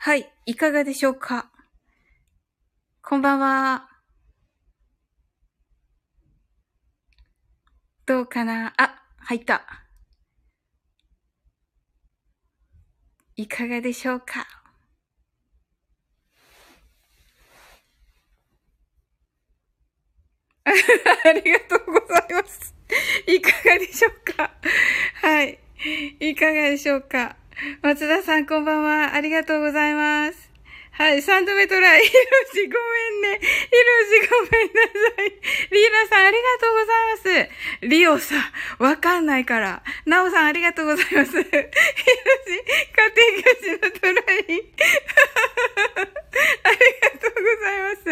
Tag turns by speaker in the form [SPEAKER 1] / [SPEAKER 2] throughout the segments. [SPEAKER 1] はい。いかがでしょうかこんばんは。どうかなあ、入った。いかがでしょうか あありがとうございます。 いかがでしょうかはい。いかがでしょうか松田さん、こんばんは。ありがとうございます。はい、3度目トライ。ひろし、ごめんね。ひろし、ごめんなさい。リーナさん、ありがとうございます。リオさん、わかんないから。ナオさん、ありがとうございます。ひろし、家庭教師のトライ。 ありがとうございます。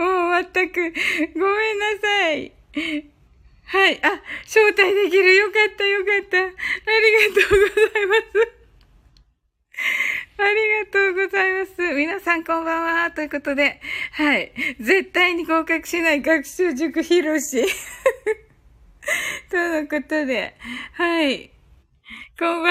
[SPEAKER 1] もう、全く、ごめんなさい。はい。あ、招待できる。よかった、よかった。ありがとうございます。ありがとうございます。皆さんこんばんは。ということで、はい。絶対に合格しない学習塾ひろし。とのことで、はい。こんばんは、こんばん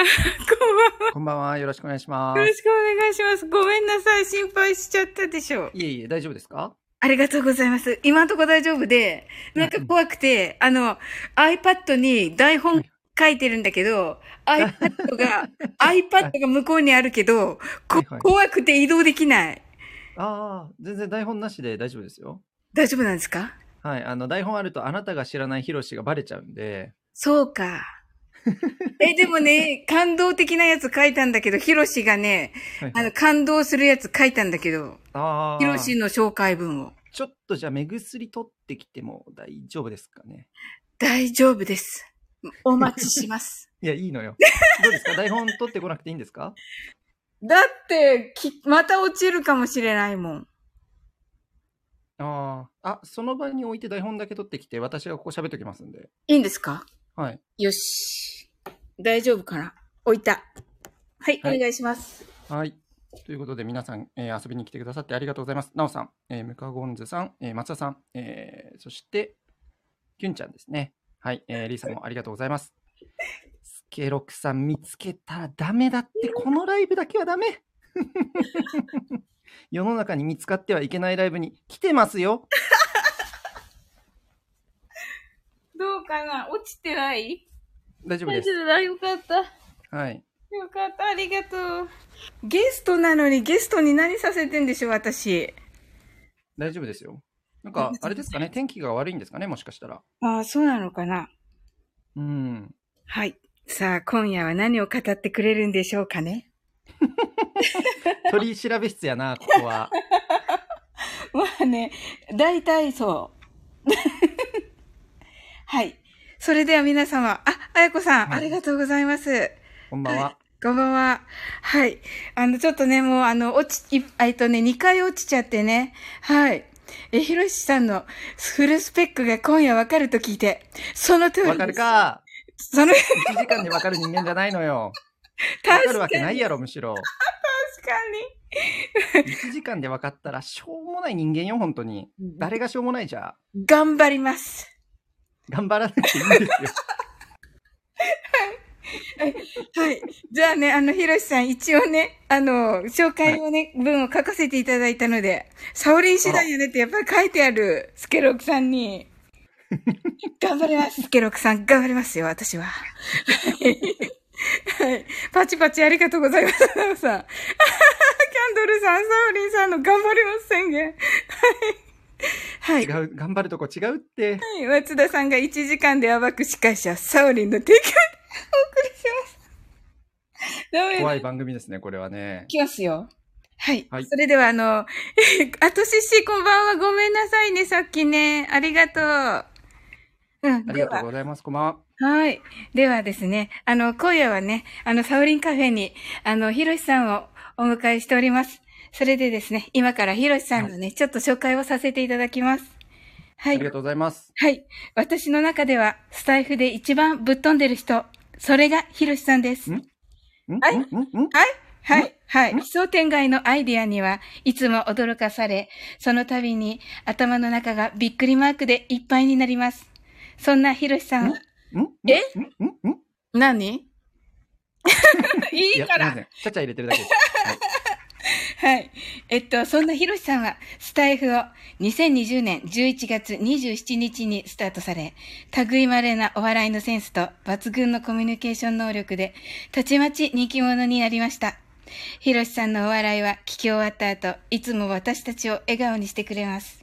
[SPEAKER 1] は。
[SPEAKER 2] こんばんは。よろしくお願いしま
[SPEAKER 1] よろ
[SPEAKER 2] す。
[SPEAKER 1] しくお願いします。ごめんなさい。心配しちゃったでしょう。
[SPEAKER 2] いえいえ、大丈夫ですか
[SPEAKER 1] ありがとうございます。今んとこ大丈夫で、なんか怖くて、あの、iPad に台本書いてるんだけど、iPad が、iPad が向こうにあるけど、こ
[SPEAKER 2] はいはい
[SPEAKER 1] 怖くて移動できない。
[SPEAKER 2] ああ、全然台本なしで大丈夫ですよ。
[SPEAKER 1] 大丈夫なんですか
[SPEAKER 2] はい。あの、台本あるとあなたが知らないヒロシがバレちゃうんで、
[SPEAKER 1] そう か。え、でもね、感動的なやつ書いたんだけど、ヒロシがね、
[SPEAKER 2] はい
[SPEAKER 1] あ
[SPEAKER 2] は
[SPEAKER 1] の、
[SPEAKER 2] い、
[SPEAKER 1] 感動するやつ書いたんだけど、
[SPEAKER 2] あ
[SPEAKER 1] ヒロシの紹介文を。
[SPEAKER 2] ちょっとじゃあ目薬取ってきても大丈夫ですかね。
[SPEAKER 1] 大丈夫です。お待ちします。
[SPEAKER 2] いや、いいのよ。どうですか台本取ってこなくていいんですか
[SPEAKER 1] だって、き、また落ちるかもしれないもん。
[SPEAKER 2] ああ。あ、その場に置いて台本だけ取ってきて、私がここ喋っときますんで。
[SPEAKER 1] いいんですか
[SPEAKER 2] はい。
[SPEAKER 1] よし。大丈夫かな置いた。はい、
[SPEAKER 2] はい
[SPEAKER 1] お願いします。
[SPEAKER 2] はい。ということで、皆さん、えー遊びに来てくださってありがとうございます。なおさん、えームカゴンズさん、えー松田さん、えーそして、キュンちゃんですね。はい、えーリーさんもありがとうございます。スケロクさん見つけたらダメだって、このライブだけはダメ。 世の中に見つかってはいけないライブに来てますよ。
[SPEAKER 1] どうかな落ちてない
[SPEAKER 2] 大丈夫
[SPEAKER 1] 落
[SPEAKER 2] で
[SPEAKER 1] ち
[SPEAKER 2] す。
[SPEAKER 1] てないよかった。よ
[SPEAKER 2] はい。
[SPEAKER 1] かった。ありがとう。ゲストなのにゲストに何させてんでしょ私。
[SPEAKER 2] 大丈夫ですよ。なんか、あれですかね、天気が悪いんですかね、もしかしたら。
[SPEAKER 1] ああ、そうなのかな
[SPEAKER 2] うん。
[SPEAKER 1] はい。さあ、今夜は何を語ってくれるんでしょうかね
[SPEAKER 2] 取り調べ室やな、ここは。
[SPEAKER 1] まあね、大体そう。 はい。それでは皆様、あ、あやこさん、
[SPEAKER 2] はい
[SPEAKER 1] ありがとうございます。
[SPEAKER 2] こんばんは。
[SPEAKER 1] こんばんは。はい。あの、ちょっとね、もう、あの、落ち、いえっとね、2回落ちちゃってね。はい。え、ひろしさんのフルスペックが今夜わかると聞いて、その通りです。
[SPEAKER 2] わかるか。
[SPEAKER 1] その、
[SPEAKER 2] 1時間でわかる人間じゃないのよ。わ
[SPEAKER 1] 確
[SPEAKER 2] か
[SPEAKER 1] か
[SPEAKER 2] るわけ
[SPEAKER 1] に。
[SPEAKER 2] ないやろ、むしろ。
[SPEAKER 1] 確か
[SPEAKER 2] 1時間でわかったら、しょうもない人間よ、本当に。
[SPEAKER 1] に。
[SPEAKER 2] 誰がしょうもないじゃ。
[SPEAKER 1] 頑張ります。
[SPEAKER 2] 頑張らなくていいんですよ。
[SPEAKER 1] はい。じゃあね、あの、ひろしさん、一応ね、あの、紹介をね、文を書かせていただいたので、サオリン次第よねってやっぱり書いてある、スケロクさんに。頑張ります、スケロクさん。頑張りますよ、私は。はい。はいパチパチありがとうございます、ナオさん。あははキャンドルさん、サオリンさんの頑張ります宣言。はい。はい
[SPEAKER 2] 違。う、頑張るとこ違うって。
[SPEAKER 1] 松田さんが1時間で暴く司会者、サオリンの提供でお送りします。ダメだ
[SPEAKER 2] 怖い番組ですね、これはね
[SPEAKER 1] い。きますよ。はい。
[SPEAKER 2] はい
[SPEAKER 1] それでは、あの、 えあとしっしーこんばんは。ごめんなさいね、さっきね。ありがとう。うん、
[SPEAKER 2] あり
[SPEAKER 1] で
[SPEAKER 2] がとう
[SPEAKER 1] は、
[SPEAKER 2] ございます、こんばんは。
[SPEAKER 1] はい。ではですね、あの、今夜はね、あの、サオリンカフェに、あの、ひろしさんをお迎えしております。それでですね、今からひろしさんのね、ちょっと紹介をさせていただきます。は
[SPEAKER 2] あ
[SPEAKER 1] い
[SPEAKER 2] り。がとうございます。
[SPEAKER 1] はい。私の中では、スタイフで一番ぶっ飛んでる人。それがひろしさんです。
[SPEAKER 2] んんんん
[SPEAKER 1] はい
[SPEAKER 2] ん
[SPEAKER 1] はい、はい、はい。
[SPEAKER 2] ん
[SPEAKER 1] 奇想天外のアイディアには、いつも驚かされ、その度に頭の中がびっくりマークでいっぱいになります。そんなひろしさんは、
[SPEAKER 2] んん
[SPEAKER 1] え
[SPEAKER 2] んんんん
[SPEAKER 1] 何いい
[SPEAKER 2] や
[SPEAKER 1] か
[SPEAKER 2] すいま
[SPEAKER 1] ら
[SPEAKER 2] せんちゃちゃ入れてるだけです。
[SPEAKER 1] はい。えっと、そんなひろしさんは、スタイフを2020年11月27日にスタートされ、類まれなお笑いのセンスと抜群のコミュニケーション能力で、たちまち人気者になりました。ひろしさんのお笑いは聞き終わった後、いつも私たちを笑顔にしてくれます。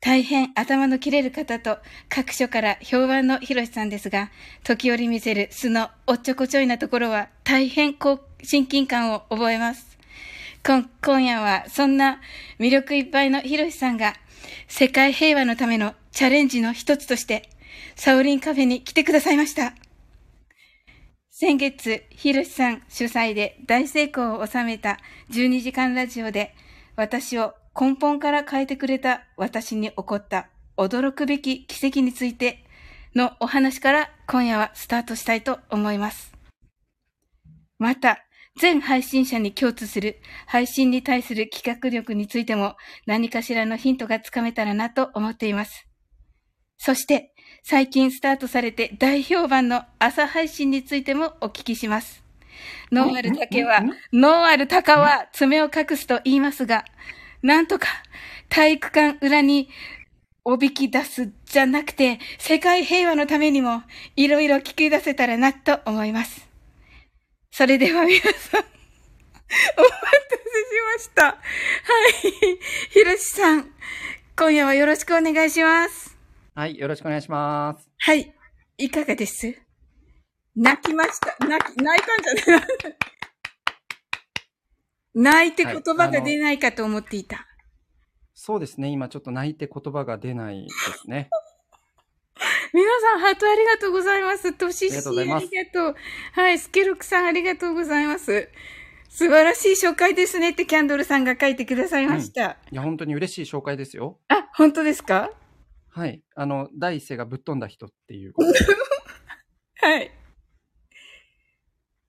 [SPEAKER 1] 大変頭の切れる方と各所から評判のひろしさんですが、時折見せる素のおっちょこちょいなところは大変こう親近感を覚えます。今今夜はそんな魅力いっぱいのひろしさんが世界平和のためのチャレンジの一つとしてサオリンカフェに来てくださいました。先月、ひろしさん主催で大成功を収めた12時間ラジオで私を根本から変えてくれた私に起こった驚くべき奇跡についてのお話から今夜はスタートしたいと思います。また、全配信者に共通する配信に対する企画力についても何かしらのヒントがつかめたらなと思っています。そして、最近スタートされて大評判の朝配信についてもお聞きします。 ノーマル竹は
[SPEAKER 2] んんん、
[SPEAKER 1] ノーアルタカは爪を隠すと言いますが、なんとか体育館裏におびき出すじゃなくて、世界平和のためにもいろいろ聞き出せたらなと思います。それでは皆さん、お待たせしました。はい。ひろしさん、今夜はよろしくお願いします。
[SPEAKER 2] はい、よろしくお願いします。
[SPEAKER 1] はい。いかがです泣きました。泣き、泣いたんじゃない 泣いて言葉が出ないかと思っていた。
[SPEAKER 2] そうですね、今ちょっと泣いて言葉が出ないですね。
[SPEAKER 1] 皆さん、ハートありがとうございます。とし
[SPEAKER 2] あり
[SPEAKER 1] し
[SPEAKER 2] がとうござい
[SPEAKER 1] あ
[SPEAKER 2] ます
[SPEAKER 1] りがとう。はい、スケロクさんありがとうございます。素晴らしい紹介ですねってキャンドルさんが書いてくださいました。
[SPEAKER 2] いや、本当に嬉しい紹介ですよ。
[SPEAKER 1] あ、本当ですか
[SPEAKER 2] はい。あの、第一声がぶっ飛んだ人っ ていうことで。
[SPEAKER 1] はい。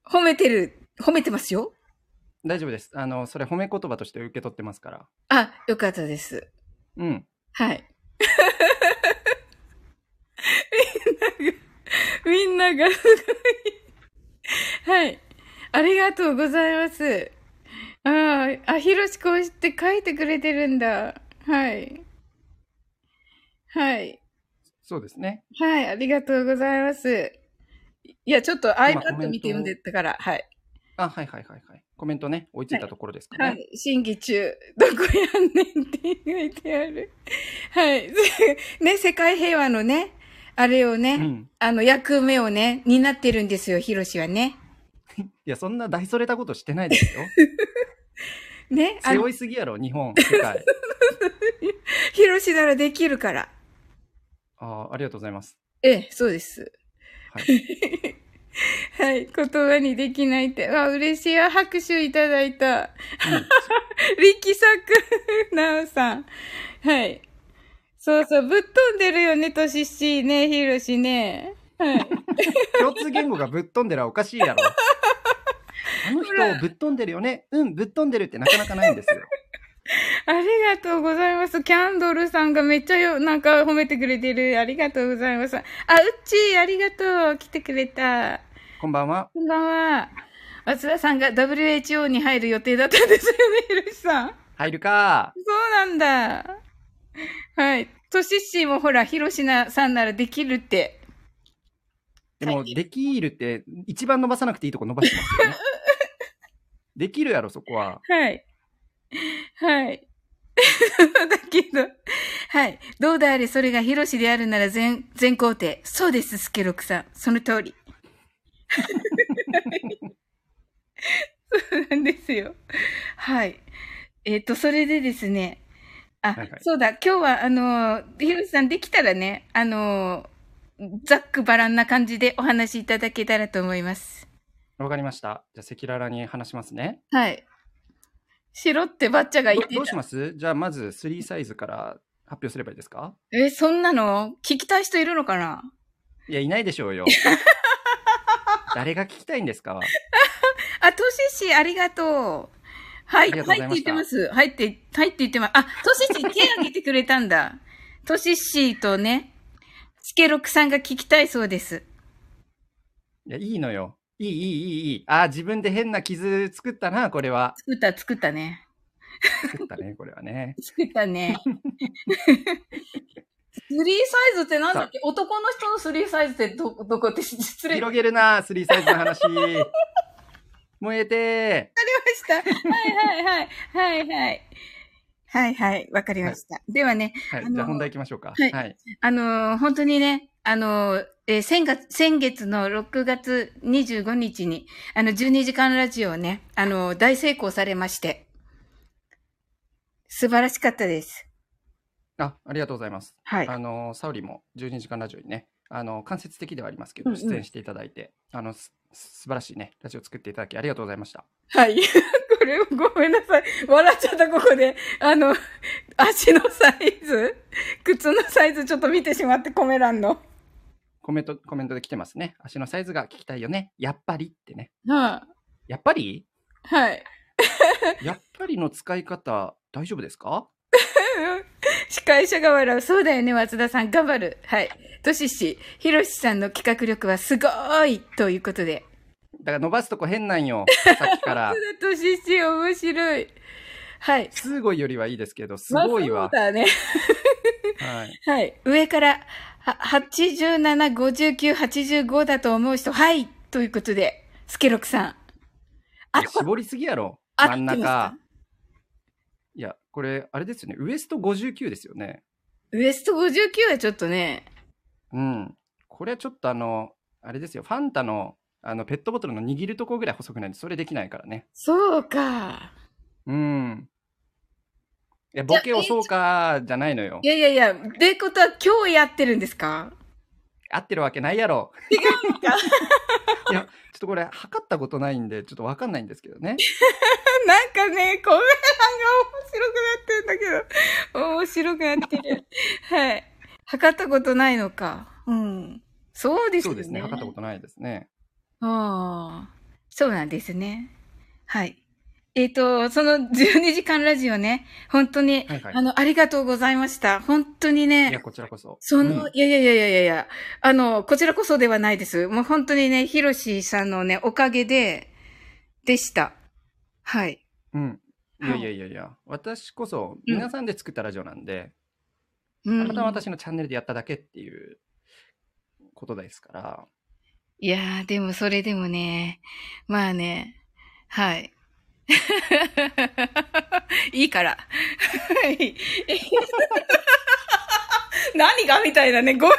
[SPEAKER 1] 褒めてる、褒めてますよ。
[SPEAKER 2] 大丈夫です。あの、それ褒め言葉として受け取ってますから。
[SPEAKER 1] あ、よかったです。
[SPEAKER 2] うん。
[SPEAKER 1] はい。みんなが、みんながすごい。はい。ありがとうございます。ああ、あ、ひろしこうして書いてくれてるんだ。はい。はい。
[SPEAKER 2] そうですね。
[SPEAKER 1] はい、ありがとうございます。いや、ちょっと
[SPEAKER 2] 今コメン
[SPEAKER 1] iPad
[SPEAKER 2] ト
[SPEAKER 1] 見て読んでたから、はい。
[SPEAKER 2] あ、はいはいはいはい。コメントね、追いついたところですかね。
[SPEAKER 1] はい。審議中、どこやんねんって書いてある。はい。 ね、世界平和のね、あれをね、
[SPEAKER 2] うん。
[SPEAKER 1] あの、役目をね、担ってるんですよ、ヒロシはね。
[SPEAKER 2] いや、そんな大それたことしてないですよ。
[SPEAKER 1] ね、あ
[SPEAKER 2] 背
[SPEAKER 1] の
[SPEAKER 2] 負、いすぎやろ、日本、世界。
[SPEAKER 1] ヒロシならできるから。
[SPEAKER 2] あーありがとうございます。
[SPEAKER 1] ええ、そうです。
[SPEAKER 2] はい。
[SPEAKER 1] はい、言葉にできないって。わ、嬉しいわ、拍手いただいた。
[SPEAKER 2] う ん
[SPEAKER 1] 力作、なおさん。はい。そうそう、ぶっ飛んでるよね、としっしーね、ヒロシね。はい。
[SPEAKER 2] 共通言語がぶっ飛んでるはおかしいやろ。 あの
[SPEAKER 1] ほ
[SPEAKER 2] 人
[SPEAKER 1] ら
[SPEAKER 2] ぶっ飛んでるよね。うん、ぶっ飛んでるってなかなかないんですよ。
[SPEAKER 1] ありがとうございます。キャンドルさんがめっちゃよ、なんか褒めてくれてる。ありがとうございます。あ、うっちー、ありがとう。来てくれた。
[SPEAKER 2] こんばんは。
[SPEAKER 1] こんばんは。松田さんが WHO に入る予定だったんですよね、ひろしさん。そ
[SPEAKER 2] 入るか
[SPEAKER 1] うなんだ。はい。としっしーもほら、ひろしなさんならできるって。
[SPEAKER 2] でも、できるって、一番伸ばさなくていいとこ伸ばしてますよ ね。できるやろ、そこは。
[SPEAKER 1] はい。はい。 だけど。はい。どうであれ、それがヒロシであるなら全、全肯定。そうです、スケロクさん。その通り。 そうなんですよ。はい。えっ、と、それでですね。あ、
[SPEAKER 2] はいはい
[SPEAKER 1] そうだ、今日は、あのー、ヒロシさんできたらね、あのー、ざっくばらんな感じでお話しいただけたらと思います。
[SPEAKER 2] わかりました。じゃあ、赤裸々に話しますね。
[SPEAKER 1] はい。白ってバッチャがい
[SPEAKER 2] ど
[SPEAKER 1] てた
[SPEAKER 2] どうしますじゃあ、まず3サイズから発表すればいいですか
[SPEAKER 1] え、そんなの聞きたい人いるのかない
[SPEAKER 2] や、いないでしょう よ。誰が聞きたいんですか
[SPEAKER 1] あ、トシシ、ありがとう。はい、
[SPEAKER 2] ありがとう
[SPEAKER 1] は
[SPEAKER 2] ご
[SPEAKER 1] い
[SPEAKER 2] ざ
[SPEAKER 1] っ
[SPEAKER 2] い
[SPEAKER 1] て
[SPEAKER 2] ま
[SPEAKER 1] 言っ
[SPEAKER 2] してた
[SPEAKER 1] ます。はいって、はいって言ってます。あ、トシシ、手挙げてくれたんだ。 トシシとね、スケロクさんが聞きたいそうです。
[SPEAKER 2] いや、いいのよ。いい、いい、いい、いい。あー、自分で変な傷作ったな、これは。
[SPEAKER 1] 作った、作ったね。
[SPEAKER 2] 作ったね、これはね。
[SPEAKER 1] 作った ね。スリーサイズってなんだっけ男の人のスリーサイズってど、どこって失礼しま
[SPEAKER 2] 広げるな、スリーサイズの 話。燃えて
[SPEAKER 1] した。はいはいはい。はいはい。はいはい。わかりました。ではね、
[SPEAKER 2] ー。は
[SPEAKER 1] あ
[SPEAKER 2] い、
[SPEAKER 1] の
[SPEAKER 2] じゃあ本題行きましょうか。
[SPEAKER 1] はい
[SPEAKER 2] はい。
[SPEAKER 1] あのー本当にね、あのーえー先月、先月の6月25日に、あの、12時間ラジオをね、あのー大成功されまして、素晴らしかったです。
[SPEAKER 2] あ、ありがとうございます。
[SPEAKER 1] はい。
[SPEAKER 2] あのサウリも12時間ラジオにねあの間接的ではありますけど
[SPEAKER 1] うんうん
[SPEAKER 2] 出演していただいて、あのす素晴らしいねラジオ作っていただきありがとうございました
[SPEAKER 1] はい。 これ、ごめんなさい。笑っちゃった、ここで。あの、足のサイズ、靴のサイズちょっと見てしまって、コメ欄の。
[SPEAKER 2] コメントコメントで来てますね足のサイズが聞きたいよねやっぱりってね
[SPEAKER 1] は
[SPEAKER 2] やっ ぱり
[SPEAKER 1] はい。
[SPEAKER 2] やっぱりの使い方大丈夫ですか
[SPEAKER 1] 司会者が笑う。そうだよね、松田さん。頑張る。はい。としし、ひろしさんの企画力はすごいということで。
[SPEAKER 2] だから伸ばすとこ変なんよさっき から
[SPEAKER 1] としし、面白い。はい。
[SPEAKER 2] すごいよりはいいですけどすごい
[SPEAKER 1] まあ
[SPEAKER 2] わ
[SPEAKER 1] そ、うだね。
[SPEAKER 2] はい、
[SPEAKER 1] はい。上から、は87、59、85だと思う人、はいということで、スケロクさん。あ、
[SPEAKER 2] 絞りすぎやろ
[SPEAKER 1] あ
[SPEAKER 2] 真ん
[SPEAKER 1] 合ってます
[SPEAKER 2] 中
[SPEAKER 1] か
[SPEAKER 2] いやこれあれですよねウエスト59ですよね
[SPEAKER 1] ウエスト59はちょっとね、
[SPEAKER 2] うん。これはちょっとあの、あれですよ、ファンタのあのペットボトルの握るとこぐらい細くないんで、それできないからね。
[SPEAKER 1] そうか。
[SPEAKER 2] うん。いや、ボケをそうか、じゃないのよ
[SPEAKER 1] い。やいやいや、ってことは今日やってるんですか
[SPEAKER 2] 合ってるわけないやろ。違うん
[SPEAKER 1] か
[SPEAKER 2] いや、ちょっとこれ、測ったことないんで、ちょっとわかんないんですけどね。
[SPEAKER 1] なんかね、コメ欄が面白くなってんだけど、面白くなって る。はい。測ったことないのか。うん。そうです
[SPEAKER 2] そ
[SPEAKER 1] よ
[SPEAKER 2] う
[SPEAKER 1] ね。
[SPEAKER 2] ですね、測ったことないですね。
[SPEAKER 1] ああ、そうなんですね。はい。えっ、と、その12時間ラジオね、本当に、
[SPEAKER 2] はいはい
[SPEAKER 1] あの、ありがとうございました。本当にね。
[SPEAKER 2] いや、こちらこそ。
[SPEAKER 1] そ
[SPEAKER 2] うん
[SPEAKER 1] の、いやいやいやいやいやいや、あの、こちらこそではないです。もう本当にね、ヒロシさんのね、おかげで、でした。はい。
[SPEAKER 2] うん。いや
[SPEAKER 1] はい
[SPEAKER 2] いやいやいや、私こそ、皆さんで作ったラジオなんで、
[SPEAKER 1] う
[SPEAKER 2] た
[SPEAKER 1] ん
[SPEAKER 2] またま私のチャンネルでやっただけっていうことですから。
[SPEAKER 1] いやー、でもそれでもね、まあね、 はい。いいから。はい。 何がみたいなね、ごめん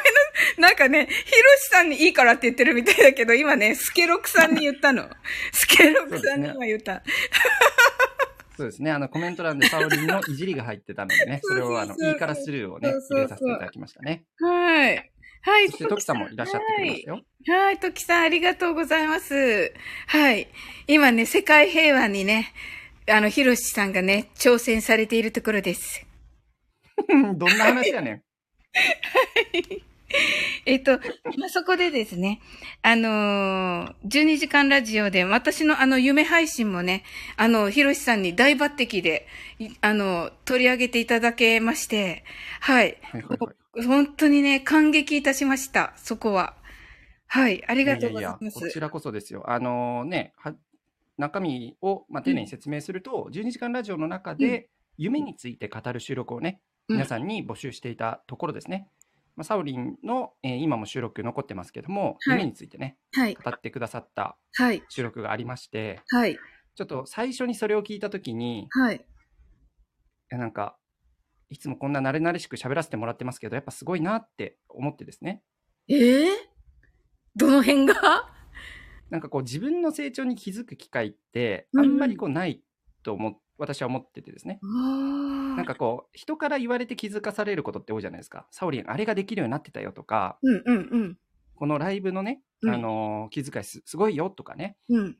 [SPEAKER 1] な、なんかね、ヒロシさんにいいからって言ってるみたいだけど、今ね、スケロクさんに言 ったの。スケロクさんに今言った。
[SPEAKER 2] そうですね。あの、コメント欄でサオリンのいじりが入ってたので ね、
[SPEAKER 1] そ
[SPEAKER 2] そうれ
[SPEAKER 1] そうそう
[SPEAKER 2] を、あの、いいからスルーをね、
[SPEAKER 1] そうそうそう
[SPEAKER 2] 入れさせていただきましたね。
[SPEAKER 1] はい。はい。
[SPEAKER 2] そして、トキさんもいらっしゃってくれましたよ。
[SPEAKER 1] はい。はい、トキさんありがとうございます。はい。今ね、世界平和にね、あの、ヒロシさんがね、挑戦されているところです。
[SPEAKER 2] どんな話やねん。
[SPEAKER 1] えっと、まあ、そこでですね、あのー12時間ラジオで、私のあの、夢配信もね、あの、ヒロシさんに大抜擢で、いあの、取り上げていただけまして、はい。
[SPEAKER 2] はいはいはい。
[SPEAKER 1] 本当にね、感激いたしました、そこは。はい、ありがとうございます。
[SPEAKER 2] こちらこそですよ。あのね、は中身を、まあ、丁寧に説明すると、12時間ラジオの中で、夢について語る収録をね、
[SPEAKER 1] うん
[SPEAKER 2] 皆さんに募集していたところですね。まあ、サオリンの、えー今も収録残ってますけども、
[SPEAKER 1] はい
[SPEAKER 2] 夢についてね、
[SPEAKER 1] はい、
[SPEAKER 2] 語ってくださった
[SPEAKER 1] はい、
[SPEAKER 2] 収録がありまして、
[SPEAKER 1] はい、
[SPEAKER 2] ちょっと最初にそれを聞いたときに、
[SPEAKER 1] はい。
[SPEAKER 2] いやなんか、いつもこんな慣れ慣れしく喋らせてもらってますけど、やっぱすごいなって思ってですね。
[SPEAKER 1] ええどの辺が
[SPEAKER 2] なんかこう自分の成長に気づく機会って、
[SPEAKER 1] うん
[SPEAKER 2] あ
[SPEAKER 1] うん
[SPEAKER 2] んまりこうないと思、う私は思っててですね。
[SPEAKER 1] な
[SPEAKER 2] なん、かこう、人から言われて気づかされることって多いじゃないですか。サオリン、あれができるようになってたよとか、
[SPEAKER 1] うんうんうん。
[SPEAKER 2] このライブのね、
[SPEAKER 1] うん
[SPEAKER 2] あのー気遣いすすごいよとかね。
[SPEAKER 1] うん、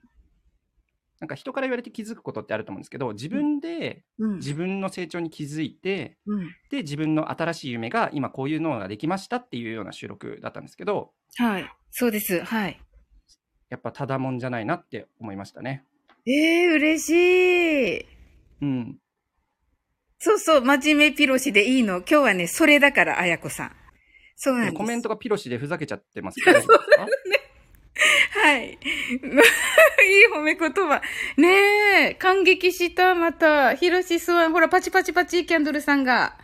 [SPEAKER 2] なんか人から言われて気づくことってあると思うんですけど、自分で
[SPEAKER 1] うん、
[SPEAKER 2] 自分の成長に気づいて、
[SPEAKER 1] うん。
[SPEAKER 2] で自分の新しい夢が今こういうのができましたっていうような収録だったんですけど
[SPEAKER 1] はい、そうです、はい。
[SPEAKER 2] やっぱただもんじゃないなって思いましたね。
[SPEAKER 1] ええ嬉しい。
[SPEAKER 2] うん、
[SPEAKER 1] そうそう、真面目ピロシでいいの。今日はね、それだから、あやこさん。そうなんです。
[SPEAKER 2] コメントがピロシでふざけちゃってますけど。どうですか
[SPEAKER 1] はい。いい 褒め言葉。ねえ、感激した、また。ヒロシスワン、ほら、パチパチパチ、キャンドルさんが。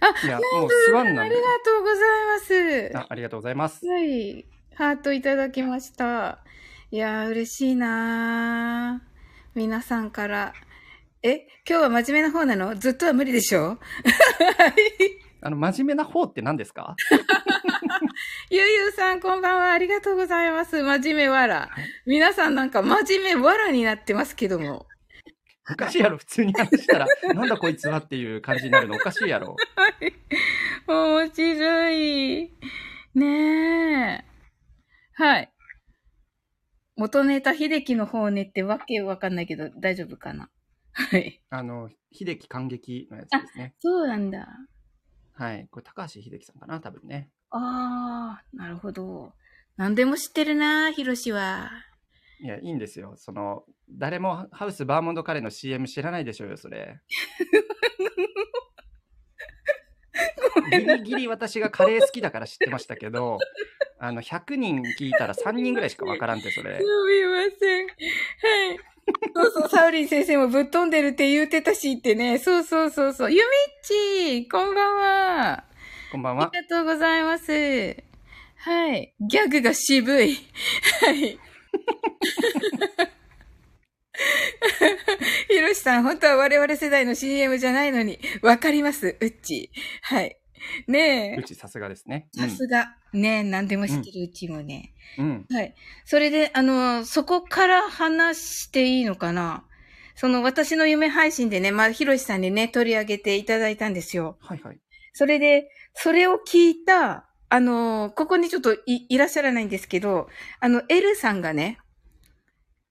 [SPEAKER 1] あ、
[SPEAKER 2] い
[SPEAKER 1] ナ
[SPEAKER 2] や
[SPEAKER 1] イ
[SPEAKER 2] もう
[SPEAKER 1] ス
[SPEAKER 2] スワンなんで
[SPEAKER 1] ありがとうございま
[SPEAKER 2] あありがとうございます
[SPEAKER 1] す。。はい。ハートいただきました。いやー、嬉しいなー。皆さんから。え、今日は真面目な方なのずっとは無理でしょ
[SPEAKER 2] あの、真面目な方って何ですか
[SPEAKER 1] ゆうゆうさん、こんばんは。ありがとうございます。真面目わら
[SPEAKER 2] はい。
[SPEAKER 1] 皆さんなんか真面目わらになってますけども。
[SPEAKER 2] おかしいやろ、普通に話 したら、なんだこいつはっていう感じになるのおかしいやろ。
[SPEAKER 1] 面白い。ねえ。はい。元ネタ、秀樹の方ねってわけわかんないけど、大丈夫かな。はい。
[SPEAKER 2] あの、秀樹感激のやつですね。
[SPEAKER 1] そうなんだ。
[SPEAKER 2] はい。これ、高橋秀樹さんかな、多分ね。
[SPEAKER 1] あー、なるほど。何でも知ってるな、ひろしは。
[SPEAKER 2] いや、いいんですよ。その、誰もハウスバーモンドカレーの CM 知らないでしょうよ、それ。ギリギリ私がカレー好きだから知ってましたけど、あの、100人聞いたら3人ぐらいしかわからんって、それ
[SPEAKER 1] す。みません。はい。そうそう、サウリン先生もぶっ飛んでるって言うてたしってね。そうそうそうそう。ゆみっちこんばんは。
[SPEAKER 2] こんばん
[SPEAKER 1] あ
[SPEAKER 2] は。
[SPEAKER 1] りがとうございます。はい。ギャグが渋い。はい。 ひろしさん、本当は我々世代の CM じゃないのに、わかります、うっち。はい。ね
[SPEAKER 2] う
[SPEAKER 1] え、
[SPEAKER 2] ちさすがですね。
[SPEAKER 1] さすが。ねえ、何でも知ってるうちもね。
[SPEAKER 2] うん。うん。
[SPEAKER 1] はい。それで、あの、そこから話していいのかなその、私の夢配信でね、まあ、ひろしさんにね、取り上げていただいたんですよ。
[SPEAKER 2] はいはい。
[SPEAKER 1] それで、それを聞いた、あの、ここにちょっといいらっしゃらないんですけど、あの、L さんがね、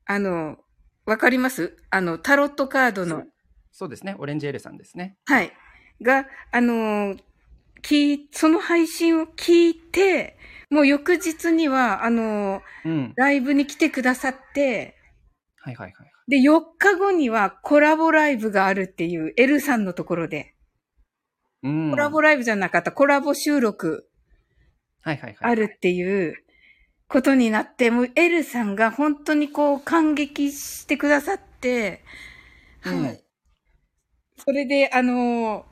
[SPEAKER 1] あの、わかりますあの、タロットカードの、
[SPEAKER 2] そうですね。オレンジエールさんですね。
[SPEAKER 1] はい。が、あの、聞い、その配信を聞いて、もう翌日には、あの、
[SPEAKER 2] うん。
[SPEAKER 1] ライブに来てくださって、
[SPEAKER 2] はいはいはい。
[SPEAKER 1] で、4日後にはコラボライブがあるっていう、L さんのところで。
[SPEAKER 2] うん。
[SPEAKER 1] コラボライブじゃなかった、コラボ収録
[SPEAKER 2] はいはいはい。
[SPEAKER 1] あるっていうことになって、もうエルさんが本当にこう感激してくださって、
[SPEAKER 2] うん
[SPEAKER 1] はい。それで、あの、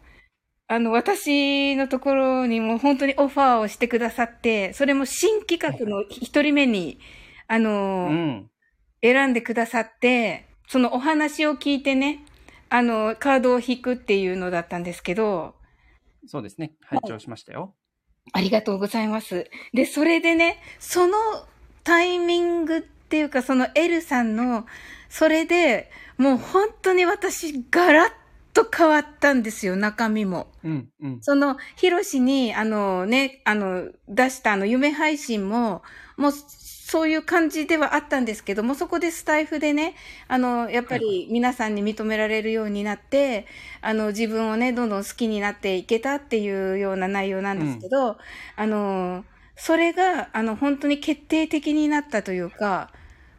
[SPEAKER 1] あの、私のところにも本当にオファーをしてくださって、それも新企画の一人目に、あ
[SPEAKER 2] う
[SPEAKER 1] の、
[SPEAKER 2] ん。
[SPEAKER 1] 選んでくださって、そのお話を聞いてね、あの、カードを引くっていうのだったんですけど、
[SPEAKER 2] そうですね。拝聴しましたよ。
[SPEAKER 1] ありがとうございます。で、それでね、そのタイミングっていうか、その L さんの、それで、もう本当に私、ガラッと変わったんですよ、中身も。
[SPEAKER 2] うんうん。
[SPEAKER 1] その、ヒロシに、あのね、あの、出したあの、夢配信も、もう、そういう感じではあったんですけども、そこでスタイフでね、あの、やっぱ
[SPEAKER 2] はい
[SPEAKER 1] り皆さんに認められるようになって、あの、自分をね、どんどん好きになっていけたっていうような内容なんですけど、あの、それが、あの、本当に決定的になったというか、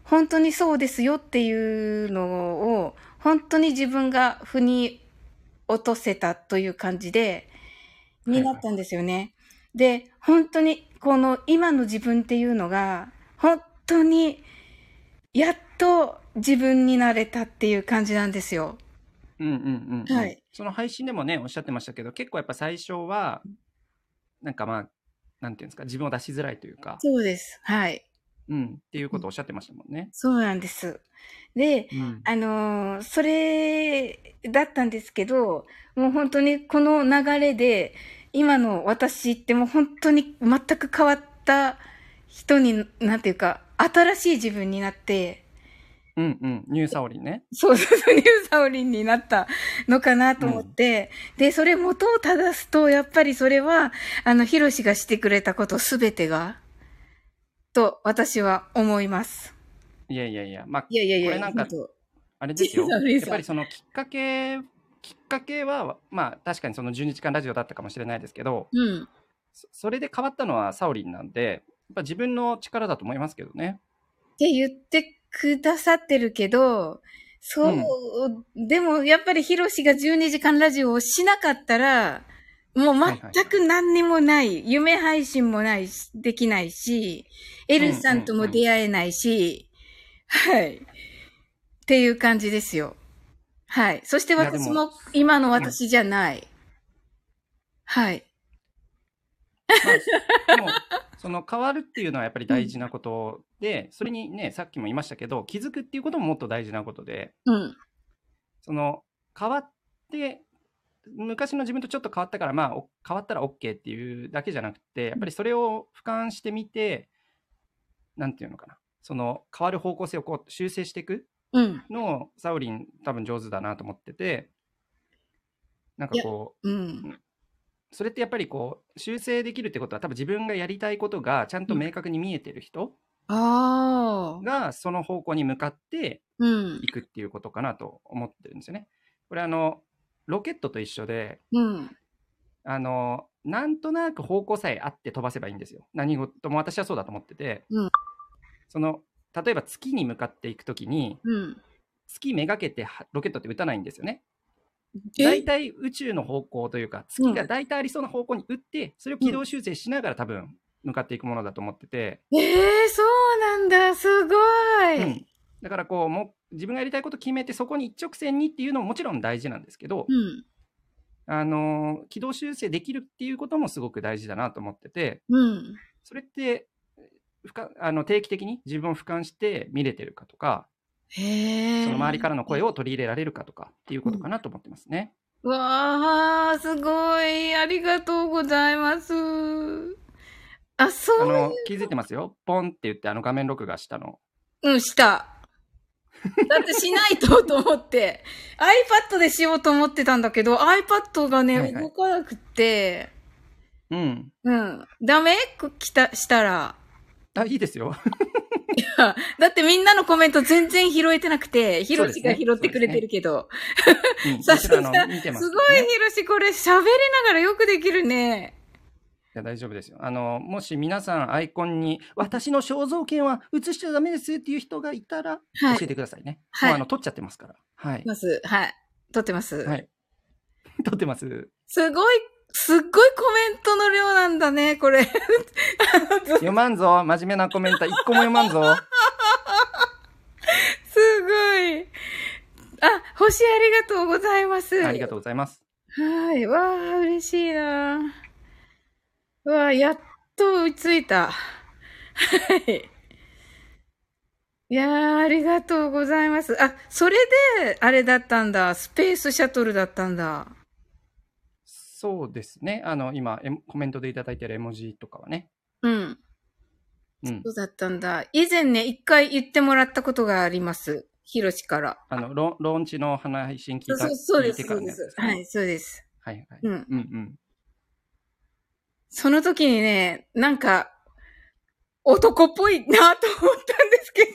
[SPEAKER 1] 本当にそうですよっていうのを、本当に自分が腑に落とせたという感じで、
[SPEAKER 2] はいは
[SPEAKER 1] に
[SPEAKER 2] い
[SPEAKER 1] なったんですよね。で、本当に、この今の自分っていうのが、本当に、やっと自分になれたっていう感じなんですよ。
[SPEAKER 2] うんうんうん。
[SPEAKER 1] はい。
[SPEAKER 2] その配信でもね、おっしゃってましたけど、結構やっぱ最初は、なんかまあ、なんていうんですか、自分を出しづらいというか、
[SPEAKER 1] そうです。はい。
[SPEAKER 2] うん、っていうことをおっしゃってましたもんね。
[SPEAKER 1] そうなんです。で、
[SPEAKER 2] うん。
[SPEAKER 1] あのーそれだったんですけど、もう本当にこの流れで、今の私ってもう本当に全く変わった人に、なんていうか、新しい自分になって、
[SPEAKER 2] うんうん。ニューサオリンね。
[SPEAKER 1] そうそうそう、ニューサオリンになったのかなと思って、で、それ元を正すと、やっぱりそれは、あの、ヒロシがしてくれたことすべてが、と私は思います。
[SPEAKER 2] いやいやいや、まあ、
[SPEAKER 1] いやいやいや、
[SPEAKER 2] これなんか
[SPEAKER 1] 本当
[SPEAKER 2] あれですよ。
[SPEAKER 1] ニューサオリン
[SPEAKER 2] や
[SPEAKER 1] さん
[SPEAKER 2] っぱりそのきっかけ、きっかけは、まあ確かにその12時間ラジオだったかもしれないですけど、
[SPEAKER 1] うん。
[SPEAKER 2] そそれで変わったのはサオリンなんで、やっぱ自分の力だと思いますけどね。
[SPEAKER 1] って言ってくださってるけど、そう、でもやっぱりヒロシが12時間ラジオをしなかったら、もう
[SPEAKER 2] はいはい
[SPEAKER 1] 全く何にもない、夢配信もないし、できないし、エルさんとも出会えないし、はい。っていう感じですよ。はい。そして
[SPEAKER 2] いや
[SPEAKER 1] 私
[SPEAKER 2] でも
[SPEAKER 1] も今の私じゃない。はい。
[SPEAKER 2] まあでもその変わるっていうのはやっぱり大事なことで、それにねさっきも言いましたけど気づくっていうことももっと大事なことで
[SPEAKER 1] うん。
[SPEAKER 2] その変わって昔の自分とちょっと変わったからまあお変わったら OK っていうだけじゃなくてやっぱりそれを俯瞰してみてなんていうのかなその変わる方向性をこう修正していく
[SPEAKER 1] うん。
[SPEAKER 2] のをサウリン多分上手だなと思っててなんかこう
[SPEAKER 1] うん。
[SPEAKER 2] それってやっぱりこう修正できるってことは多分自分がやりたいことがちゃんと明確に見えてる人
[SPEAKER 1] ああ。
[SPEAKER 2] がその方向に向かって
[SPEAKER 1] うん
[SPEAKER 2] い。くっていうことかなと思ってるんですよね。これあのロケットと一緒で
[SPEAKER 1] うん。
[SPEAKER 2] あのなんとなく方向さえあって飛ばせばいいんですよ。何事も私はそうだと思ってて、
[SPEAKER 1] うん
[SPEAKER 2] その例えば月に向かっていくときに
[SPEAKER 1] うん。
[SPEAKER 2] 月めがけてはロケットって打たないんですよね。
[SPEAKER 1] え
[SPEAKER 2] 大体宇宙の方向というか月が大体ありそうな方向に打ってそれを軌道修正しながら多分向かっていくものだと思ってて、
[SPEAKER 1] えー、そうなんだ。すごい。
[SPEAKER 2] うんだからこうもう自分がやりたいこと決めてそこに一直線にっていうのももちろん大事なんですけど、
[SPEAKER 1] うん。
[SPEAKER 2] あの軌道修正できるっていうこともすごく大事だなと思ってて
[SPEAKER 1] うん。
[SPEAKER 2] それって俯瞰あの定期的に自分を俯瞰して見れてるかとか
[SPEAKER 1] へえ。
[SPEAKER 2] その周りからの声を取り入れられるかとかっていうことかなと思ってますね。
[SPEAKER 1] わあ、すごい。ありがとうございます。あ、
[SPEAKER 2] あ
[SPEAKER 1] そう、
[SPEAKER 2] の気づいてますよポンって言ってあの画面録画したの
[SPEAKER 1] うん、した。だってしないとと思って。iPad でしようと思ってたんだけど、iPad がね、
[SPEAKER 2] はいはい
[SPEAKER 1] 動かなくて、
[SPEAKER 2] うん
[SPEAKER 1] うん。ダメくきた、したら。
[SPEAKER 2] あいいですよ。
[SPEAKER 1] だってみんなのコメント全然拾えてなくて、ヒロシが
[SPEAKER 2] そうです
[SPEAKER 1] 拾
[SPEAKER 2] ね
[SPEAKER 1] ってくれてるけど。
[SPEAKER 2] うん
[SPEAKER 1] さ
[SPEAKER 2] もちろんあ
[SPEAKER 1] さ
[SPEAKER 2] の見てますすけ
[SPEAKER 1] ご
[SPEAKER 2] ど
[SPEAKER 1] い
[SPEAKER 2] ね、
[SPEAKER 1] ヒロシ、これ喋りながらよくできるね。
[SPEAKER 2] いや大丈夫ですよ。あの、もし皆さんアイコンに、私の肖像権は映しちゃダメですっていう人がいたら、
[SPEAKER 1] はい
[SPEAKER 2] 教えてくださいね。
[SPEAKER 1] はい
[SPEAKER 2] もうあの、撮っちゃってますから。はい。
[SPEAKER 1] ます。はい。撮ってます。
[SPEAKER 2] はい。 撮ってます。
[SPEAKER 1] すごい、すっごいコメントの量なんだね、これ。 す
[SPEAKER 2] 読まんぞ。真面目なコメント、一個も読 まんぞ。
[SPEAKER 1] ごい。あ、星ありがとうございます。
[SPEAKER 2] ありがとうございます。
[SPEAKER 1] はい。わあ、嬉しいなわあ、やっと追いついた。はい。いやー、ありがとうございます。あ、それで、あれだったんだ。スペースシャトルだったんだ。
[SPEAKER 2] そうですね。あの、今、えコメントでいただいてる絵文字とかはね。
[SPEAKER 1] うん。
[SPEAKER 2] うん
[SPEAKER 1] そ。うだったんだ。以前ね、一回言ってもらったことがあります。ヒロシから。
[SPEAKER 2] あの、ロローンチの話配信聞
[SPEAKER 1] そ
[SPEAKER 2] いうた
[SPEAKER 1] そうそうで
[SPEAKER 2] 聞い
[SPEAKER 1] す。
[SPEAKER 2] て
[SPEAKER 1] そ
[SPEAKER 2] から
[SPEAKER 1] う
[SPEAKER 2] の
[SPEAKER 1] で
[SPEAKER 2] やつ
[SPEAKER 1] す
[SPEAKER 2] です。ね
[SPEAKER 1] はい、そうです。
[SPEAKER 2] はいはい。
[SPEAKER 1] うん。
[SPEAKER 2] うんうん。
[SPEAKER 1] その時にね、なんか、男っぽいなと思ったんですけど。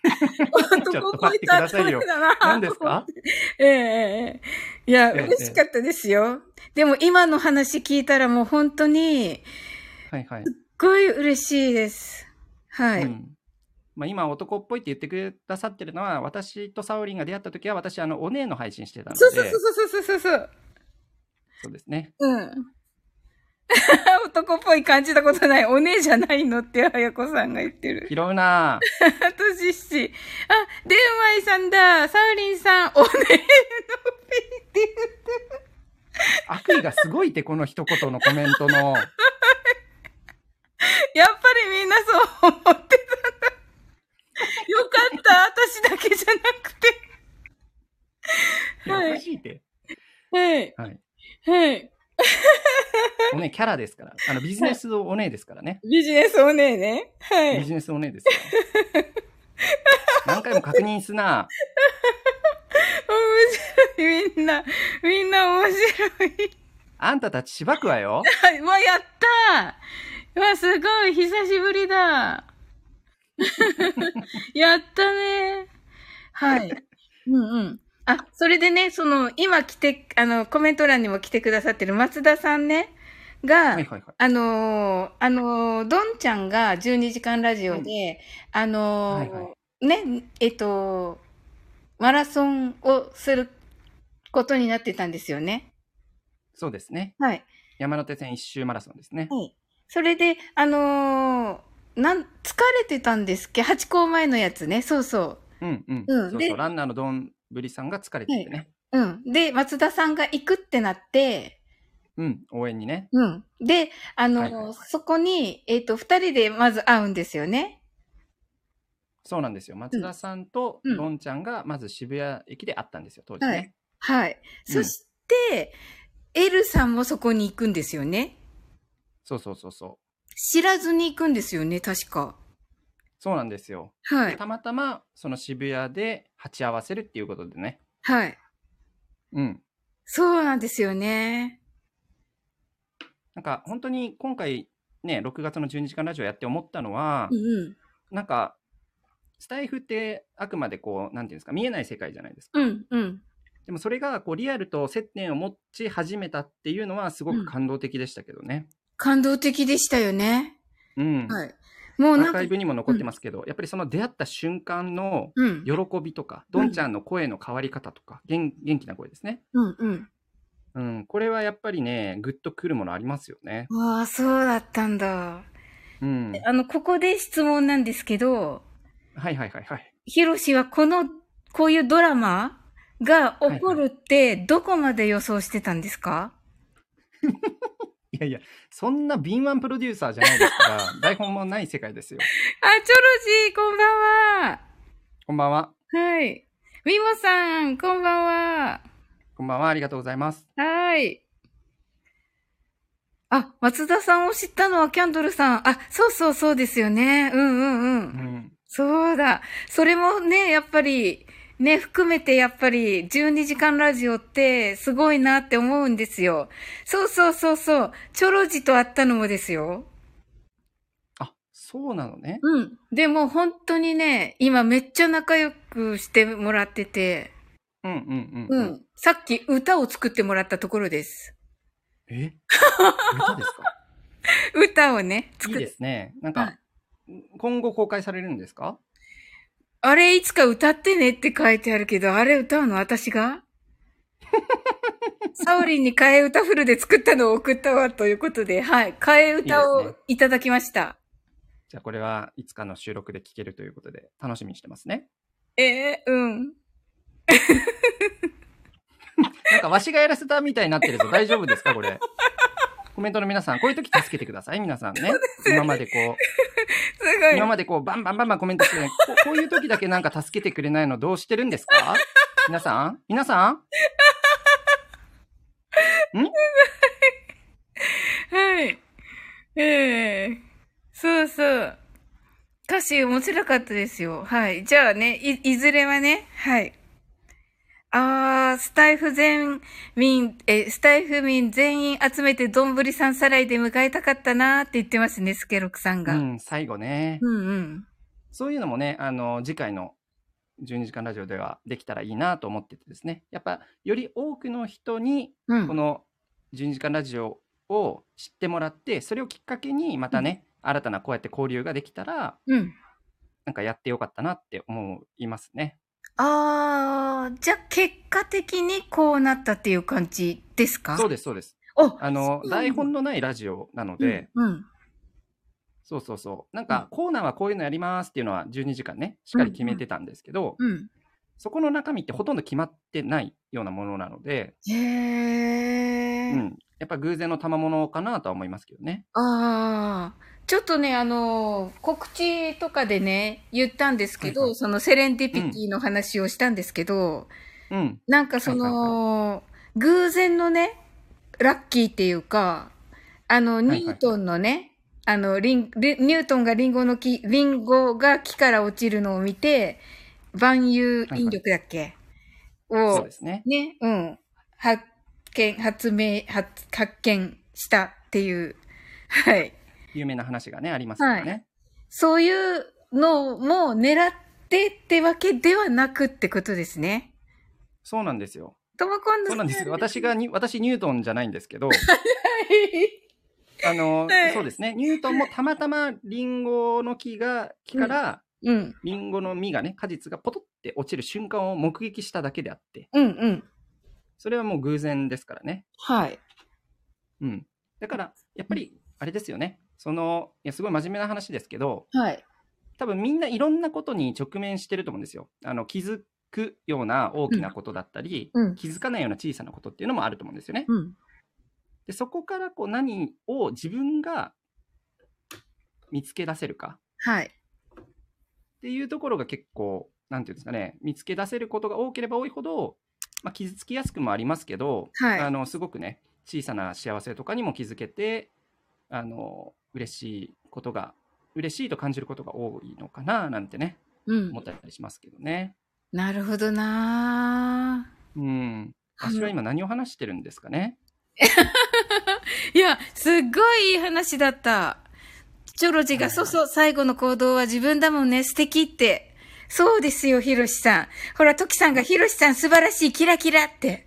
[SPEAKER 2] ちょ
[SPEAKER 1] 男
[SPEAKER 2] っ
[SPEAKER 1] っぽ
[SPEAKER 2] と待
[SPEAKER 1] い
[SPEAKER 2] ってくださいよ
[SPEAKER 1] 例えだな
[SPEAKER 2] 何ですか
[SPEAKER 1] ええええ。いや、
[SPEAKER 2] ええ
[SPEAKER 1] 嬉しかったですよ。でも今の話聞いたらもう本当に、
[SPEAKER 2] はいはい。
[SPEAKER 1] すっごい嬉しいです。はい。
[SPEAKER 2] うんまあ、今男っぽいって言ってくださってるのは私とサオリンが出会った時は私あのお姉の配信してたので
[SPEAKER 1] そうそうそうそうそうそう。
[SPEAKER 2] そうですね
[SPEAKER 1] うん。 男っぽい感じたことない。お姉じゃないのって、あやこさんが言って る。
[SPEAKER 2] 拾うなぁ
[SPEAKER 1] あとしっし。あ、でうまいさんだ。サウリンさん、お姉のピーって言ってる。
[SPEAKER 2] 悪意がすごいってこの一言のコメントの
[SPEAKER 1] やっぱりみんなそう思ってたんだ。よかった。私だけじゃなくて。
[SPEAKER 2] いや
[SPEAKER 1] はい
[SPEAKER 2] おかしいって、
[SPEAKER 1] はい。
[SPEAKER 2] はい、
[SPEAKER 1] はい。
[SPEAKER 2] お姉キャラですからあのビジネスお姉ですからね
[SPEAKER 1] ビジネスお姉ね。は
[SPEAKER 2] ビジネスお姉ですから何回も確認すな
[SPEAKER 1] 面白い。みんな、みんな面白い。
[SPEAKER 2] あんたたちしばくわよ
[SPEAKER 1] はい、うわ、やったーうわ、すごい、久しぶりだ やったねはい。うんうん。あ、それでね、その、今来て、あの、コメント欄にも来てくださってる松田さんね、が、
[SPEAKER 2] はいはいはい
[SPEAKER 1] あのーあのーどんちゃんが12時間ラジオで、あのー
[SPEAKER 2] はいは
[SPEAKER 1] ね、えっと、マラソンをすることになってたんですよね。
[SPEAKER 2] そうですね。
[SPEAKER 1] はい。
[SPEAKER 2] 山手線一周マラソンですね。
[SPEAKER 1] はい。それで、あのーなん、疲れてたんですっけ八公前のやつね。そうそ
[SPEAKER 2] うんうん。
[SPEAKER 1] うん
[SPEAKER 2] そう
[SPEAKER 1] で
[SPEAKER 2] そう。ランナーのどんぶりさんが疲れててね。
[SPEAKER 1] う。うん。で、松田さんが行くってなって、
[SPEAKER 2] うん。応援にね。
[SPEAKER 1] うん。で、あのー
[SPEAKER 2] はいはいはい
[SPEAKER 1] そこに、えっ、と、二人でまず会うんですよね。
[SPEAKER 2] そうなんですよ。松田さんと
[SPEAKER 1] うん
[SPEAKER 2] どんちゃんがまず渋谷駅で会ったんですよ、当時
[SPEAKER 1] は
[SPEAKER 2] ね
[SPEAKER 1] い。はい。
[SPEAKER 2] うん
[SPEAKER 1] そして、エルさんもそこに行くんですよね。
[SPEAKER 2] そうそうそうそう。
[SPEAKER 1] 知らずに行くんですよね、確か。
[SPEAKER 2] そうなんですよ。
[SPEAKER 1] はい。
[SPEAKER 2] たまたま、その渋谷で鉢合わせるっていうことでね。
[SPEAKER 1] はい。
[SPEAKER 2] うん。
[SPEAKER 1] そうなんですよね。
[SPEAKER 2] なんか、本当に今回、ね、6月の12時間ラジオやって思ったのは、
[SPEAKER 1] うんうん。
[SPEAKER 2] なんか、スタイフってあくまでこう、なんていうんですか、見えない世界じゃないですか。
[SPEAKER 1] うんうん。
[SPEAKER 2] でもそれが、こう、リアルと接点を持ち始めたっていうのは、すごく感動的でしたけどね。
[SPEAKER 1] 感動的でしたよね。
[SPEAKER 2] うん。
[SPEAKER 1] はい。もう
[SPEAKER 2] ア
[SPEAKER 1] な
[SPEAKER 2] ー
[SPEAKER 1] んか
[SPEAKER 2] カイ、ブにも残ってますけど、やっぱりその出会った瞬間の
[SPEAKER 1] うん。
[SPEAKER 2] 喜びとか、どんちゃんの声の変わり方とか、元元気な声ですね。
[SPEAKER 1] うんうん。
[SPEAKER 2] うん、これはやっぱりね、ぐっとくるものありますよね。
[SPEAKER 1] ああ、そうだったんだ。
[SPEAKER 2] うん。はい
[SPEAKER 1] あの、ここで質問なんですけど、
[SPEAKER 2] はいはいはい。
[SPEAKER 1] ヒロシはこの、こういうドラマが起こるって、どこまで予想してたんですか、
[SPEAKER 2] いやいや、そんな敏腕プロデューサーじゃないです から、台本もない世界ですよ。
[SPEAKER 1] あ、チョロジー、こんばんは。
[SPEAKER 2] こんばんは。
[SPEAKER 1] はい。ミモさん、こんばんは。
[SPEAKER 2] こんばんは。ありがとうございます。
[SPEAKER 1] はい。あ、松田さんを知ったのはキャンドルさん。あ、そうそうそうですよね。うんうんう。
[SPEAKER 2] うんん。
[SPEAKER 1] そうだ。それもね、やっぱり、ね、含めてやっぱり12時間ラジオってすごいなって思うんですよ。そうそうそうそう。チョロジと会ったのもですよ。
[SPEAKER 2] あ、そうなのね。
[SPEAKER 1] うん。でも本当にね、今めっちゃ仲良くしてもらってて、
[SPEAKER 2] うんうんうん。
[SPEAKER 1] う。ん。さっき歌を作ってもらったところです。
[SPEAKER 2] え歌ですか
[SPEAKER 1] 歌をね、
[SPEAKER 2] いい
[SPEAKER 1] 作っ
[SPEAKER 2] ですね。なん
[SPEAKER 1] は
[SPEAKER 2] か、今後公開されるんですか
[SPEAKER 1] あれいつか歌ってねって書いてあるけど、あれ歌うの私が サオリンに替え歌フルで作ったのを送ったわということで、はい。替え歌
[SPEAKER 2] いいです
[SPEAKER 1] を
[SPEAKER 2] ね
[SPEAKER 1] いただきました。
[SPEAKER 2] じゃあこれはいつかの収録で聴けるということで、楽しみにしてますね。
[SPEAKER 1] ええうん。
[SPEAKER 2] なんかわしがやらせたみたいになってるぞ。大丈夫ですかこれ。コメントの皆さん、こういう時助けてください。皆さんね。今までこ
[SPEAKER 1] す
[SPEAKER 2] う、
[SPEAKER 1] ご
[SPEAKER 2] 今
[SPEAKER 1] い。
[SPEAKER 2] までこう、バンバンバンバンコメントしてない。ここういう時だけなんか助けてくれないのどうしてるんですか皆さん皆さん
[SPEAKER 1] はい。ええそうそう。歌詞面白かったですよ。はい。じゃあね、い、いずれはね、はい。あー、スタイフ全民、え、スタイフ民全員集めてどんぶりさんさらいで迎えたかったなーって言ってますね、スケロクさん
[SPEAKER 2] う
[SPEAKER 1] が。
[SPEAKER 2] ん、最後ね。
[SPEAKER 1] うんうん。
[SPEAKER 2] そういうのもね、あの、次回の12時間ラジオではできたらいいなと思っててですね。やっぱ、より多くの人に、
[SPEAKER 1] うん。
[SPEAKER 2] この12時間ラジオを知ってもらって、それをきっかけにまたね、新たなこうやって交流ができたら、
[SPEAKER 1] うん。
[SPEAKER 2] なんかやってよかったなって思いますね。
[SPEAKER 1] あー、じゃあ結果的にこうなったっていう感じですか
[SPEAKER 2] そうです、そうです。
[SPEAKER 1] お
[SPEAKER 2] あの、台本のないラジオなので、
[SPEAKER 1] うんうん。
[SPEAKER 2] そうそうそう。なんか、コーナーはこういうのやりますっていうのは12時間ね、しっかり決めてたんですけど、
[SPEAKER 1] うん。
[SPEAKER 2] そこの中身ってほとんど決まってないようなものなので、
[SPEAKER 1] へ
[SPEAKER 2] う
[SPEAKER 1] ー。
[SPEAKER 2] ん。やっぱ偶然の賜物かなとは思いますけどね。
[SPEAKER 1] ああ、ちょっとね、あのー、告知とかでね、言ったんですけど、
[SPEAKER 2] はいはい
[SPEAKER 1] そのセレンディピティの話をしたんですけど、
[SPEAKER 2] うん。
[SPEAKER 1] なんかその、偶然のね、ラッキーっていうか、あの、
[SPEAKER 2] はい
[SPEAKER 1] ニュートンのね、あの、リン、リニュートンがリンゴの木、リンゴが木から落ちるのを見て、万有引力だっけ、を
[SPEAKER 2] そうですね。
[SPEAKER 1] ね、うん。発見、発明、発、発見したっていう。はい。
[SPEAKER 2] 有名な話がね、ありますからね。
[SPEAKER 1] そういうのも狙ってってわけではなくってことですね。
[SPEAKER 2] そうなんですよ。
[SPEAKER 1] ともこん
[SPEAKER 2] そうなんですよ。私がに、私ニュートンじゃないんですけど、
[SPEAKER 1] はい。
[SPEAKER 2] あの、
[SPEAKER 1] はい
[SPEAKER 2] そうですね。ニュートンもたまたまリンゴの木が、木から、
[SPEAKER 1] うん。
[SPEAKER 2] リンゴの実がね、果実がポトって落ちる瞬間を目撃しただけであって、
[SPEAKER 1] うんうん。
[SPEAKER 2] それはもう偶然ですからね。
[SPEAKER 1] はい。
[SPEAKER 2] うん。だから、やっぱり、あれですよね。その、いや、すごい真面目な話ですけど、
[SPEAKER 1] はい。
[SPEAKER 2] 多分みんないろんなことに直面してると思うんですよ。あの、気づくような大きなことだったり、
[SPEAKER 1] うん。
[SPEAKER 2] 気づかないような小さなことっていうのもあると思うんですよね。
[SPEAKER 1] うん。
[SPEAKER 2] で、そこからこう何を自分が見つけ出せるか
[SPEAKER 1] はい。
[SPEAKER 2] っていうところが結構、なんていうんですかね、見つけ出せることが多ければ多いほど、まあ、傷つきやすくもありますけど、
[SPEAKER 1] はい
[SPEAKER 2] あのすごくね、小さな幸せとかにも気づけて、あの嬉しいことが、嬉しいと感じることが多いのかななんてね、
[SPEAKER 1] うん
[SPEAKER 2] 思。ったりしますけどね。
[SPEAKER 1] なるほどなぁ
[SPEAKER 2] うん。私は今何を話してるんですかね。
[SPEAKER 1] いや、すっごいいい話だった。チョロジが、
[SPEAKER 2] はい
[SPEAKER 1] そうそう、最後の行動は自分だもんね、素敵って。そうですよ、ヒロシさん。ほら、トキさんが、ヒロシさん素晴らしい、キラキラ って。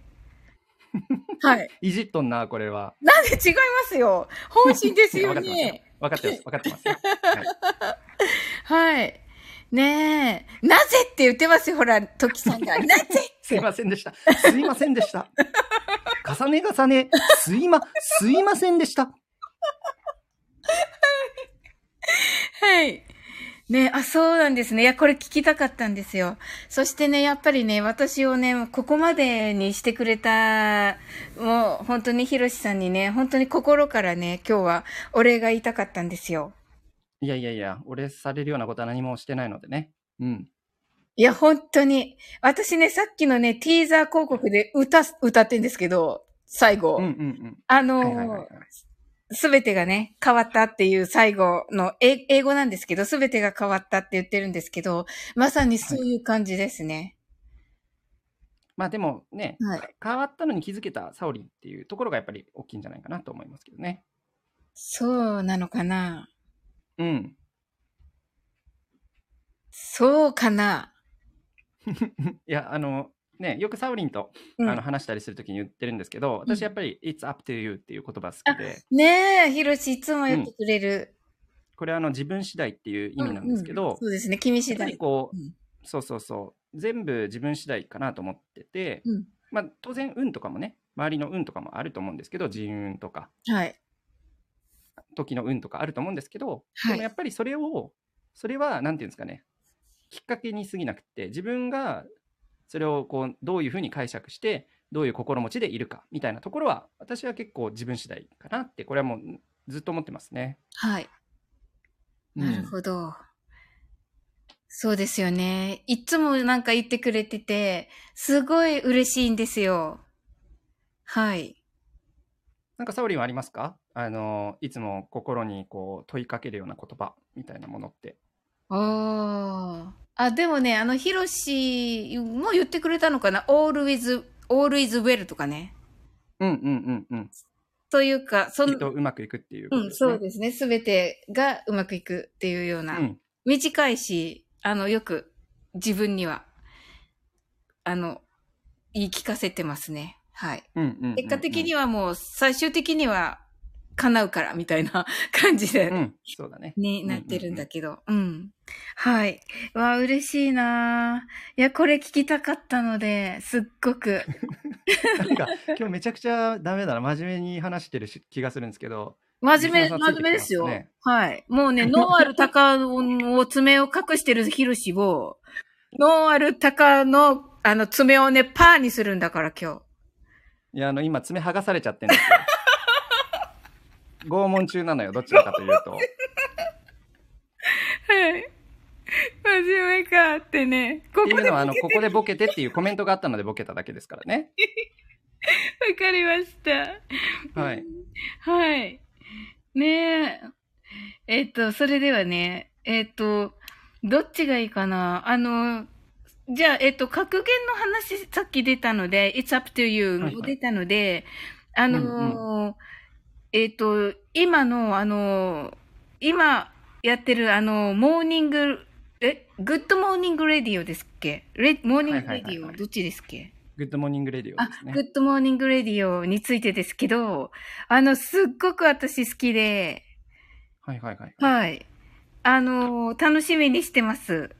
[SPEAKER 1] はい。
[SPEAKER 2] いじっとんな、これは。
[SPEAKER 1] なんで違いますよ。本心です よ
[SPEAKER 2] 分かってますよ
[SPEAKER 1] ね。。
[SPEAKER 2] 分かってます。分かってますよ。はい
[SPEAKER 1] はい。ねえ。なぜって言ってますよ、ほら、トキさん が。なぜ
[SPEAKER 2] すいませんでした。すいませんでした。重ね重ね、すいま、すいませんでした。
[SPEAKER 1] はい。ね、あ、そうなんですね。いや、これ聞きたかったんですよ。そしてね、やっぱりね、私をね、ここまでにしてくれた、もう本当にひろしさんにね、本当に心からね、今日はお礼が言いたかったんですよ。
[SPEAKER 2] いやいやいや、俺されるようなことは何もしてないのでね。うん。
[SPEAKER 1] いや、本当に。私ね、さっきのね、ティーザー広告で歌、歌ってんですけど、最後。
[SPEAKER 2] うんうん
[SPEAKER 1] あ
[SPEAKER 2] う
[SPEAKER 1] の
[SPEAKER 2] ん。
[SPEAKER 1] ー
[SPEAKER 2] はいはいはいはい。
[SPEAKER 1] すべてがね、変わったっていう最後の英英語なんですけど、すべてが変わったって言ってるんですけど、まさにそういう感じですね。
[SPEAKER 2] まあでもね、
[SPEAKER 1] はい
[SPEAKER 2] か変わったのに気づけたサオリンっていうところがやっぱり大きいんじゃないかなと思いますけどね。
[SPEAKER 1] そうなのかな
[SPEAKER 2] うん。
[SPEAKER 1] そうかない
[SPEAKER 2] や、あの、ね、よくサオリンと、
[SPEAKER 1] うん
[SPEAKER 2] あの話したりするときに言ってるんですけど、私やっぱり、It's up to you っていう言葉好きで、
[SPEAKER 1] ねえ、ひろしいつも言ってくれる。
[SPEAKER 2] これはあの自分次第っていう意味なんですけど、
[SPEAKER 1] ううそうですね、君次
[SPEAKER 2] やっぱり
[SPEAKER 1] 第。
[SPEAKER 2] こう、
[SPEAKER 1] うん
[SPEAKER 2] そうそうそう全部自分次第かなと思ってて、
[SPEAKER 1] うん
[SPEAKER 2] まあ、当然運とかもね周りの運とかもあると思うんですけど人運とか
[SPEAKER 1] はい。
[SPEAKER 2] 時の運とかあると思うんですけど、
[SPEAKER 1] は
[SPEAKER 2] でもや
[SPEAKER 1] い。
[SPEAKER 2] っぱりそれをそれは何て言うんですかねきっかけに過ぎなくって自分がそれをこうどういうふうに解釈してどういう心持ちでいるかみたいなところは私は結構自分次第かなってこれはもうずっと思ってますね。
[SPEAKER 1] はい。
[SPEAKER 2] うん
[SPEAKER 1] なるほど。そうですよね。いつもなんか言ってくれてて、すごい嬉しいんですよ。はい。
[SPEAKER 2] なんかサオリンはありますかあのいつも心にこう問いかけるような言葉みたいなものって。
[SPEAKER 1] ああ。あ、でもね、あの、ヒロシも言ってくれたのかな ?all is, all is well とかね。
[SPEAKER 2] うんうんうんうん。
[SPEAKER 1] というか、そ
[SPEAKER 2] き
[SPEAKER 1] ん
[SPEAKER 2] っとうまくいくっていうこ
[SPEAKER 1] う
[SPEAKER 2] と
[SPEAKER 1] ん、そうですね。すべてがうまくいくっていうような。
[SPEAKER 2] うん
[SPEAKER 1] 短いし、あの、よく自分には、あの、言い聞かせてますね。はい。
[SPEAKER 2] うんうんうんうん
[SPEAKER 1] 結果的にはもう最終的には叶うからみたいな感じで、
[SPEAKER 2] うん、そうだね。
[SPEAKER 1] ね、
[SPEAKER 2] ん
[SPEAKER 1] なってるんだけど。うんはい。わあ、嬉しいなあいや、これ聞きたかったので、すっごく。
[SPEAKER 2] なんか、今日めちゃくちゃダメだな。真面目に話してるし気がするんですけど。
[SPEAKER 1] 真面目、
[SPEAKER 2] リスナーさ
[SPEAKER 1] 真
[SPEAKER 2] んついてきてます
[SPEAKER 1] 面
[SPEAKER 2] ね
[SPEAKER 1] 目ですよ。はい。もうね、ノンアルタカを爪を隠してるヒロシ を、ノンアルタカの、あの、爪をね、パーにするんだから今
[SPEAKER 2] いや、あの、今、爪剥がされちゃってるんですよ。 拷問中なのよ、どちらかというと。
[SPEAKER 1] 日。はい。 真面目かってね。こ
[SPEAKER 2] っていうのは、あの、ここでボケてっていうコメントがあったのでボケただけですからね。
[SPEAKER 1] かりました。
[SPEAKER 2] はい。
[SPEAKER 1] はい。ねえ。えっと、それではね、えっと、どっちがいいかなあの、じゃあ、えっと、格言の話、さっき出たので、It's up to you
[SPEAKER 2] はいはい
[SPEAKER 1] も出たので、あのーえっと、今の、あのー今やってる、あのーモーニング、え、グッドモーニングレディオですっけレモーニングレデ
[SPEAKER 2] はいはい
[SPEAKER 1] ィ
[SPEAKER 2] はい
[SPEAKER 1] オ、
[SPEAKER 2] はい
[SPEAKER 1] どっちですっけ、
[SPEAKER 2] グッドモーニングレディオです
[SPEAKER 1] あ、グ
[SPEAKER 2] ね。
[SPEAKER 1] ッドモーニングレディオについてですけど、あの、すっごく私好きで、
[SPEAKER 2] はいはいはい。
[SPEAKER 1] はい。あのー楽しみにしてます。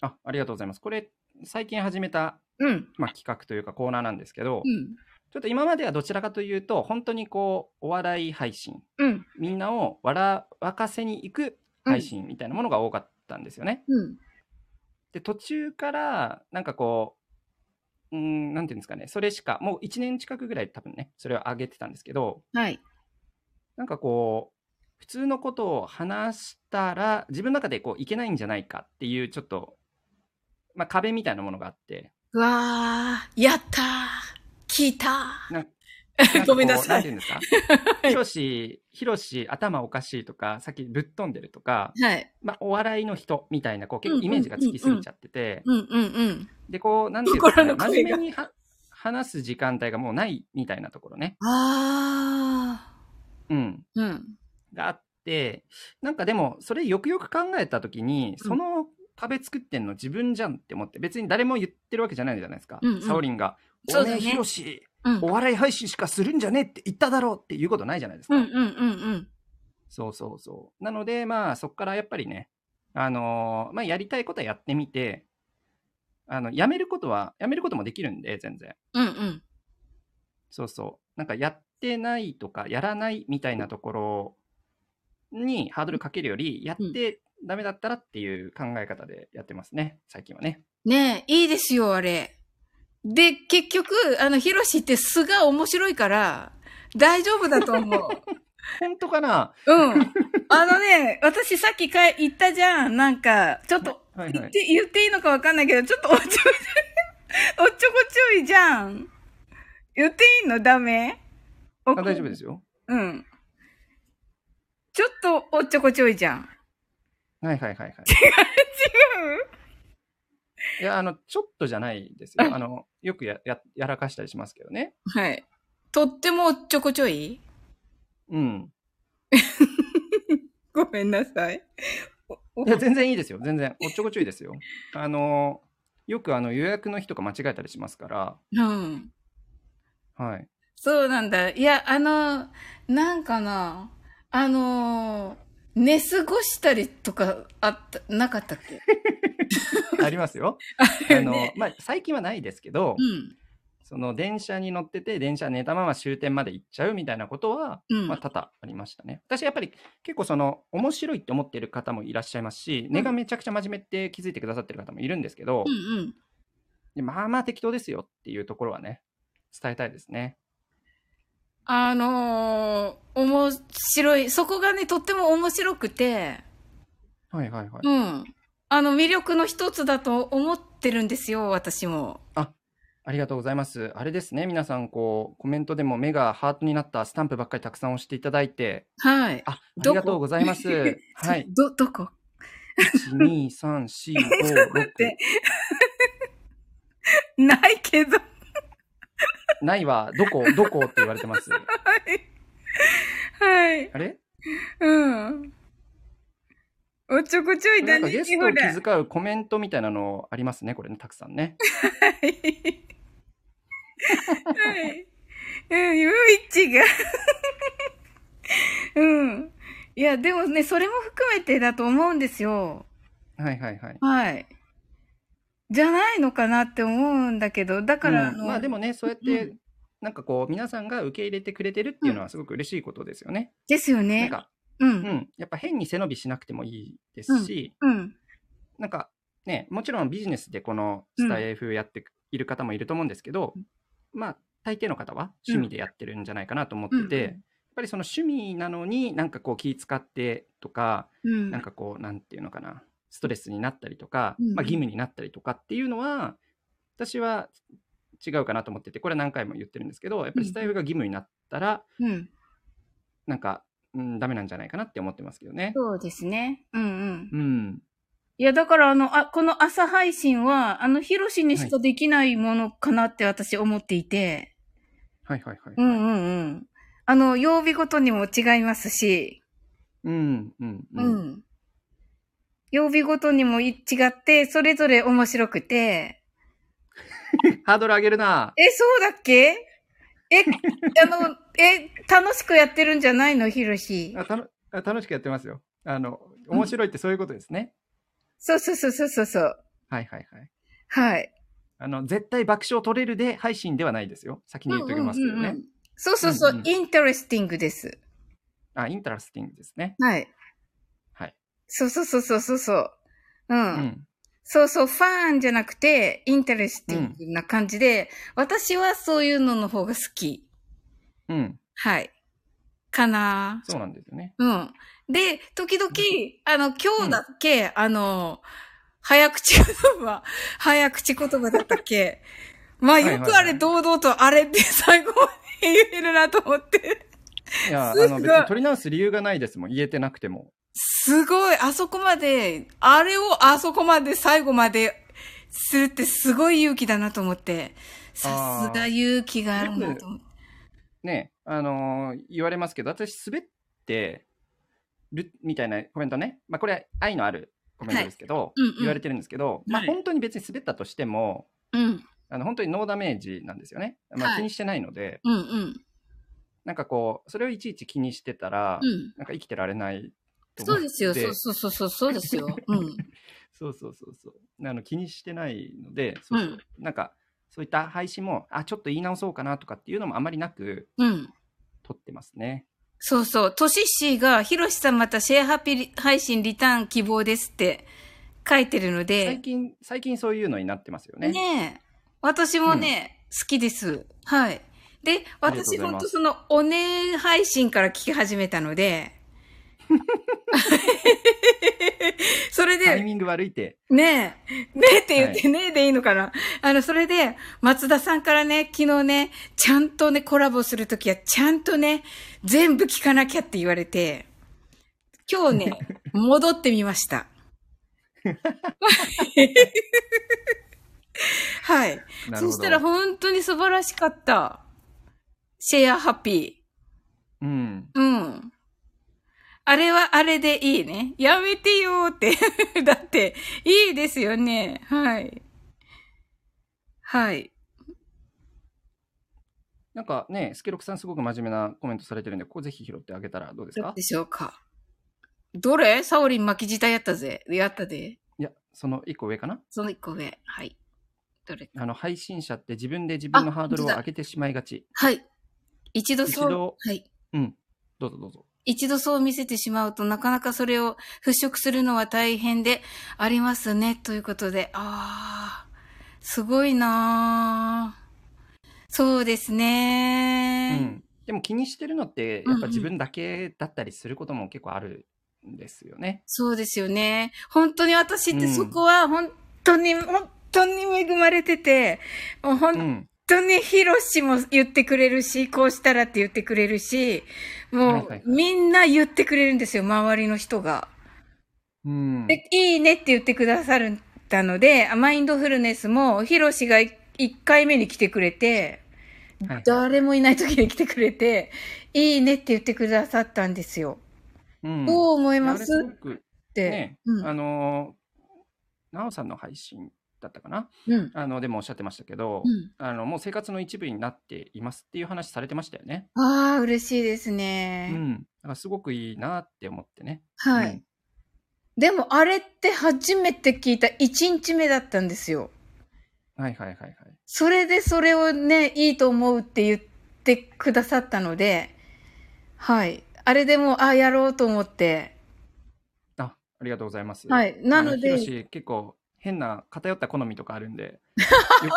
[SPEAKER 2] あ、ありがとうございます。これ、最近始めた
[SPEAKER 1] うん。
[SPEAKER 2] まあ、企画というかコーナーなんですけど、
[SPEAKER 1] うん。
[SPEAKER 2] ちょっと今まではどちらかというと、本当にこう、お笑い配信、
[SPEAKER 1] うん。
[SPEAKER 2] みんなを笑わかせに行く配信みたいなものが多かったんですよね。
[SPEAKER 1] うん。
[SPEAKER 2] で、途中から、なんかこう、うーん、なんていうんですかね、それしか、もう1年近くぐらい多分ね、それを上げてたんですけど、
[SPEAKER 1] はい。
[SPEAKER 2] なんかこう、普通のことを話したら、自分の中でこういけないんじゃないかっていう、ちょっと、まあ、壁みたいなものが あって、
[SPEAKER 1] うわー、やったー、聞いた
[SPEAKER 2] な
[SPEAKER 1] ー。ごめんなさ
[SPEAKER 2] なんかこうなんて
[SPEAKER 1] い。
[SPEAKER 2] いうんです か
[SPEAKER 1] い
[SPEAKER 2] ひろし、ひろし、頭おかしいとか、さっきぶっ飛んでるとか、
[SPEAKER 1] はい。
[SPEAKER 2] まあ、お笑いの人みたいな、こう、結
[SPEAKER 1] うん
[SPEAKER 2] 構
[SPEAKER 1] うん
[SPEAKER 2] イメージがつきすぎちゃってて、
[SPEAKER 1] うんうんうん。
[SPEAKER 2] で、こう、なんていうんですか、ね、
[SPEAKER 1] 心の
[SPEAKER 2] 真
[SPEAKER 1] 声が
[SPEAKER 2] 面目には話す時間帯がもうないみたいなところね、
[SPEAKER 1] あ
[SPEAKER 2] うん、
[SPEAKER 1] ー。うん。
[SPEAKER 2] があって、なんかでも、それよくよく考えたときに、
[SPEAKER 1] うん
[SPEAKER 2] その壁作ってんの自分じゃんって思って、別に誰も言ってるわけじゃないじゃないですか
[SPEAKER 1] うんうん。
[SPEAKER 2] サオリンが、
[SPEAKER 1] そ
[SPEAKER 2] お
[SPEAKER 1] うだね
[SPEAKER 2] ね、ひろし、
[SPEAKER 1] うん。
[SPEAKER 2] お笑い配信しかするんじゃねえって言っただろうっていうことないじゃないです
[SPEAKER 1] う
[SPEAKER 2] か。
[SPEAKER 1] んうんうん
[SPEAKER 2] そうそうそう。なので、まあ、そこからやっぱりね、あのーまあ、やりたいことはやってみて、あの、やめることは、やめることもできるんで、全然。
[SPEAKER 1] うん。うんうん。
[SPEAKER 2] そうそう。なんか、やってないとか、やらないみたいなところにハードルかけるより、やってダメだったらっていう考え方でやってますね、最近はね。
[SPEAKER 1] ねえ、いいですよ、あれ。で、結局、あの、ヒロシって素が面白いから、大丈夫だと思う。
[SPEAKER 2] 本当かな
[SPEAKER 1] うん。あのね、私さっきかい言ったじゃん。なんか、ちょっと、
[SPEAKER 2] はい
[SPEAKER 1] 言
[SPEAKER 2] は
[SPEAKER 1] っ
[SPEAKER 2] い。
[SPEAKER 1] て、言っていいのかわかんない けど、ちょっとおっちょこちょい、おっちょこちょいじゃん。言っていいのダメ。
[SPEAKER 2] あ大丈夫ですすよ。
[SPEAKER 1] うん。ちょっとおっちょこちょいじ ゃん。
[SPEAKER 2] はいはい はいはい。
[SPEAKER 1] 違
[SPEAKER 2] いや、あの、ちょっとじゃないですよ。あの、よくやややらかしたりしますけどね。
[SPEAKER 1] うはい。とってもおっちょこちょい
[SPEAKER 2] うん。
[SPEAKER 1] ごめんなさい。おお
[SPEAKER 2] いや、全然いいですよ。全然。おっちょこちょいですよ。あの、よくあの予約の日とか間違えたりしますから、
[SPEAKER 1] うん。
[SPEAKER 2] はい。
[SPEAKER 1] そうなんだ。いや、あの、なんかな、あの、寝過ごしたりとかあった、なかったっけ
[SPEAKER 2] ありま すよ。
[SPEAKER 1] あ
[SPEAKER 2] あ
[SPEAKER 1] るよ
[SPEAKER 2] の
[SPEAKER 1] ね。、
[SPEAKER 2] まあ、最近はないですけど
[SPEAKER 1] う、ん。
[SPEAKER 2] その電車に乗ってて、電車寝たまま終点まで行っちゃうみたいなことは、
[SPEAKER 1] うん。
[SPEAKER 2] まあ、多々ありましたね。私、やっぱり結構その、面白いって思ってる方もいらっしゃいますし、根がめちゃくちゃ真面目って気づいてくださってる方もいるんですけど
[SPEAKER 1] う、んうん。
[SPEAKER 2] でまあまあ適当ですよっていうところはね、伝えたいですね。
[SPEAKER 1] あのー面白い。そこがね、とっても面白くて、
[SPEAKER 2] はいはいはい。
[SPEAKER 1] うん。あの、魅力の一つだと思ってるんですよ、私も。
[SPEAKER 2] ありがとうございます。あれですね、皆さん、こう、コメントでも目がハートになったスタンプばっかりたくさん押していただいて、
[SPEAKER 1] はい。
[SPEAKER 2] あ、あ
[SPEAKER 1] どこ
[SPEAKER 2] りがとうございます。はい。
[SPEAKER 1] ど、どこ
[SPEAKER 2] 1、2、3、4、5、6。
[SPEAKER 1] てないけど。
[SPEAKER 2] ないわ、どこ、どこって言われてます。
[SPEAKER 1] はい。
[SPEAKER 2] あれ
[SPEAKER 1] うん。おっちょこちょい
[SPEAKER 2] な
[SPEAKER 1] だ
[SPEAKER 2] んか
[SPEAKER 1] ね、
[SPEAKER 2] ゲスト
[SPEAKER 1] ほ
[SPEAKER 2] を
[SPEAKER 1] ら。
[SPEAKER 2] 気遣うコメントみたいなのありますね、これね、たくさんね。
[SPEAKER 1] はい。うん、ゆういちが。うん。いや、でもね、それも含めてだと思うんですよ。
[SPEAKER 2] はいは いはい。
[SPEAKER 1] はい。じゃないのかなって思うんだけど、だから、
[SPEAKER 2] うん
[SPEAKER 1] の
[SPEAKER 2] まあでもね、そうやって、
[SPEAKER 1] う
[SPEAKER 2] なんかこう、皆さんが受け入れてくれてるっていうのはすごく嬉しいことですよね。
[SPEAKER 1] ですよ
[SPEAKER 2] なん
[SPEAKER 1] ね。
[SPEAKER 2] か、
[SPEAKER 1] う。
[SPEAKER 2] うんん、やっぱ変に背伸びしなくてもいいですし、
[SPEAKER 1] うん。
[SPEAKER 2] なんかね、もちろんビジネスでこのスタイフやっている方もいると思うんですけど、まあ、大抵の方は趣味でやってるんじゃないかなと思ってて、
[SPEAKER 1] うんうん
[SPEAKER 2] やっぱりその趣味なのになんかこう気使ってとか、
[SPEAKER 1] うん。
[SPEAKER 2] なんかこう、なんていうのかな、ストレスになったりとか、
[SPEAKER 1] うん
[SPEAKER 2] まあ義務になったりとかっていうのは、私は違うかなと思ってて、これは何回も言ってるんですけど、やっぱりスタイフが義務になったら、
[SPEAKER 1] うん。
[SPEAKER 2] なんか、うん、ダメなんじゃないかなって思ってますけどね。
[SPEAKER 1] そうですね。うんうん。
[SPEAKER 2] うん。
[SPEAKER 1] いや、だから、あの、あ、この朝配信は、あの、ヒロシにしかできないものかなって私思っていて。
[SPEAKER 2] はいはいはい。
[SPEAKER 1] うんうんうん。あの、曜日ごとにも違いますし、
[SPEAKER 2] うん、うん、
[SPEAKER 1] う。
[SPEAKER 2] うんん。
[SPEAKER 1] 曜日ごとにもい違って、それぞれ面白くて。
[SPEAKER 2] ハードル上げるな。
[SPEAKER 1] え、そうだっけえ、 あの、え、楽しくやってるんじゃないのヒロシ。
[SPEAKER 2] あたのあ楽しくやってますよ。あの、面白いってそういうことですね。
[SPEAKER 1] そうそうそうそうそうそう。
[SPEAKER 2] はいはいはい。
[SPEAKER 1] はい。
[SPEAKER 2] あの、絶対爆笑取れるで配信ではないですよ。先に言っておきますけど
[SPEAKER 1] うんうんうん
[SPEAKER 2] ね
[SPEAKER 1] う。んそうそうそう、
[SPEAKER 2] うんうん
[SPEAKER 1] インタレスティングです。
[SPEAKER 2] あ、インタラスティングですね。
[SPEAKER 1] はい。
[SPEAKER 2] はい。
[SPEAKER 1] そうそうそうそうそうそう。う。
[SPEAKER 2] うんん。
[SPEAKER 1] そうそう、ファンじゃなくて、インタレスティングな感じで、私はそういうのの方が好き。
[SPEAKER 2] うん。
[SPEAKER 1] はい。かな
[SPEAKER 2] そうなんですよね。
[SPEAKER 1] うん。で、時々、あの、今日だっけ、あの、早口言葉、早口言葉だったっけ。まあ、
[SPEAKER 2] いはい
[SPEAKER 1] よくあれ堂々と、あれって最後まで言えるなと思って。
[SPEAKER 2] いや、あ
[SPEAKER 1] すごい
[SPEAKER 2] の、別に取り直す理由がないですもん。言えてなくても。
[SPEAKER 1] すごい、あそこまで、あれをあそこまで最後までするってすごい勇気だなと思って。さすが勇気があるなと思って。
[SPEAKER 2] ね、あのー言われますけど、私、滑ってるみたいなコメントね。まあ、これ、愛のあるコメントですけど、
[SPEAKER 1] いうんうん
[SPEAKER 2] 言われてるんですけど、まあ、
[SPEAKER 1] はい
[SPEAKER 2] 本当に別に滑ったとしても、
[SPEAKER 1] うん、
[SPEAKER 2] あの、本当にノーダメージなんですよね。ま
[SPEAKER 1] は
[SPEAKER 2] あ、
[SPEAKER 1] い
[SPEAKER 2] 気にしてないので、
[SPEAKER 1] うん、うん。
[SPEAKER 2] なんかこう、それをいちいち気にしてたら、
[SPEAKER 1] うん。
[SPEAKER 2] なんか生きてられないと
[SPEAKER 1] そ
[SPEAKER 2] 思
[SPEAKER 1] うで
[SPEAKER 2] って。
[SPEAKER 1] すよ、そうそうそうそう、そうですよ。うん。
[SPEAKER 2] そうそうそうそうあの気にしてないので、そうそうなんかそういった配信も、あ、ちょっと言い直そうかなとかっていうのもあまりなく
[SPEAKER 1] うん。
[SPEAKER 2] 撮ってますね。
[SPEAKER 1] そうそう。トシッシーが、ヒロシさんまたシェアハピリ配信リターン希望ですって書いてるの
[SPEAKER 2] 最
[SPEAKER 1] で。
[SPEAKER 2] 近、最近そういうのになってますよね。
[SPEAKER 1] ねえ。私もね、好きです。はい。で、
[SPEAKER 2] ありがと
[SPEAKER 1] 私
[SPEAKER 2] うござい
[SPEAKER 1] ほん
[SPEAKER 2] ます
[SPEAKER 1] とその、おね配信から聞き始めたの で。 それ
[SPEAKER 2] タイ
[SPEAKER 1] で、
[SPEAKER 2] ミング悪いって。
[SPEAKER 1] ねえ、ねえって言ってねえでいいのかな。あの、それで、松田さんからね、昨日ね、ちゃんとね、コラボするときは、ちゃんとね、全部聞かなきゃって言われて、今日 ね、戻ってみました。はい。
[SPEAKER 2] なる
[SPEAKER 1] そ
[SPEAKER 2] ほど。
[SPEAKER 1] したら本当に素晴らしかった。シェアハッピ
[SPEAKER 2] うん。
[SPEAKER 1] ー。うん。あれはあれでいいね。やめてよーって。 だって、いいですよね。はい。はい。
[SPEAKER 2] なんかね、スケロクさんすごく真面目なコメントされてるんで、ここぜひ拾ってあげたらどうです
[SPEAKER 1] どう
[SPEAKER 2] か
[SPEAKER 1] でしょうか。どれサオリン巻き舌やったぜ。やったで。
[SPEAKER 2] いや、その一個上かな
[SPEAKER 1] その一個上。はい。どれ
[SPEAKER 2] あの、配信者って自分で自分のハードルを上げてしまいがち。
[SPEAKER 1] はい。一度そう、
[SPEAKER 2] 一度
[SPEAKER 1] はい。
[SPEAKER 2] うん。どうぞどうぞ。
[SPEAKER 1] 一度そう見せてしまうとなかなかそれを払拭するのは大変でありますね。ということで、あー、すごいなー。そうです
[SPEAKER 2] う
[SPEAKER 1] ね、
[SPEAKER 2] ん、でも気にしてるのって
[SPEAKER 1] うん
[SPEAKER 2] やっぱ自分だけだったりすることも結構あるんですよね。
[SPEAKER 1] そうですよね。本当に私って
[SPEAKER 2] うん
[SPEAKER 1] そこは本当に、本当に恵まれてて、もう
[SPEAKER 2] うん
[SPEAKER 1] 本本当にヒロシも言ってくれるし、こうしたらって言ってくれるし、
[SPEAKER 2] はい
[SPEAKER 1] も
[SPEAKER 2] はいはいう
[SPEAKER 1] みんな言ってくれるんですよ、周りの人が。
[SPEAKER 2] うん
[SPEAKER 1] で、いいねって言ってくださったので、あマインドフルネスもヒロシが1回目に来てくれて、
[SPEAKER 2] はい
[SPEAKER 1] 誰もいない時に来てくれて、いいねって言ってくださったんですよ。
[SPEAKER 2] うん
[SPEAKER 1] どう思い
[SPEAKER 2] あ
[SPEAKER 1] ま
[SPEAKER 2] れ
[SPEAKER 1] す
[SPEAKER 2] すご
[SPEAKER 1] っ
[SPEAKER 2] く
[SPEAKER 1] て。
[SPEAKER 2] ね、
[SPEAKER 1] うん
[SPEAKER 2] あのー、なおさんの配信だったかな
[SPEAKER 1] うん。
[SPEAKER 2] あのでもおっしゃってましたけど、
[SPEAKER 1] うん。
[SPEAKER 2] あのもう生活の一部になっていますっていう話されてましたよね。
[SPEAKER 1] ああ、嬉しいです
[SPEAKER 2] う
[SPEAKER 1] ね。
[SPEAKER 2] ん、だからすごくいいなって思ってね。
[SPEAKER 1] はい。
[SPEAKER 2] うん
[SPEAKER 1] でもあれって初めて聞いた1日目だったんですよ。
[SPEAKER 2] はいはいはいはい。
[SPEAKER 1] それでそれをね、いいと思うって言ってくださったので、はい。あれでもう、あ、やろうと思って。
[SPEAKER 2] あありがとうございます。
[SPEAKER 1] はい。なの
[SPEAKER 2] あ
[SPEAKER 1] で、
[SPEAKER 2] ヒロシ結構変な偏った好みとかあるん でよ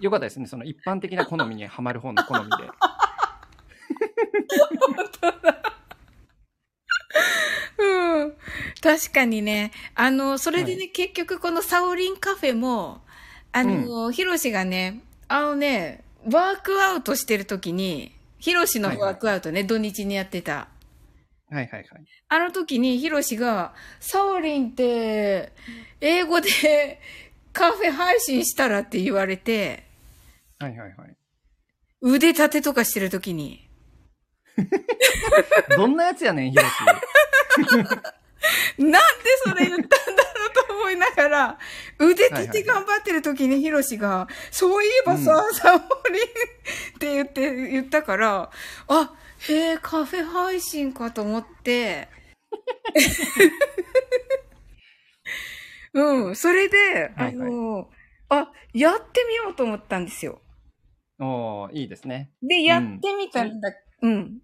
[SPEAKER 2] よかったですねその一般的な好みにはまる方の好みで
[SPEAKER 1] うん。確かにね。あの、それでね、結局このサオリンカフェも、あの、ヒロシがね、あのね、ワークアウトしてる時に、ヒロシのワークアウトね、土日にやってた。
[SPEAKER 2] はいはいはい
[SPEAKER 1] あの時にヒロシが、サオリンって、英語でカフェ配信したらって言われて、
[SPEAKER 2] はいはいはい
[SPEAKER 1] 腕立てとかしてる時に、
[SPEAKER 2] どんなやつやねんヒロシ
[SPEAKER 1] なんでそれ言ったんだろうと思いながら、腕立て頑張ってる時にヒロシが、そういえばさ、サオリンって言って、言ったから、あ、へえ、カフェ配信かと思って、 うん、それで、
[SPEAKER 2] はいはい
[SPEAKER 1] あの、あ、やってみようと思ったんですよ。
[SPEAKER 2] おーいいですね。
[SPEAKER 1] で、やってみたんだ。うん。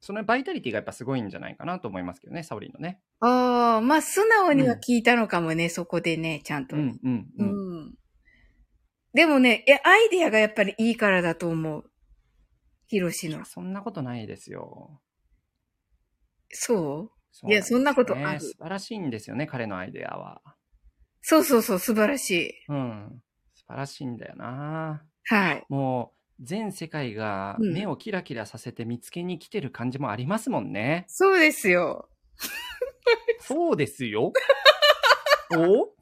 [SPEAKER 2] そのバイタリティがやっぱすごいんじゃないかなと思いますけどね、サオリンのね。
[SPEAKER 1] ああ、まあ、素直には聞いたのかもね、そこでね、ちゃんと
[SPEAKER 2] う
[SPEAKER 1] ね。
[SPEAKER 2] んうん
[SPEAKER 1] う。
[SPEAKER 2] うんん。
[SPEAKER 1] でもね、え、アイディアがやっぱりいいからだと思う。ヒロシ
[SPEAKER 2] い
[SPEAKER 1] の
[SPEAKER 2] や。そんなことないですよ。
[SPEAKER 1] そう
[SPEAKER 2] そ
[SPEAKER 1] いやそんなことある
[SPEAKER 2] ね素晴らしいんですよね、彼のアイデアは。
[SPEAKER 1] そうそうそう、素晴らしい。
[SPEAKER 2] うん。素晴らしいんだよな。
[SPEAKER 1] はい。
[SPEAKER 2] もう、全世界が
[SPEAKER 1] うん
[SPEAKER 2] 目をキラキラさせて見つけに来てる感じもありますも んね。
[SPEAKER 1] そうですよ。
[SPEAKER 2] そうで すよ。お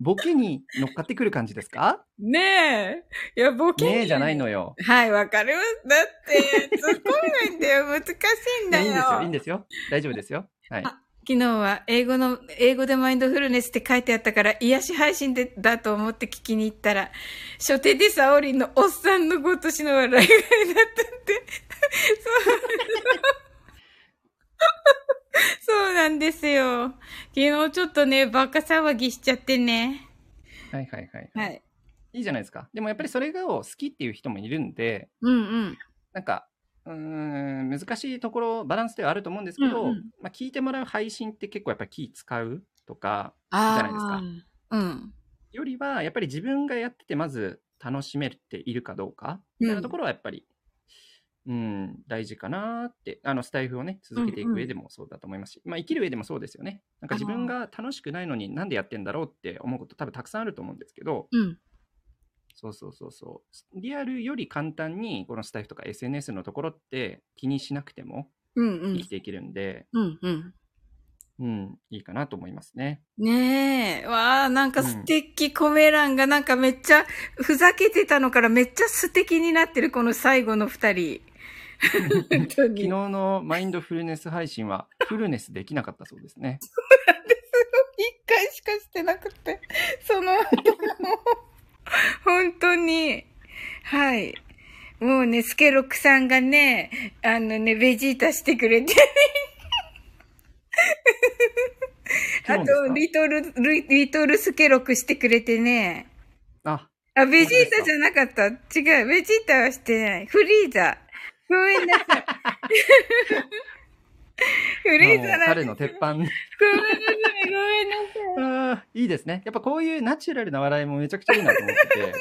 [SPEAKER 2] ボケに乗っかってくる感じですか
[SPEAKER 1] ねえ。いや、ボケに
[SPEAKER 2] ねえじゃない。のよ。
[SPEAKER 1] はい、わかります。だって、突っ込めないんだよ。難しいん
[SPEAKER 2] いや
[SPEAKER 1] だ
[SPEAKER 2] い
[SPEAKER 1] よ。
[SPEAKER 2] いんですよ、いいんですよ。大丈夫ですよ。はい。
[SPEAKER 1] あ昨日は英語の、英語でマインドフルネスって書いてあったから、癒し配信でだと思って聞きに行ったら、初手でサオリンのおっさんのごとしの笑いがいだったって。 そう。そうなんですよ。昨日ちょっとね、バカ騒ぎしちゃってね。
[SPEAKER 2] はいはいはい。
[SPEAKER 1] はい。
[SPEAKER 2] いいじゃないですか。でもやっぱりそれがを好きっていう人もいるんで、
[SPEAKER 1] うんうん。
[SPEAKER 2] なんか、うーん難しいところバランスではあると思うんですけど、
[SPEAKER 1] うんうん
[SPEAKER 2] まあ、聞いてもらう配信って結構やっぱり気使うとか
[SPEAKER 1] ああ。
[SPEAKER 2] じゃないですか
[SPEAKER 1] うん。
[SPEAKER 2] よりはやっぱり自分がやっててまず楽しめているかどうかみたいなところはやっぱり、うん大事かなってあのスタイフをね続けていく上でもそうだと思いますし、まあ、生きる上でもそうですよねなんか自分が楽しくないのになんでやってんだろうって思うこと多分たくさんあると思うんですけど、
[SPEAKER 1] うん。
[SPEAKER 2] そうそうそうそう。リアルより簡単に、このスタイフとか SNS のところって気にしなくても
[SPEAKER 1] うんう
[SPEAKER 2] 生
[SPEAKER 1] ん
[SPEAKER 2] き。ていけるんで、
[SPEAKER 1] うんうん。
[SPEAKER 2] うん、いいかなと思いますね。
[SPEAKER 1] ねえ、わあ、なんか素敵、コメ欄がなんかめっちゃ、ふざけてたのからめっちゃ素敵になってる、この最後の二人。本当
[SPEAKER 2] 昨日
[SPEAKER 1] に。
[SPEAKER 2] のマインドフルネス配信は、フルネスできなかったそうですね。
[SPEAKER 1] 一回しかしてなくて、その後も、本当に、はい。もうね、スケロクさんがね、あのね、ベジータしてくれて、
[SPEAKER 2] 昨
[SPEAKER 1] あ
[SPEAKER 2] 日
[SPEAKER 1] と、
[SPEAKER 2] です
[SPEAKER 1] リトル、リリトルスケロクしてくれてね、
[SPEAKER 2] かあ、
[SPEAKER 1] あ、ベジータじゃなかった。違う。ベジータはしてない。フリーザ。ごめん なさい。フリー
[SPEAKER 2] もう
[SPEAKER 1] ザなんです。ごめ
[SPEAKER 2] 彼
[SPEAKER 1] んな
[SPEAKER 2] の鉄板。
[SPEAKER 1] さい。ごめんなさい。
[SPEAKER 2] あーいいですね。やっぱこういうナチュラルな笑いもめちゃくちゃいいなと思ってて、
[SPEAKER 1] うんそう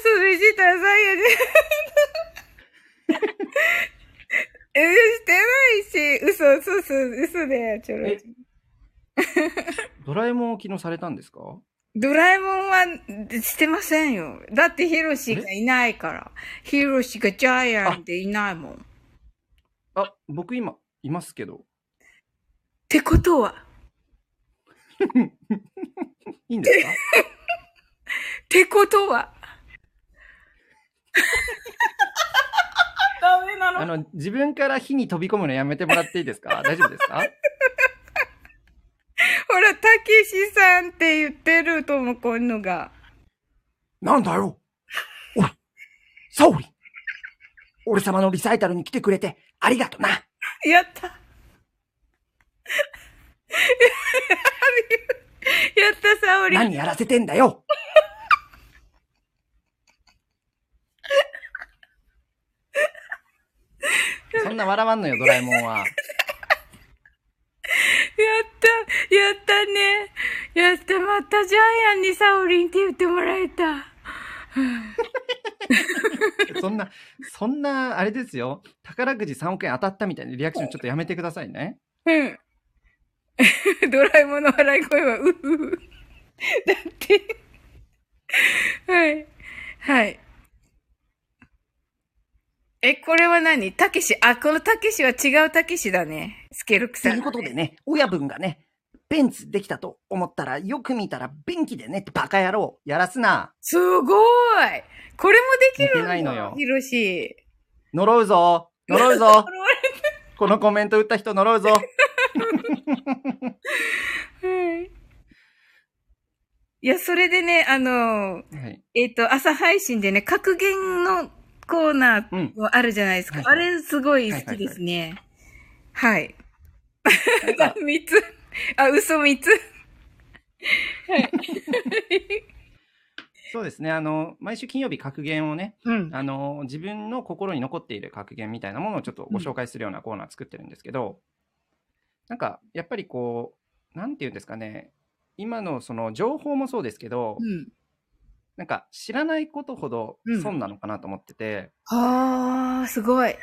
[SPEAKER 1] そう、ベジータはサイヤで。 え、してないし、嘘、そうそう、嘘だよ、ちょろい
[SPEAKER 2] え。ドラえもんを昨日されたんですか
[SPEAKER 1] ドラえもんはしてませんよ。だってヒロシがいないから。ヒロシがジャイアンでいないもん。っ
[SPEAKER 2] あ、僕今、いますけど。
[SPEAKER 1] てことは、
[SPEAKER 2] いい んですか
[SPEAKER 1] ってことは。ダメな
[SPEAKER 2] あの、自分から火に飛び込むのやめてもらっていいですか大丈夫ですか
[SPEAKER 1] ほら、たけしさんって言ってるとも、こういうのが。
[SPEAKER 2] なんだよおい、サオリ俺様のリサイタルに来てくれてありがとな
[SPEAKER 1] やった。 やった、沙織。
[SPEAKER 2] やらせてんだよそんな笑わんのよ、ドラえもんは。
[SPEAKER 1] やった、やったね。やった、またジャイアンにサオリンって言ってもらえた。
[SPEAKER 2] そんな、そんな、あれですよ。宝くじ3億円当たったみたいなリアクションちょっとやめてくださいね。
[SPEAKER 1] うん。 ドラえもんの笑い声は、うふふ。だって。はい。はい。え、これは何たけし、あ、このたけしは違うたけしだね。スケルクさん。
[SPEAKER 2] とでね、親分がね、ベンツできたと思ったら、よく見たら便器でねってバカ野郎、やらすな。
[SPEAKER 1] すごいこれもできる
[SPEAKER 2] 似てないのよ
[SPEAKER 1] ひろし。
[SPEAKER 2] 呪うぞ呪うぞこのコメント打った人呪 うぞ
[SPEAKER 1] はい。いや、それでね、あの、
[SPEAKER 2] はい。
[SPEAKER 1] えっ、と、朝配信でね、格言のコーナー
[SPEAKER 2] うん。
[SPEAKER 1] もあるじゃないですか。
[SPEAKER 2] はいはい
[SPEAKER 1] あれ、すごい好きですね。はい
[SPEAKER 2] なんか
[SPEAKER 1] 三つ。あ、嘘三つ。はい。
[SPEAKER 2] そうですね。あの、毎週金曜日格言をね、
[SPEAKER 1] うん。
[SPEAKER 2] あの、自分の心に残っている格言みたいなものをちょっとご紹介するようなコーナー作ってるんですけど、なんか、やっぱりこう、なんていうんですかね、今のその情報もそうですけど、
[SPEAKER 1] うん。
[SPEAKER 2] なんか知らないことほど
[SPEAKER 1] うん
[SPEAKER 2] 損なのかなと思ってて、
[SPEAKER 1] あー、すごい。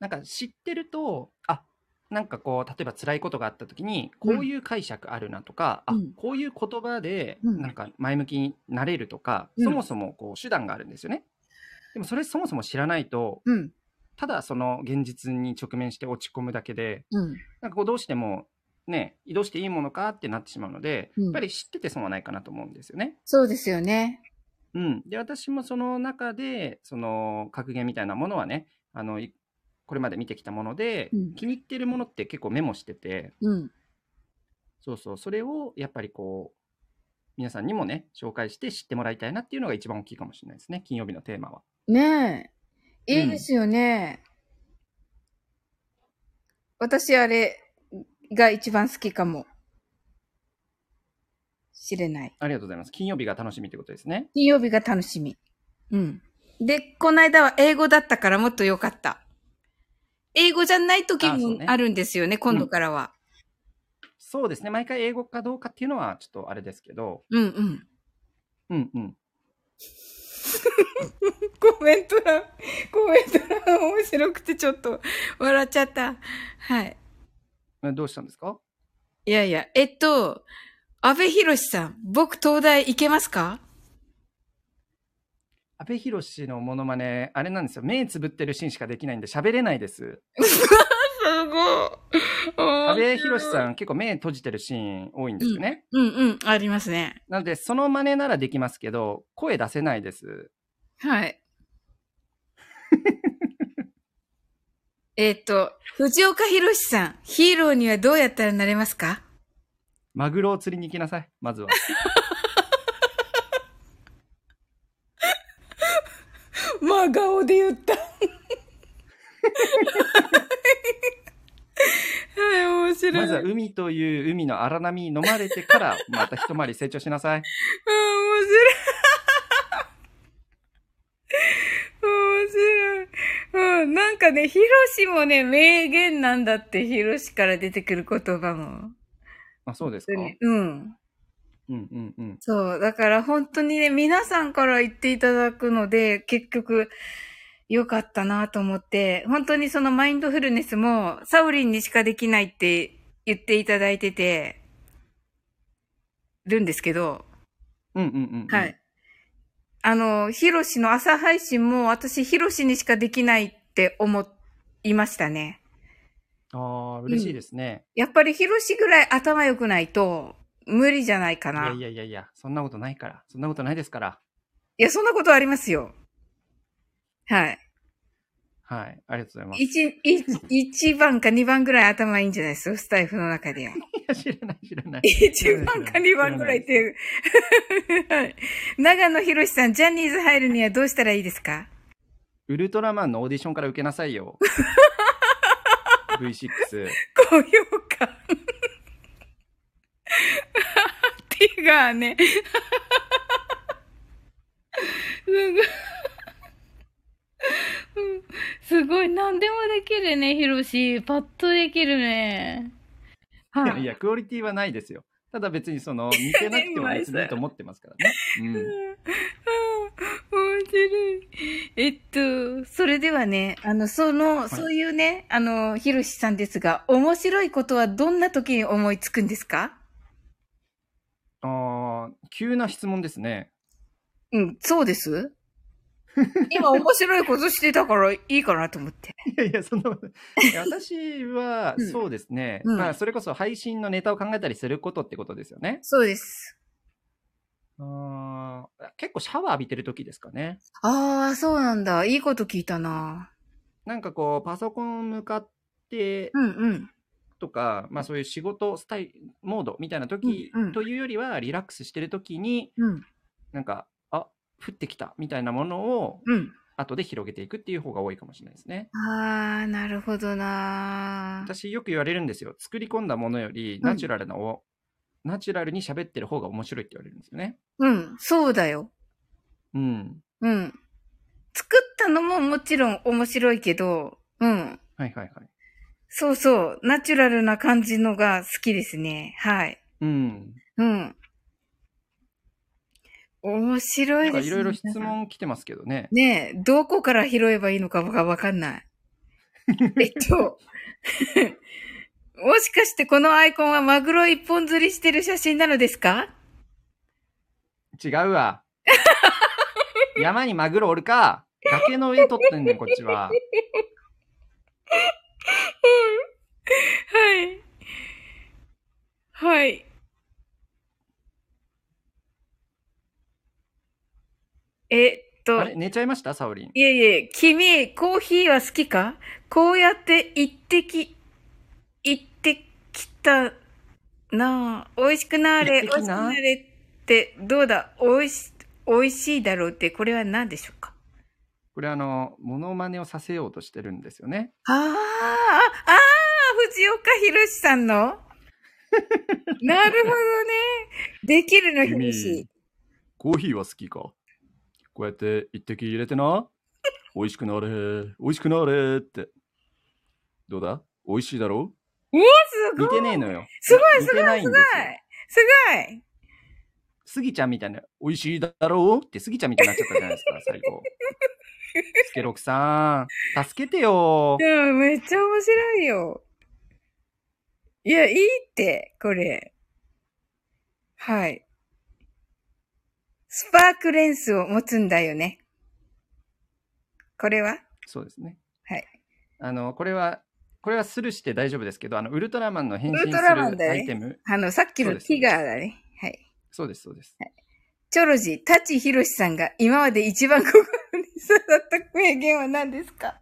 [SPEAKER 2] なんか知ってると、あなんかこう、例えば辛いことがあった時に、こういう解釈あるなとか、
[SPEAKER 1] う
[SPEAKER 2] あ
[SPEAKER 1] ん
[SPEAKER 2] こういう言葉で、
[SPEAKER 1] うん
[SPEAKER 2] なんか前向きになれるとか、
[SPEAKER 1] うん
[SPEAKER 2] そもそもこう手段があるんですよね。でもそれそもそも知らないと、
[SPEAKER 1] うん。
[SPEAKER 2] ただその現実に直面して落ち込むだけで、
[SPEAKER 1] うん。
[SPEAKER 2] なんかこうどうしてもね、移動していいものかってなってしまうので、
[SPEAKER 1] うん
[SPEAKER 2] やっぱり知ってて損はないかなと思うんですよね。
[SPEAKER 1] そうですよね。
[SPEAKER 2] うん。で、私もその中で、その格言みたいなものはね、あの、いこれまで見てきたもので、
[SPEAKER 1] うん
[SPEAKER 2] 気に入ってるものって結構メモしてて、
[SPEAKER 1] うん。
[SPEAKER 2] そうそう、それをやっぱりこう、皆さんにもね、紹介して知ってもらいたいなっていうのが一番大きいかもしれないですね、金曜日のテーマは。
[SPEAKER 1] ねえ。いい
[SPEAKER 2] うん
[SPEAKER 1] ですよね。私、あれが一番好きかも。しれない。
[SPEAKER 2] ありがとうございます。金曜日が楽しみってことですね。
[SPEAKER 1] 金曜日が楽しみ。うん。で、この間は英語だったからもっと良かった。英語じゃない時
[SPEAKER 2] あそう
[SPEAKER 1] も
[SPEAKER 2] ね
[SPEAKER 1] あるんですよね、今度からは。
[SPEAKER 2] そうですね、毎回英語かどうかっていうのはちょっとあれですけど、
[SPEAKER 1] うんうん。
[SPEAKER 2] うんうん。
[SPEAKER 1] コメント欄、コメント欄面白くてちょっと笑っちゃった。はい。
[SPEAKER 2] えどうしたんですか
[SPEAKER 1] いやいや、えっと、安倍博さん、僕東大行けますか
[SPEAKER 2] 阿部寛のモノマネ、あれなんですよ。目つぶってるシーンしかできないんで喋れないです。
[SPEAKER 1] すごい。
[SPEAKER 2] 阿部寛さん結構目閉じてるシーン多いんですよね。
[SPEAKER 1] うんうん、ありますね。
[SPEAKER 2] なので、その真似ならできますけど、声出せないです。
[SPEAKER 1] はい。 えっと、藤岡弘さん、ヒーローにはどうやったらなれますか
[SPEAKER 2] マグロを釣りに行きなさい、まずは。
[SPEAKER 1] 真顔で言った。はい、面白
[SPEAKER 2] ま
[SPEAKER 1] い。
[SPEAKER 2] ずは海という海の荒波に飲まれてから、また一回り成長しなさい。
[SPEAKER 1] あー面白い。面白い。うん、なんかね、ヒロシもね、名言なんだって、ヒロシから出てくる言葉も。
[SPEAKER 2] あ、そうですか。
[SPEAKER 1] 本
[SPEAKER 2] う
[SPEAKER 1] 当にうん。
[SPEAKER 2] んうんうん。
[SPEAKER 1] そう。だから本当にね、皆さんから言っていただくので、結局、良かったなと思って、本当にそのマインドフルネスも、サウリンにしかできないって言っていただいてて、るんですけど、
[SPEAKER 2] うんうんうんうん。
[SPEAKER 1] はい。。あの、ヒロシの朝配信も私ヒロシにしかできないって思いましたね。
[SPEAKER 2] ああ、嬉しいですね。
[SPEAKER 1] やっぱりヒロシぐらい頭良くないと無理じゃないか
[SPEAKER 2] い
[SPEAKER 1] な。い
[SPEAKER 2] や
[SPEAKER 1] や
[SPEAKER 2] いやいやいや、そんなことないから。そんなことないですから。
[SPEAKER 1] そんなことありますよ。はい。
[SPEAKER 2] はい。ありがとうございます。
[SPEAKER 1] 一、一、一番か二番ぐらい頭いいんじゃないですかスタイフの中では。
[SPEAKER 2] いや、知らない、知らない。
[SPEAKER 1] 一番か二番ぐらいっていう。 はい。長野博さん、ジャニーズ入るにはどうしたらいいですか
[SPEAKER 2] ウルトラマンのオーディションから受けなさ いよ。V6。
[SPEAKER 1] 高評価。 手がね。すごい。うんすごい。何でもできるね、ヒロシ。パッとできるね。はい。
[SPEAKER 2] いや、クオリティはないですよ。ただ別にそ の、似てなくても別にいいと思ってますからね。うん。
[SPEAKER 1] あー面白い。えっと、それではね、あの、その、
[SPEAKER 2] い
[SPEAKER 1] そういうね、あの、ヒロシさんですが、面白いことはどんな時に思いつくんですか
[SPEAKER 2] ああ、急な質問ですね。
[SPEAKER 1] うん、そうです。 今面白いことしてたからいいかなと思って。
[SPEAKER 2] いやいや、そんなことい や私は
[SPEAKER 1] うん、
[SPEAKER 2] そうですね。
[SPEAKER 1] うん
[SPEAKER 2] まあ、それこそ配信のネタを考えたりすることってことですよね。
[SPEAKER 1] そうです。
[SPEAKER 2] あー結構シャワー浴びてる時ですかね。
[SPEAKER 1] ああ、そうなんだ。いいこと聞いたな。
[SPEAKER 2] なんかこう、パソコン向かって
[SPEAKER 1] うんうん。
[SPEAKER 2] とか、まあそういう仕事スタイモードみたいな時、
[SPEAKER 1] うんうん
[SPEAKER 2] というよりはリラックスしてる時に、
[SPEAKER 1] うん。
[SPEAKER 2] なんか、あ降ってきたみたいなものを
[SPEAKER 1] うん。
[SPEAKER 2] 後で広げていくっていう方が多いかもしれないですね。
[SPEAKER 1] ああ、なるほどな。
[SPEAKER 2] 私よく言われるんですよ。作り込んだものより
[SPEAKER 1] うん
[SPEAKER 2] ナチュラルなお、ナチュラルに喋ってる方が面白いって言われるんですよね。
[SPEAKER 1] うん、そうだよ。
[SPEAKER 2] うん。
[SPEAKER 1] うん。作ったのももちろん面白いけど、うん。
[SPEAKER 2] はいはいはい。
[SPEAKER 1] そうそう、ナチュラルな感じのが好きですね。はい。
[SPEAKER 2] うん。
[SPEAKER 1] うん。面白
[SPEAKER 2] ないんか
[SPEAKER 1] ですね。
[SPEAKER 2] いろいろ質問来てますけどね。
[SPEAKER 1] ねえ、どこから拾えばいいのかがわかん ない。えっと、 もしかしてこのアイコンはマグロ一本釣りしてる写真なのですか
[SPEAKER 2] 違う わ。山にマグロおるか、崖の上撮ってんねん、こっちは。
[SPEAKER 1] はい。はい。えっと
[SPEAKER 2] あ、れ寝ちゃいましたサオリン。
[SPEAKER 1] いえいえ、君、コーヒーは好きかこうやって行ってき、行ってきたなあ。美味しくなれ、美
[SPEAKER 2] 行って
[SPEAKER 1] 味
[SPEAKER 2] き
[SPEAKER 1] しく
[SPEAKER 2] な
[SPEAKER 1] なれって、どうだ、美味し、美味しいだろうって、これは何でしょうか
[SPEAKER 2] これあの、モノマネをさせようとしてるんですよね。
[SPEAKER 1] あーあ、ああ、藤岡弘さ んのなるほどね。できるの、
[SPEAKER 2] 君
[SPEAKER 1] 弘。
[SPEAKER 2] コーヒーは好きかこうやって一滴入れてな。美味しくなれ、美味しくなれって。どうだ美味しいだろ
[SPEAKER 1] すご
[SPEAKER 2] 似
[SPEAKER 1] い
[SPEAKER 2] てねえのよ。
[SPEAKER 1] すごい
[SPEAKER 2] 似てないんです
[SPEAKER 1] ごい
[SPEAKER 2] よ。
[SPEAKER 1] すごい
[SPEAKER 2] スギちゃんみたいな、美味しいだろうってスギちゃんみたいになっちゃったじゃないですか、最 後。スケロクさん、助けてよ。
[SPEAKER 1] でもめっちゃ面白いよ。いや、いいって、これ。はい。スパークレンスを持つんだよね。これは
[SPEAKER 2] そうですね。
[SPEAKER 1] はい。
[SPEAKER 2] あの、これは、これはスルーして大丈夫ですけど、あの、ウルトラマンの変身す
[SPEAKER 1] ウル
[SPEAKER 2] る
[SPEAKER 1] トラマンだよ
[SPEAKER 2] ア
[SPEAKER 1] ね
[SPEAKER 2] イテム。
[SPEAKER 1] あの、さっき
[SPEAKER 2] そう
[SPEAKER 1] の
[SPEAKER 2] です
[SPEAKER 1] ティガーだね。はい。
[SPEAKER 2] そうです、そうです。
[SPEAKER 1] チョロジー、タチヒロシさんが今まで一番心に刺さった名言は何ですか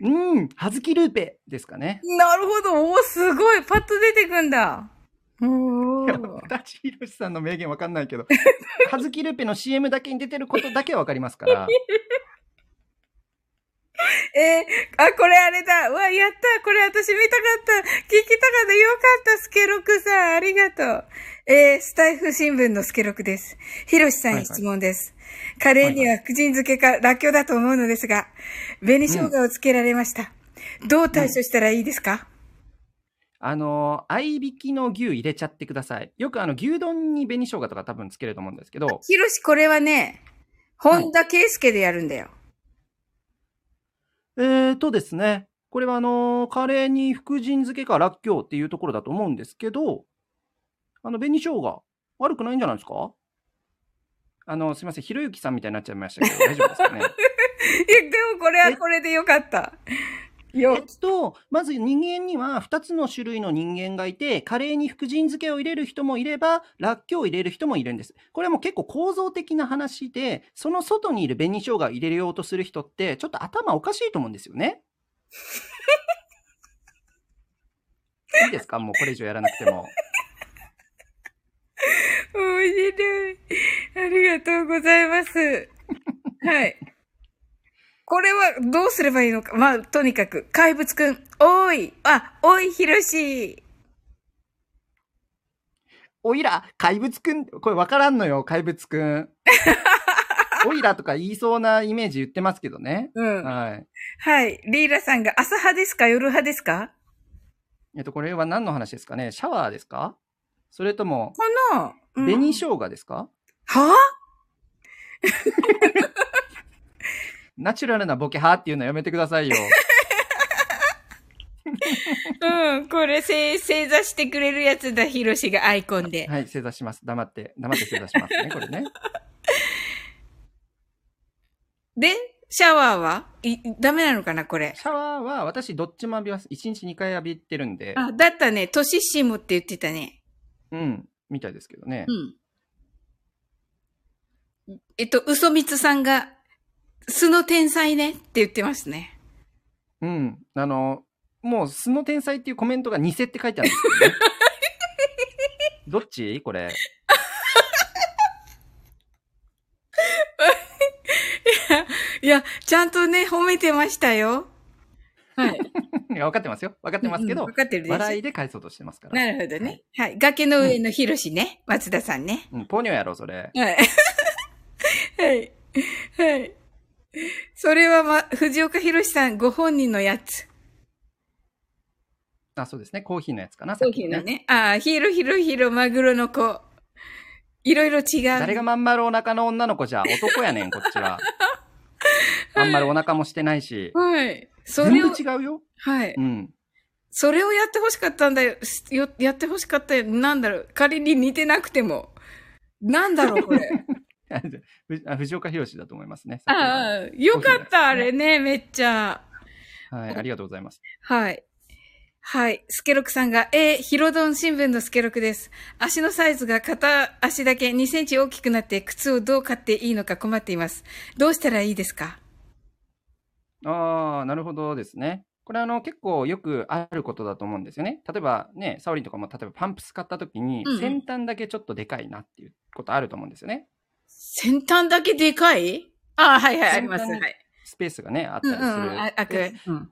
[SPEAKER 2] うん、はずきルーペですかね。
[SPEAKER 1] なるほど。おーすごい。パッと出てくんだ。おー。
[SPEAKER 2] 舘ひろしさんの名言わかんないけ ど、はずきルーペの CM だけに出てることだけはわかりますから、
[SPEAKER 1] えーあ、これあれだ。うわ、やった。これ私見たかった。聞きたかった。よかった、スケロクさん。ありがとう。えースタイフ新聞のスケロクです。ひろしさん
[SPEAKER 2] はい
[SPEAKER 1] に
[SPEAKER 2] はい
[SPEAKER 1] 質問です。カレーには福神漬けからっきょうだと思うのですが、紅生姜をつけられました。どう対処したらいいですか、
[SPEAKER 2] あの、合いびきの牛入れちゃってください。よくあの、牛丼に紅生姜とか多分つけると思うんですけど、
[SPEAKER 1] ひろし、これはね、
[SPEAKER 2] はい
[SPEAKER 1] 本田圭介でやるんだよ。
[SPEAKER 2] えーとですね、これはあのーカレーに福神漬けからっきょうっていうところだと思うんですけど、あの、紅生姜、悪くないんじゃないですかあの、すいません、ひろゆきさんみたいになっちゃいましたけど、大丈夫ですか ね。
[SPEAKER 1] いや、でもこれはこれでよかった。
[SPEAKER 2] え
[SPEAKER 1] よ
[SPEAKER 2] っ、と、まず人間には2つの種類の人間がいて、カレーに福神漬けを入れる人もいれば、らっきょうを入れる人もいるんです。これはもう結構構造的な話で、その外にいる紅生姜を入れようとする人って、ちょっと頭おかしいと思うんですよね。 いいですかもうこれ以上やらなくても。
[SPEAKER 1] 面白い。ありがとうございます。はい。これはどうすればいいのか。まあ、とにかく、怪物くん、おーい、あ、おい、ひろし。
[SPEAKER 2] おいら、怪物くん、これわからんのよ、怪物く ん。おいらとか言いそうなイメージ言ってますけどね。
[SPEAKER 1] うん。は
[SPEAKER 2] はい。
[SPEAKER 1] い。リーラさんが朝派ですか夜派ですか
[SPEAKER 2] えっと、これは何の話ですかねシャワーですかそれとも、
[SPEAKER 1] この、うん
[SPEAKER 2] 紅生姜ですか、
[SPEAKER 1] は
[SPEAKER 2] ナチュラルなボケ派っていうのやめてくだ さいよ。
[SPEAKER 1] ぁうん。これ、正、正座してくれるやつだ、ひろしがアイコンで。
[SPEAKER 2] はい、正座します。黙って、黙って正座しますね、これね。
[SPEAKER 1] で、シャワーはい、ダメなのかな、これ。
[SPEAKER 2] シャワーは私どっちも浴びます。1日2回浴びてるんで、
[SPEAKER 1] あ、だったね。トシシムって言ってたね。
[SPEAKER 2] うん、みたいですけどね。
[SPEAKER 1] うん。えっと、嘘みつさんが、素の天才ねって言ってますね。
[SPEAKER 2] うん、あの、もう素の天才っていうコメントが偽って書いてあるんです けどね。どっちこれ。
[SPEAKER 1] いや、ちゃんとね、褒めてましたよ。はい。
[SPEAKER 2] いや分かってますよ。分かってますけど、
[SPEAKER 1] うんうんわかってるでしょ
[SPEAKER 2] 笑いで返そうとしてますから。
[SPEAKER 1] なるほどね。はい。崖の上のヒロシね。松田さんね。
[SPEAKER 2] うん、ポニョやろ、それ。
[SPEAKER 1] はい。はい。はい。それは、ま、藤岡弘さんご本人のやつ。
[SPEAKER 2] あ、そうですね。コーヒーのやつかな、
[SPEAKER 1] コーヒーの。ね。ああ、ヒロヒロヒロマグロの子。いろいろ違う。
[SPEAKER 2] 誰がまん丸お腹の女の子じゃ、男やねん、こっち は。まん丸お腹もしてないし。
[SPEAKER 1] はい。それを
[SPEAKER 2] 全、部違うよ。
[SPEAKER 1] はい。
[SPEAKER 2] うん。
[SPEAKER 1] それをやってほしかったんだよ。すよやってほしかったよ。なんだろう。仮に似てなくても。なんだろう、こ れ。
[SPEAKER 2] ふあ藤岡弘だと思いますね。
[SPEAKER 1] ああ、よかった、あれね、めっちゃ。
[SPEAKER 2] はい、ありがとうございます。
[SPEAKER 1] はい。はい。スケロクさんが、えー、ヒロドン新聞のスケロクです。足のサイズが片足だけ2センチ大きくなって、靴をどう買っていいのか困っています。どうしたらいいですか
[SPEAKER 2] ああ、なるほどですね。これあの結構よくあることだと思うんですよね。例えばね、サオリンとかも例えばパンプス買った時に
[SPEAKER 1] うんうん
[SPEAKER 2] 先端だけちょっとでかいなっていうことあると思うんですよね。
[SPEAKER 1] 先端だけでかいああ、はいはい、あります。は
[SPEAKER 2] 先端
[SPEAKER 1] い。
[SPEAKER 2] スペースがね、あっ
[SPEAKER 1] う
[SPEAKER 2] た
[SPEAKER 1] ん
[SPEAKER 2] り
[SPEAKER 1] う
[SPEAKER 2] す
[SPEAKER 1] ん
[SPEAKER 2] る。
[SPEAKER 1] あ。あく
[SPEAKER 2] で
[SPEAKER 1] うん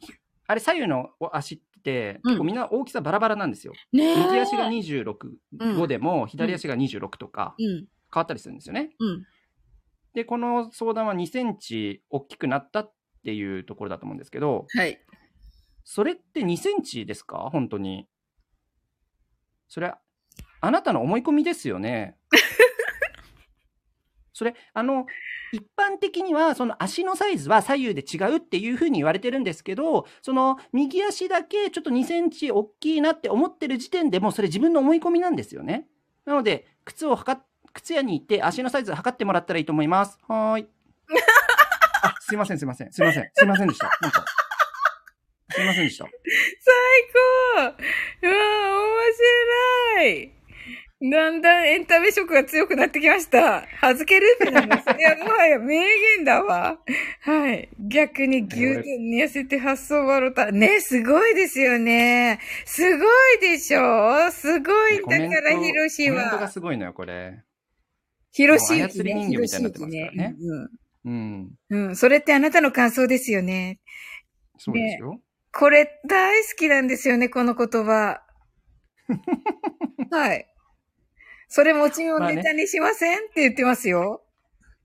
[SPEAKER 2] あれ左右のお足って
[SPEAKER 1] うん
[SPEAKER 2] 結構みんな大きさバラバラなんですよ。
[SPEAKER 1] ねえ。
[SPEAKER 2] 右足が26、
[SPEAKER 1] うん
[SPEAKER 2] 5でも左足が26とか
[SPEAKER 1] うん、
[SPEAKER 2] 変わったりするんですよね。
[SPEAKER 1] うん。
[SPEAKER 2] で、この相談は2センチ大きくなったっていうところだと思うんですけど、
[SPEAKER 1] はい。
[SPEAKER 2] それって2センチですか本当に。それ、あなたの思い込みですよね。それ、あの、一般的には、その足のサイズは左右で違うっていうふうに言われてるんですけど、その右足だけちょっと2センチ大きいなって思ってる時点でもうそれ自分の思い込みなんですよね。なので、靴を測っ、靴屋に行って足のサイズ測ってもらったらいいと思います。はーい。あ、すいません、すいません、すいません、すいませんでした。なんか、すいませんでした。
[SPEAKER 1] 最高うわー面白いだんだんエンタメ色が強くなってきました。はずけループなん です。いや、もはや名言だわ。はい。逆に牛丼に痩せて発想笑った。ね、すごいですよね。すごいでしょすごいん
[SPEAKER 2] コメ
[SPEAKER 1] だ
[SPEAKER 2] ン
[SPEAKER 1] から、
[SPEAKER 2] ト
[SPEAKER 1] ヒロシ
[SPEAKER 2] コメントが
[SPEAKER 1] は。
[SPEAKER 2] すごいのよ、これ。
[SPEAKER 1] ヒロシ
[SPEAKER 2] もう操り人形みたいになってますからね
[SPEAKER 1] ヒロシ
[SPEAKER 2] うん。
[SPEAKER 1] うん。うん。それってあなたの感想ですよね。
[SPEAKER 2] そうですよ。
[SPEAKER 1] これ大好きなんですよね、この言 葉。はい。それ持ちを
[SPEAKER 2] まあね
[SPEAKER 1] ネタにしません、って言ってますよ。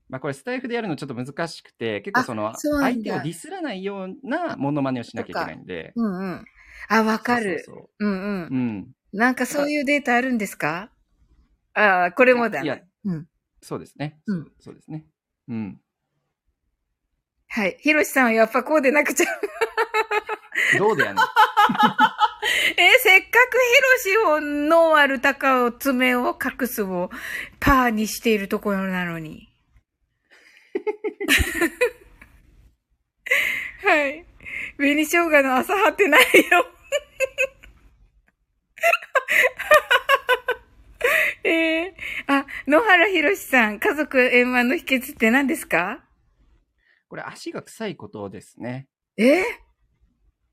[SPEAKER 2] まあこれスタイフでやるのちょっと難しくて、結構その
[SPEAKER 1] あそうなん
[SPEAKER 2] 相
[SPEAKER 1] だ
[SPEAKER 2] 手をディスらないようなモノマネをしなきゃいけないんで。
[SPEAKER 1] うんうん。あ、わかる。
[SPEAKER 2] そううそう
[SPEAKER 1] うんうん
[SPEAKER 2] そう。うん。
[SPEAKER 1] なんかそういうデータあるんですかああ、これもだ
[SPEAKER 2] いや
[SPEAKER 1] な。うん。
[SPEAKER 2] そうですね。
[SPEAKER 1] うん
[SPEAKER 2] そうですね。うん。
[SPEAKER 1] はい。ひろしさんはやっぱこうでなくちゃ。
[SPEAKER 2] どうでやねん。
[SPEAKER 1] え、せっかくひろしをノーアルタカを爪を隠すをパーにしているところなのに。はい。紅生姜の朝張ってないよ。えー、あ、野原ひろしさん、家族円満の秘訣って何ですか
[SPEAKER 2] これ足が臭いことですね。
[SPEAKER 1] えー、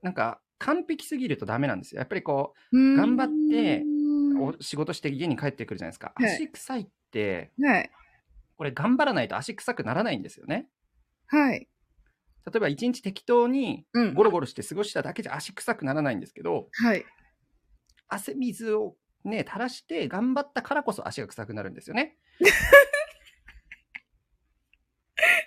[SPEAKER 2] なんか完璧すぎるとダメなんですよ。やっぱりこ
[SPEAKER 1] 頑
[SPEAKER 2] 頑張ってう、
[SPEAKER 1] は
[SPEAKER 2] お仕事して家に帰ってくるじゃないですか。
[SPEAKER 1] はい
[SPEAKER 2] 足臭いって、
[SPEAKER 1] い。
[SPEAKER 2] これ頑張らないと足臭くならないんですよね。
[SPEAKER 1] はい。
[SPEAKER 2] 例えば一日適当に
[SPEAKER 1] うん
[SPEAKER 2] ゴ。ロゴロして過ごしただけじゃ足臭くならないんですけど、
[SPEAKER 1] はい。
[SPEAKER 2] 汗水をね、垂らして頑張ったからこそ足が臭くなるんです よね。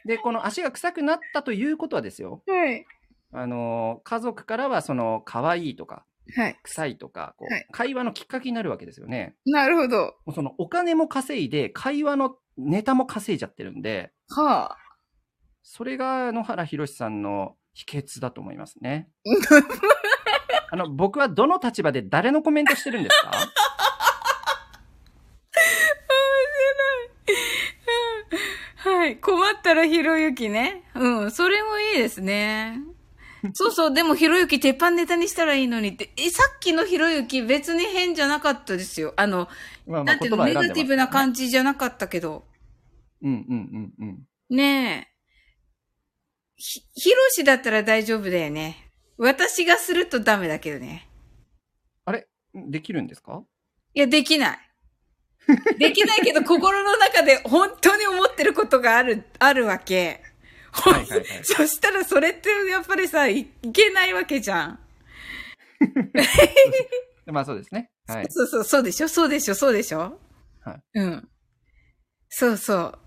[SPEAKER 2] で、この足が臭くなったということはですよ、
[SPEAKER 1] はい。
[SPEAKER 2] あのー家族からはその可愛いとか
[SPEAKER 1] はい。
[SPEAKER 2] 臭いとかこう、
[SPEAKER 1] はい
[SPEAKER 2] 会話のきっかけになるわけですよね。
[SPEAKER 1] なるほど。
[SPEAKER 2] もうそのお金も稼いで、会話のネタも稼いじゃってるんで、
[SPEAKER 1] はあ。
[SPEAKER 2] それが野原ひろしさんの秘訣だと思います ね。あの、僕はどの立場で誰のコメントしてるんですか
[SPEAKER 1] はい。困ったらひろゆきね。うん。それもいいですね。そうそう。でもひろゆき鉄板ネタにしたらいいのにって。え、さっきのひろゆき別に変じゃなかったですよ。あの、
[SPEAKER 2] まあま
[SPEAKER 1] な
[SPEAKER 2] あ
[SPEAKER 1] んてい
[SPEAKER 2] 言
[SPEAKER 1] う
[SPEAKER 2] 葉
[SPEAKER 1] の、ネ
[SPEAKER 2] は選んでます
[SPEAKER 1] ガティブな感じじゃなかったけど。
[SPEAKER 2] うんうんうんうん。
[SPEAKER 1] ねえ。ひ、ひろしだったら大丈夫だよね。私がするとダメだけどね。
[SPEAKER 2] できるんで すか
[SPEAKER 1] いや、できない。できないけど、心の中で本当に思ってることがある、あるわけ。
[SPEAKER 2] はいはいはい
[SPEAKER 1] そしたらそれってやっぱりさ、いいけないわけじゃん。
[SPEAKER 2] まあそうですね。はい。
[SPEAKER 1] そうそう、そうでしょそうでしょそうでしょ
[SPEAKER 2] はい。
[SPEAKER 1] うん。そうそ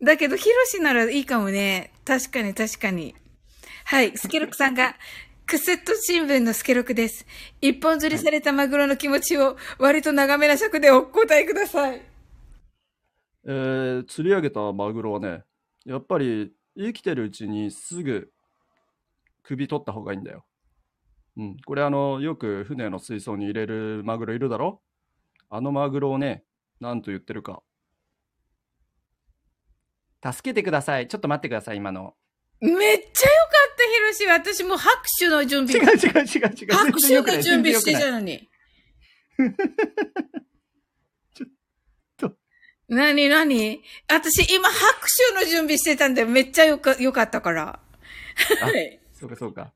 [SPEAKER 1] う。だけど、ヒロシならいいかもね。確かに確かに。はい、スケロクさん が、クセット新聞のスケロクです。一本釣りされたマグロの気持ちを、割と長めな尺でお答えください。
[SPEAKER 3] えー釣り上げたマグロはね、やっぱり生きてるうちにすぐ首取った方がいいんだよ。うん、これあの、よく船の水槽に入れるマグロいるだろあのマグロをね、なんと言ってるか。
[SPEAKER 2] 助けてください。ちょっと待ってください、今の。
[SPEAKER 1] めっちゃよかった、ヒロシ。私もう拍手の準
[SPEAKER 2] 違う
[SPEAKER 1] 備。
[SPEAKER 2] 違う違う違う。
[SPEAKER 1] 拍手
[SPEAKER 2] 全然良くな
[SPEAKER 1] の準備
[SPEAKER 2] い全然良
[SPEAKER 1] し
[SPEAKER 2] く
[SPEAKER 1] て
[SPEAKER 2] ない
[SPEAKER 1] たのに。
[SPEAKER 3] ちょっと。
[SPEAKER 1] なになに私今拍手の準備してたんでめっちゃよか、よかったから。はい。
[SPEAKER 2] そうか、そうか。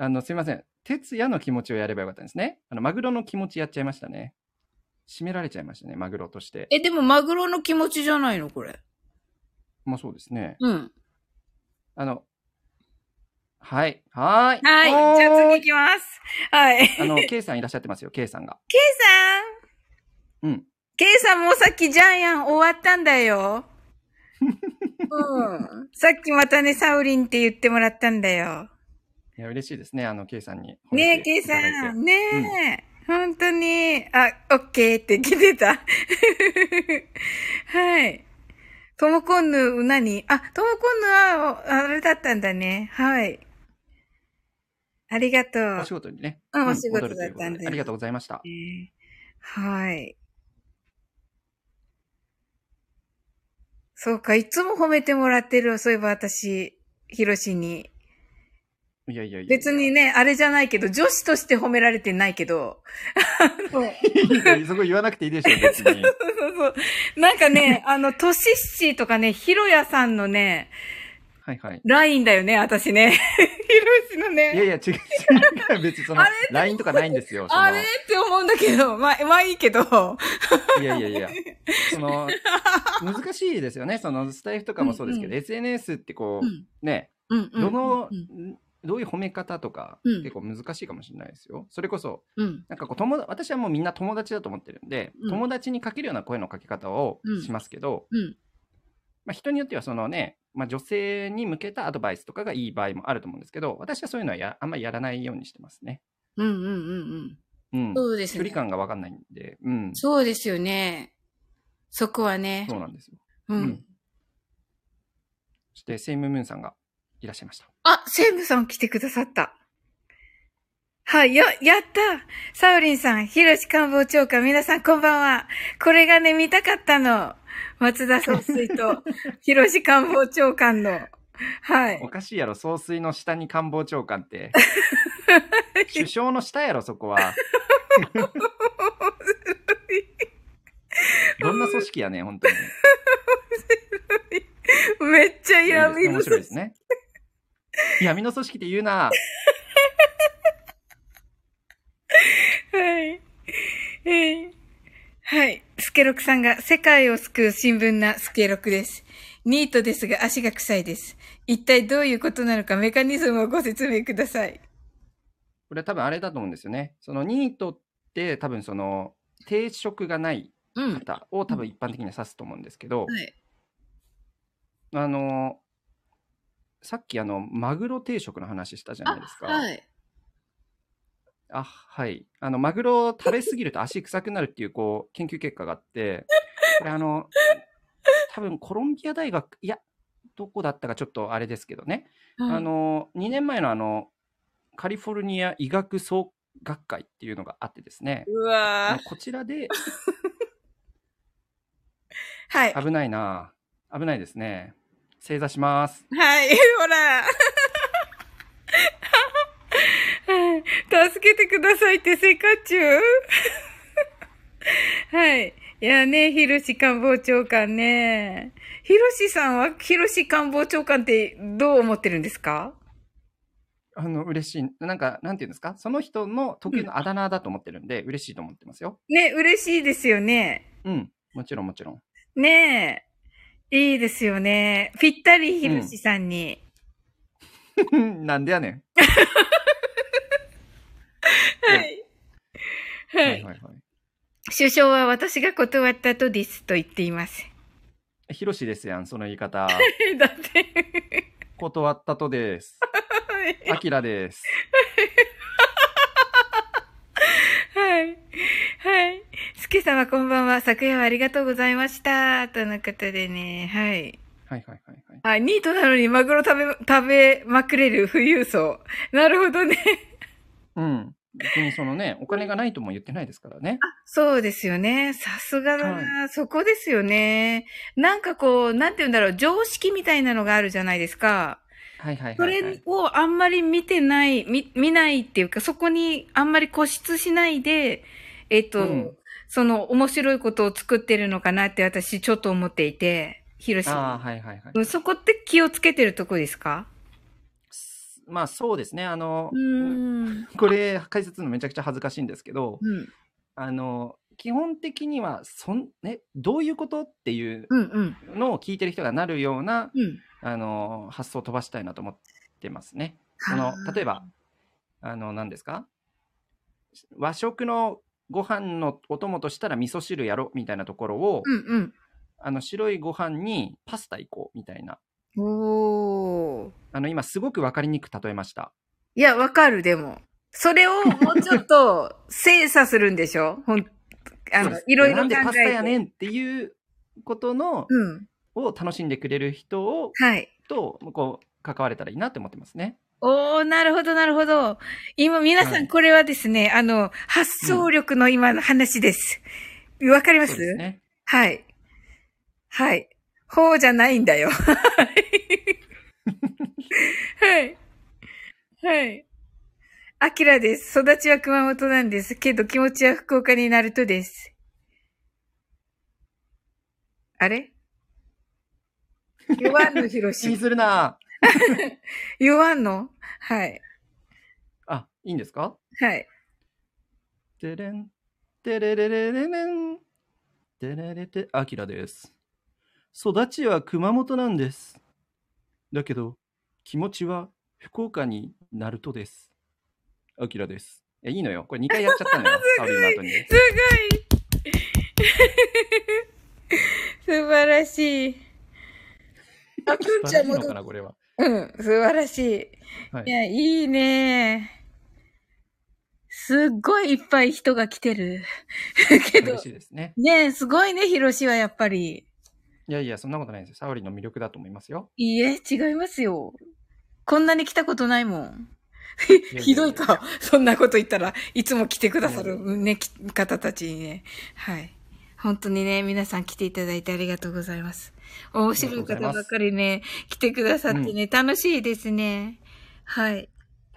[SPEAKER 2] あの、すいません。徹夜の気持ちをやればよかったんですね。あの、マグロの気持ちやっちゃいましたね。締められちゃいましたね、マグロとして。
[SPEAKER 1] え、でもマグロの気持ちじゃないのこれ。
[SPEAKER 2] まあそうですね。
[SPEAKER 1] うん。
[SPEAKER 2] あの、はい、はーい。
[SPEAKER 1] はい。じ
[SPEAKER 2] はーい
[SPEAKER 1] ゃあ次行きます。はい。ケイさ
[SPEAKER 2] あ
[SPEAKER 1] ん
[SPEAKER 2] の、K さんいらっしゃってますよ、K さんが。うん。
[SPEAKER 1] ケイさんもうさっきジャイアン終わったんだ よ。うん。さっきまたね、サウリンって言ってもらったんだよ。
[SPEAKER 2] いや、嬉しいですね、あの、K さんに。
[SPEAKER 1] ねえ、
[SPEAKER 2] 褒め
[SPEAKER 1] ケ
[SPEAKER 2] て
[SPEAKER 1] イ
[SPEAKER 2] いただ
[SPEAKER 1] さ
[SPEAKER 2] いて
[SPEAKER 1] ん。ねえ。本当に、あ、オッケーって来てた。 はい。トモコンヌ、何あ、トモコンヌは、ああれだったんだね。はい。ありがとう。
[SPEAKER 2] お仕事にね。
[SPEAKER 1] うんお仕事
[SPEAKER 2] 戻るということ
[SPEAKER 1] だったんで
[SPEAKER 2] ありがとうございました。
[SPEAKER 1] ねはい。そうか、いつも褒めてもらってるよ、そういえば私、ヒロシに。
[SPEAKER 2] いやいやいやいや。
[SPEAKER 1] 別にね、あれじゃないけど、女子として褒められてないけど。あの
[SPEAKER 2] そこ言わなくていいでしょ、別に。
[SPEAKER 1] そうそうそう。なんか ね、あの、トシッシーとかね、ヒロヤさんのね、
[SPEAKER 2] はいはい。
[SPEAKER 1] ラインだよね、私ね。 ヒロシの
[SPEAKER 2] いや
[SPEAKER 1] ね。
[SPEAKER 2] いや、違う、違う。別にその
[SPEAKER 1] あれ、
[SPEAKER 2] LINE とかないんですよ。その
[SPEAKER 1] あれって思うんだけど、まあ、まあいいけど。
[SPEAKER 2] いやいやいや、その、難しいですよね。その、スタイフとかもそうですけど、
[SPEAKER 1] うん
[SPEAKER 2] SNS ってこう、
[SPEAKER 1] うん
[SPEAKER 2] ね、
[SPEAKER 1] うんうん。
[SPEAKER 2] どの、
[SPEAKER 1] うん
[SPEAKER 2] どういう褒め方とか、
[SPEAKER 1] うん
[SPEAKER 2] 結構難しいかもしれないですよ。それこそ、
[SPEAKER 1] うん。
[SPEAKER 2] なんかこう友達、私はもうみんな友達だと思ってるんで、
[SPEAKER 1] うん
[SPEAKER 2] 友達にかけるような声のかけ方を
[SPEAKER 1] うん
[SPEAKER 2] しますけど、
[SPEAKER 1] うん
[SPEAKER 2] まあ、人によってはそのね、まあ、女性に向けたアドバイスとかがいい場合もあると思うんですけど、私はそういうのはやあんまりやらないようにしてますね。
[SPEAKER 1] うんうんうんうん。
[SPEAKER 2] うん。
[SPEAKER 1] そうです
[SPEAKER 2] 距
[SPEAKER 1] ね
[SPEAKER 2] 離。感がわかんないんで、うん。
[SPEAKER 1] そうですよね。そこはね。
[SPEAKER 2] そうなんですよ。
[SPEAKER 1] う。
[SPEAKER 2] うんそして、セイムムーンさんがいらっしゃいました。
[SPEAKER 1] あ、セブさん来てくださった。はい、よ、やったサウリンさん、ヒロシ官房長官、皆さんこんばんは。これがね、見たかったの。松田総帥 と、ヒロシ官房長官の。はい
[SPEAKER 2] お。かしいやろ、総帥の下に官房長官 って。首相の下やろ、そこは。どんな組織やね、本当に。
[SPEAKER 1] めっちゃ闇
[SPEAKER 2] 面
[SPEAKER 1] の
[SPEAKER 2] 白いですね。闇の組織って言うな。
[SPEAKER 1] はい。えーはい。スケロクさんが世界を救う新聞なスケロクです。ニートですが足が臭いです。一体どういうことなのかメカニズムをご説明ください。。
[SPEAKER 2] これ多分あれだと思うんですよね。そのニートって多分その定職がないう方を多分一般的には指すと思うんですけ
[SPEAKER 1] は
[SPEAKER 2] ど、
[SPEAKER 1] い。
[SPEAKER 2] あの、さっきあの、マグロ定食の話したじゃないですか。
[SPEAKER 1] はい。
[SPEAKER 2] あはい。あの、マグロを食べ過ぎると足臭くなるっていう、こう、 研究結果があって、これあの、多分コロンビア大学、いや、どこだったかちょっとあれですけどね。あの、2年前のあの、カリフォルニア医学総学会っていうのがあってですね、
[SPEAKER 1] う
[SPEAKER 2] あ
[SPEAKER 1] わ
[SPEAKER 2] のこちらで
[SPEAKER 1] はい。
[SPEAKER 2] 危ないな危ないですね。正座します。
[SPEAKER 1] はい。 ほら。助けてくださいってせかちゅうはい。いやね、ひろし官房長官ね。ひろしさんは、ひろし官房長官ってどう思ってるんですか
[SPEAKER 2] あの、嬉しい。なんか、なんていうんですかその人の特有のあだ名だと思ってるんで、嬉しいと思ってますよ。
[SPEAKER 1] ね、嬉しいですよね。
[SPEAKER 2] うん。もちろんもちろん。
[SPEAKER 1] ねえ。いいですよね。ぴったりひろしさんに。
[SPEAKER 2] なんでやねん。
[SPEAKER 1] は
[SPEAKER 2] はい
[SPEAKER 1] い。
[SPEAKER 2] はいは
[SPEAKER 1] 首相は私が断ったとディスと言っています。
[SPEAKER 2] い。ひろしですやん、その言い
[SPEAKER 1] だ
[SPEAKER 2] 方。
[SPEAKER 1] って。
[SPEAKER 2] 断ったとです。あきらです。
[SPEAKER 1] はい。はい。すけ様こんばんは。昨夜はありがとうございました。とのことでね。はい。
[SPEAKER 2] はいはいはいは
[SPEAKER 1] あ、
[SPEAKER 2] い。
[SPEAKER 1] ニートなのにマグロ食べ、食べまくれる富裕層。なるほどね。
[SPEAKER 2] うん。別にそのね、お金がないとも言ってないですからね。
[SPEAKER 1] そうですよね。さすがだな、そこですよね。なんかこう、なんて言うんだろう。常識みたいなのがあるじゃないですか。
[SPEAKER 2] はいはい
[SPEAKER 1] そ
[SPEAKER 2] はい、は
[SPEAKER 1] れ
[SPEAKER 2] い。
[SPEAKER 1] をあんまり見てない、見、見ないっていうか、そこにあんまり固執しないで、えっと、
[SPEAKER 2] うん
[SPEAKER 1] その面白いことを作ってるのかなって私ちょっと思っていて、ヒロシ。
[SPEAKER 2] ああ、はいはいはい。
[SPEAKER 1] そこって気をつけてるとこですか
[SPEAKER 2] まあそうですね、あの
[SPEAKER 1] う、ーん。
[SPEAKER 2] これ解説のめちゃくちゃ恥ずかしいんですけど、
[SPEAKER 1] うん。
[SPEAKER 2] あの、基本的にはそん、ね、どういうことっていう
[SPEAKER 1] うんうん。
[SPEAKER 2] のを聞いてる人がなるような、
[SPEAKER 1] うん。
[SPEAKER 2] あの、発想を飛ばしたいなと思ってますね。その
[SPEAKER 1] は、あ
[SPEAKER 2] 例えば、あの、何ですか和食のご飯のお供としたら味噌汁やろみたいなところを、
[SPEAKER 1] うん
[SPEAKER 2] あの、白いご飯にパスタ行こうみたいな。
[SPEAKER 1] うん。おー。
[SPEAKER 2] あの、今すごくわかりにくく例えました。
[SPEAKER 1] いや、わかる、でも。それをもうちょっと精査するんでしょほん、あ
[SPEAKER 2] そう
[SPEAKER 1] の
[SPEAKER 2] で、す
[SPEAKER 1] いろいろ考
[SPEAKER 2] な
[SPEAKER 1] え
[SPEAKER 2] ん
[SPEAKER 1] て。
[SPEAKER 2] でパスタやねんっていうことの、
[SPEAKER 1] うん。
[SPEAKER 2] を楽しんでくれる人を、
[SPEAKER 1] はい。
[SPEAKER 2] と、こう、関われたらいいなって思ってますね。
[SPEAKER 1] おー、なるほど、なるほど。今、皆
[SPEAKER 2] は
[SPEAKER 1] さん、
[SPEAKER 2] い
[SPEAKER 1] これはですね、あの、発想力の今の話です。わ、かりま
[SPEAKER 2] そ
[SPEAKER 1] す
[SPEAKER 2] うですね。
[SPEAKER 1] はい。はい。ほうじゃないんだ よ。はい。はい。あきらです。育ちは熊本なんです。けど気持ちは福岡になるとです。あれ 言わんの、ひろ
[SPEAKER 2] 気
[SPEAKER 1] し。
[SPEAKER 2] にするな
[SPEAKER 1] 言わんのはい。
[SPEAKER 2] あ、いいんですか
[SPEAKER 1] はい。
[SPEAKER 2] てれん、てれれれれれん、てれれて、あきらです。育ちは熊本なんです。だけど、気持ちは福岡になるとです。あきらです。え、いいのよ。これ2回やっちゃったのよ。サビの後に。
[SPEAKER 1] すごい素晴らしい。あ、く んちゃん
[SPEAKER 2] 素晴らしい
[SPEAKER 1] 戻っ
[SPEAKER 2] のかな、これは。
[SPEAKER 1] うん、素晴らしい。
[SPEAKER 2] はい
[SPEAKER 1] いや、いいねすっごいいっぱい人が来てる。けど
[SPEAKER 2] 嬉、しいですね。
[SPEAKER 1] ねえ、すごいね、ヒロシはやっぱり。
[SPEAKER 2] いやいや、そんなことないですよ。サオリの魅力だと思いますよ。
[SPEAKER 1] いいえ、違いますよ。こんなに来たことないもん。
[SPEAKER 2] やい や
[SPEAKER 1] ひどいか。そんなこと言ったらいつも来てくださる、ね、き方たちにね。はい。本当にね、皆さん来ていただいてありがとうございます。面白い
[SPEAKER 2] ありがとうござい
[SPEAKER 1] 方
[SPEAKER 2] ます
[SPEAKER 1] ばっかりね、来てくださってね、楽しいですね。はい。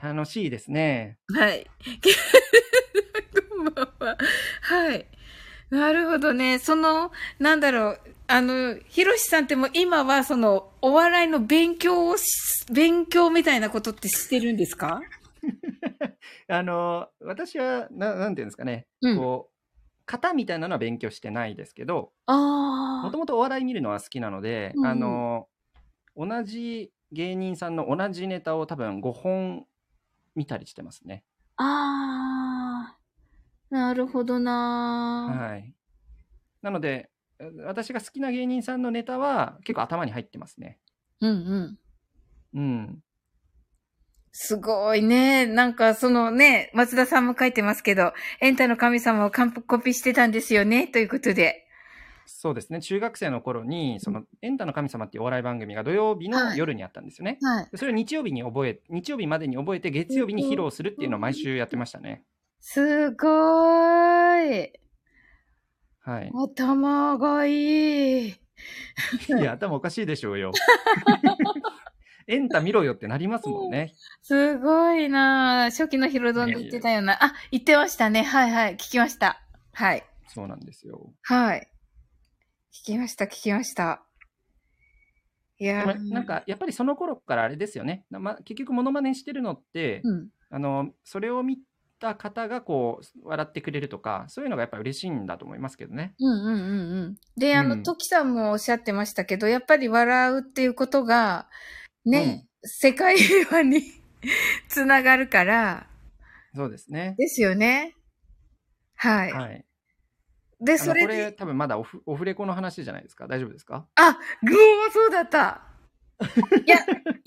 [SPEAKER 2] 楽しいですね。
[SPEAKER 1] はい。こんばんは。はい。なるほどね。その、なんだろう。あの、ひろしさんってもう今はその、お笑いの勉強をし、勉強みたいなことってしてるんですか
[SPEAKER 2] あの、私は、ななんていうんですかね。
[SPEAKER 1] うん
[SPEAKER 2] こう、型みたいなのは勉強してないですけど、も
[SPEAKER 1] あ
[SPEAKER 2] ともとお笑い見るのは好きなので、
[SPEAKER 1] うんうん
[SPEAKER 2] あの同じ芸人さんの同じネタを多分5本見たりしてますね。
[SPEAKER 1] あ。ああ。なるほどな
[SPEAKER 2] はい、なのでえ私が好きな芸人さんのネタは結構頭に入ってますね。
[SPEAKER 1] うんうん。
[SPEAKER 2] うん、
[SPEAKER 1] すごいね。なんか、そのね、松田さんも書いてますけど、エンタの神様を完コピしてたんですよね、ということで。
[SPEAKER 2] そうですね中学生の頃にその「エンタの神様」っていうお笑い番組が土曜日の
[SPEAKER 1] はい
[SPEAKER 2] 夜にあったんですよね。
[SPEAKER 1] はい。
[SPEAKER 2] でそれを日曜日に覚え日曜日までに覚えて月曜日に披露するっていうのを毎週やってましたね。
[SPEAKER 1] すごーい。
[SPEAKER 2] はい、
[SPEAKER 1] 頭がいい。
[SPEAKER 2] いや頭おかしいでしょうよ。 エンタ見ろよってなりますもんね。
[SPEAKER 1] すごいなあ初期のヒロドンで言ってたような。あ、言ってましたね。はいはい。聞きました。はい。
[SPEAKER 2] そうなんですよ。
[SPEAKER 1] はい。聞きました、聞きました。いや
[SPEAKER 2] でも
[SPEAKER 1] ー
[SPEAKER 2] なん、かやっぱりその頃からあれですよね、なま、結局モノマネしてるのって、
[SPEAKER 1] うん。
[SPEAKER 2] あのそれを見た方がこう笑ってくれるとかそういうのがやっぱ嬉しいんだと思いますけどね。
[SPEAKER 1] うんうんうんうん。で、あ
[SPEAKER 2] う
[SPEAKER 1] の、
[SPEAKER 2] ん
[SPEAKER 1] トキさんもおっしゃってましたけど、やっぱり笑うっていうことが、ね、世界平和 につながるから、
[SPEAKER 2] そうですね
[SPEAKER 1] ですよね。はい。
[SPEAKER 2] はい。
[SPEAKER 1] で、
[SPEAKER 2] あ
[SPEAKER 1] そ
[SPEAKER 2] の
[SPEAKER 1] れ
[SPEAKER 2] こ
[SPEAKER 1] で
[SPEAKER 2] れ、多分まだオフオフレコの話じゃないですか。大丈夫ですか
[SPEAKER 1] あ、グオそうだった。い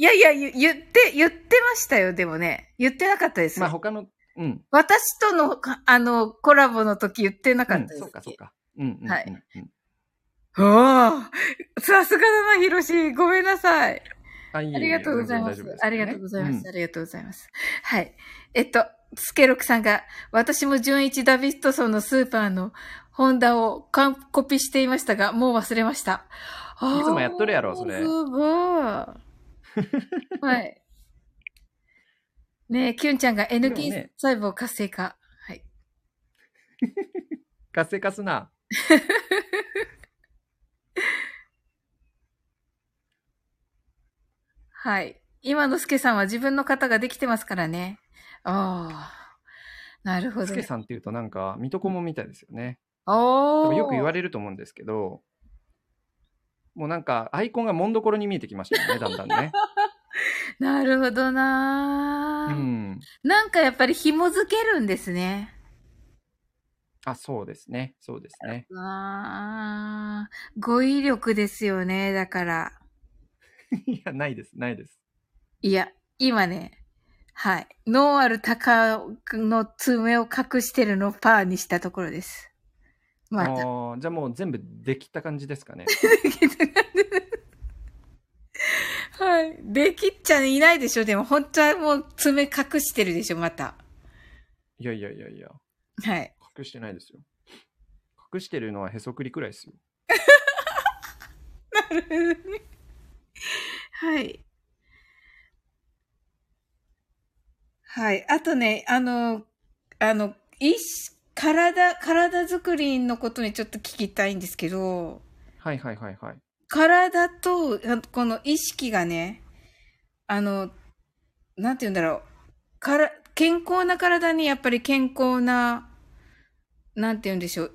[SPEAKER 1] や、いやいや、言言って、言ってましたよ、でもね。言ってなかったです。
[SPEAKER 2] まあ、他の、うん。
[SPEAKER 1] 私との、かあの、コラボの時言ってなかっ
[SPEAKER 2] う
[SPEAKER 1] た
[SPEAKER 2] ん
[SPEAKER 1] です。
[SPEAKER 2] そうか、そうか。うん、うん、
[SPEAKER 1] はい
[SPEAKER 2] うんうん。
[SPEAKER 1] おーさすがだな、ヒロシ。ごめんなさい。
[SPEAKER 2] あいえいえ
[SPEAKER 1] ありがとうございま
[SPEAKER 2] 全
[SPEAKER 1] す
[SPEAKER 2] 然大丈夫で。
[SPEAKER 1] ありがとうございます。
[SPEAKER 2] ん
[SPEAKER 1] ありがとうございます。はい。えっと、スケロクさんが、私も純一ダビッドソンのスーパーのホンダを完コピしていましたが、もう忘れました。あー
[SPEAKER 2] いつもやっとるやろそれ
[SPEAKER 1] すごい。 はい。ねえ、キュンちゃんが N
[SPEAKER 2] でも
[SPEAKER 1] t
[SPEAKER 2] ね
[SPEAKER 1] 細胞活性化。はい。
[SPEAKER 2] 活性化すな。
[SPEAKER 1] はい。今のスケさんは自分の型ができてますからね。ああ。なるほど。
[SPEAKER 2] スケさんっていうとなんか、水戸黄門みたいですよね。で
[SPEAKER 1] お
[SPEAKER 2] も
[SPEAKER 1] ー
[SPEAKER 2] よく言われると思うんですけど、もうなんか、アイコンがもんどころに見えてきましたよね、だんだん ね。
[SPEAKER 1] なるほどな
[SPEAKER 2] う
[SPEAKER 1] ー、
[SPEAKER 2] ん。
[SPEAKER 1] なんかやっぱり紐付けるんですね。
[SPEAKER 2] あ、そうですね。そうです ね。
[SPEAKER 1] ああ、語彙力ですよね、だから。
[SPEAKER 2] いや、ないです、ないです。
[SPEAKER 1] いや、今ね、はい。ノーアル高の爪を隠してるのをパーにしたところです。ま
[SPEAKER 2] あ
[SPEAKER 1] た。
[SPEAKER 2] ーじゃあもう全部できた感じですかね。
[SPEAKER 1] はい。できっちゃいないでしょ、でも本当はもう爪隠してるでしょ、また。
[SPEAKER 2] いやいやいやいや、
[SPEAKER 1] はい。
[SPEAKER 2] 隠してないですよ。隠してるのはへそくりくらいですよ。
[SPEAKER 1] なるほどね はい。はい。あとね、あの、あの、いし、体、体作りのことにちょっと聞きたいんですけど、
[SPEAKER 2] はいはいはいはい。
[SPEAKER 1] 体と、あこの意識がね、あの、なんて言うんだろう。から、健康な体にやっぱり健康な、なんて言うんでしょう。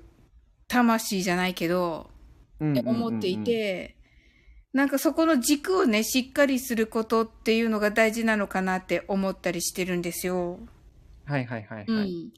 [SPEAKER 1] 魂じゃないけど、
[SPEAKER 2] うんうんうんうん
[SPEAKER 1] 思ってい。て、なんかそこの軸をね、しっかりすることっていうのが大事なのかなって思ったりしてるんですよ。
[SPEAKER 2] はいはいはいはい。
[SPEAKER 1] うん。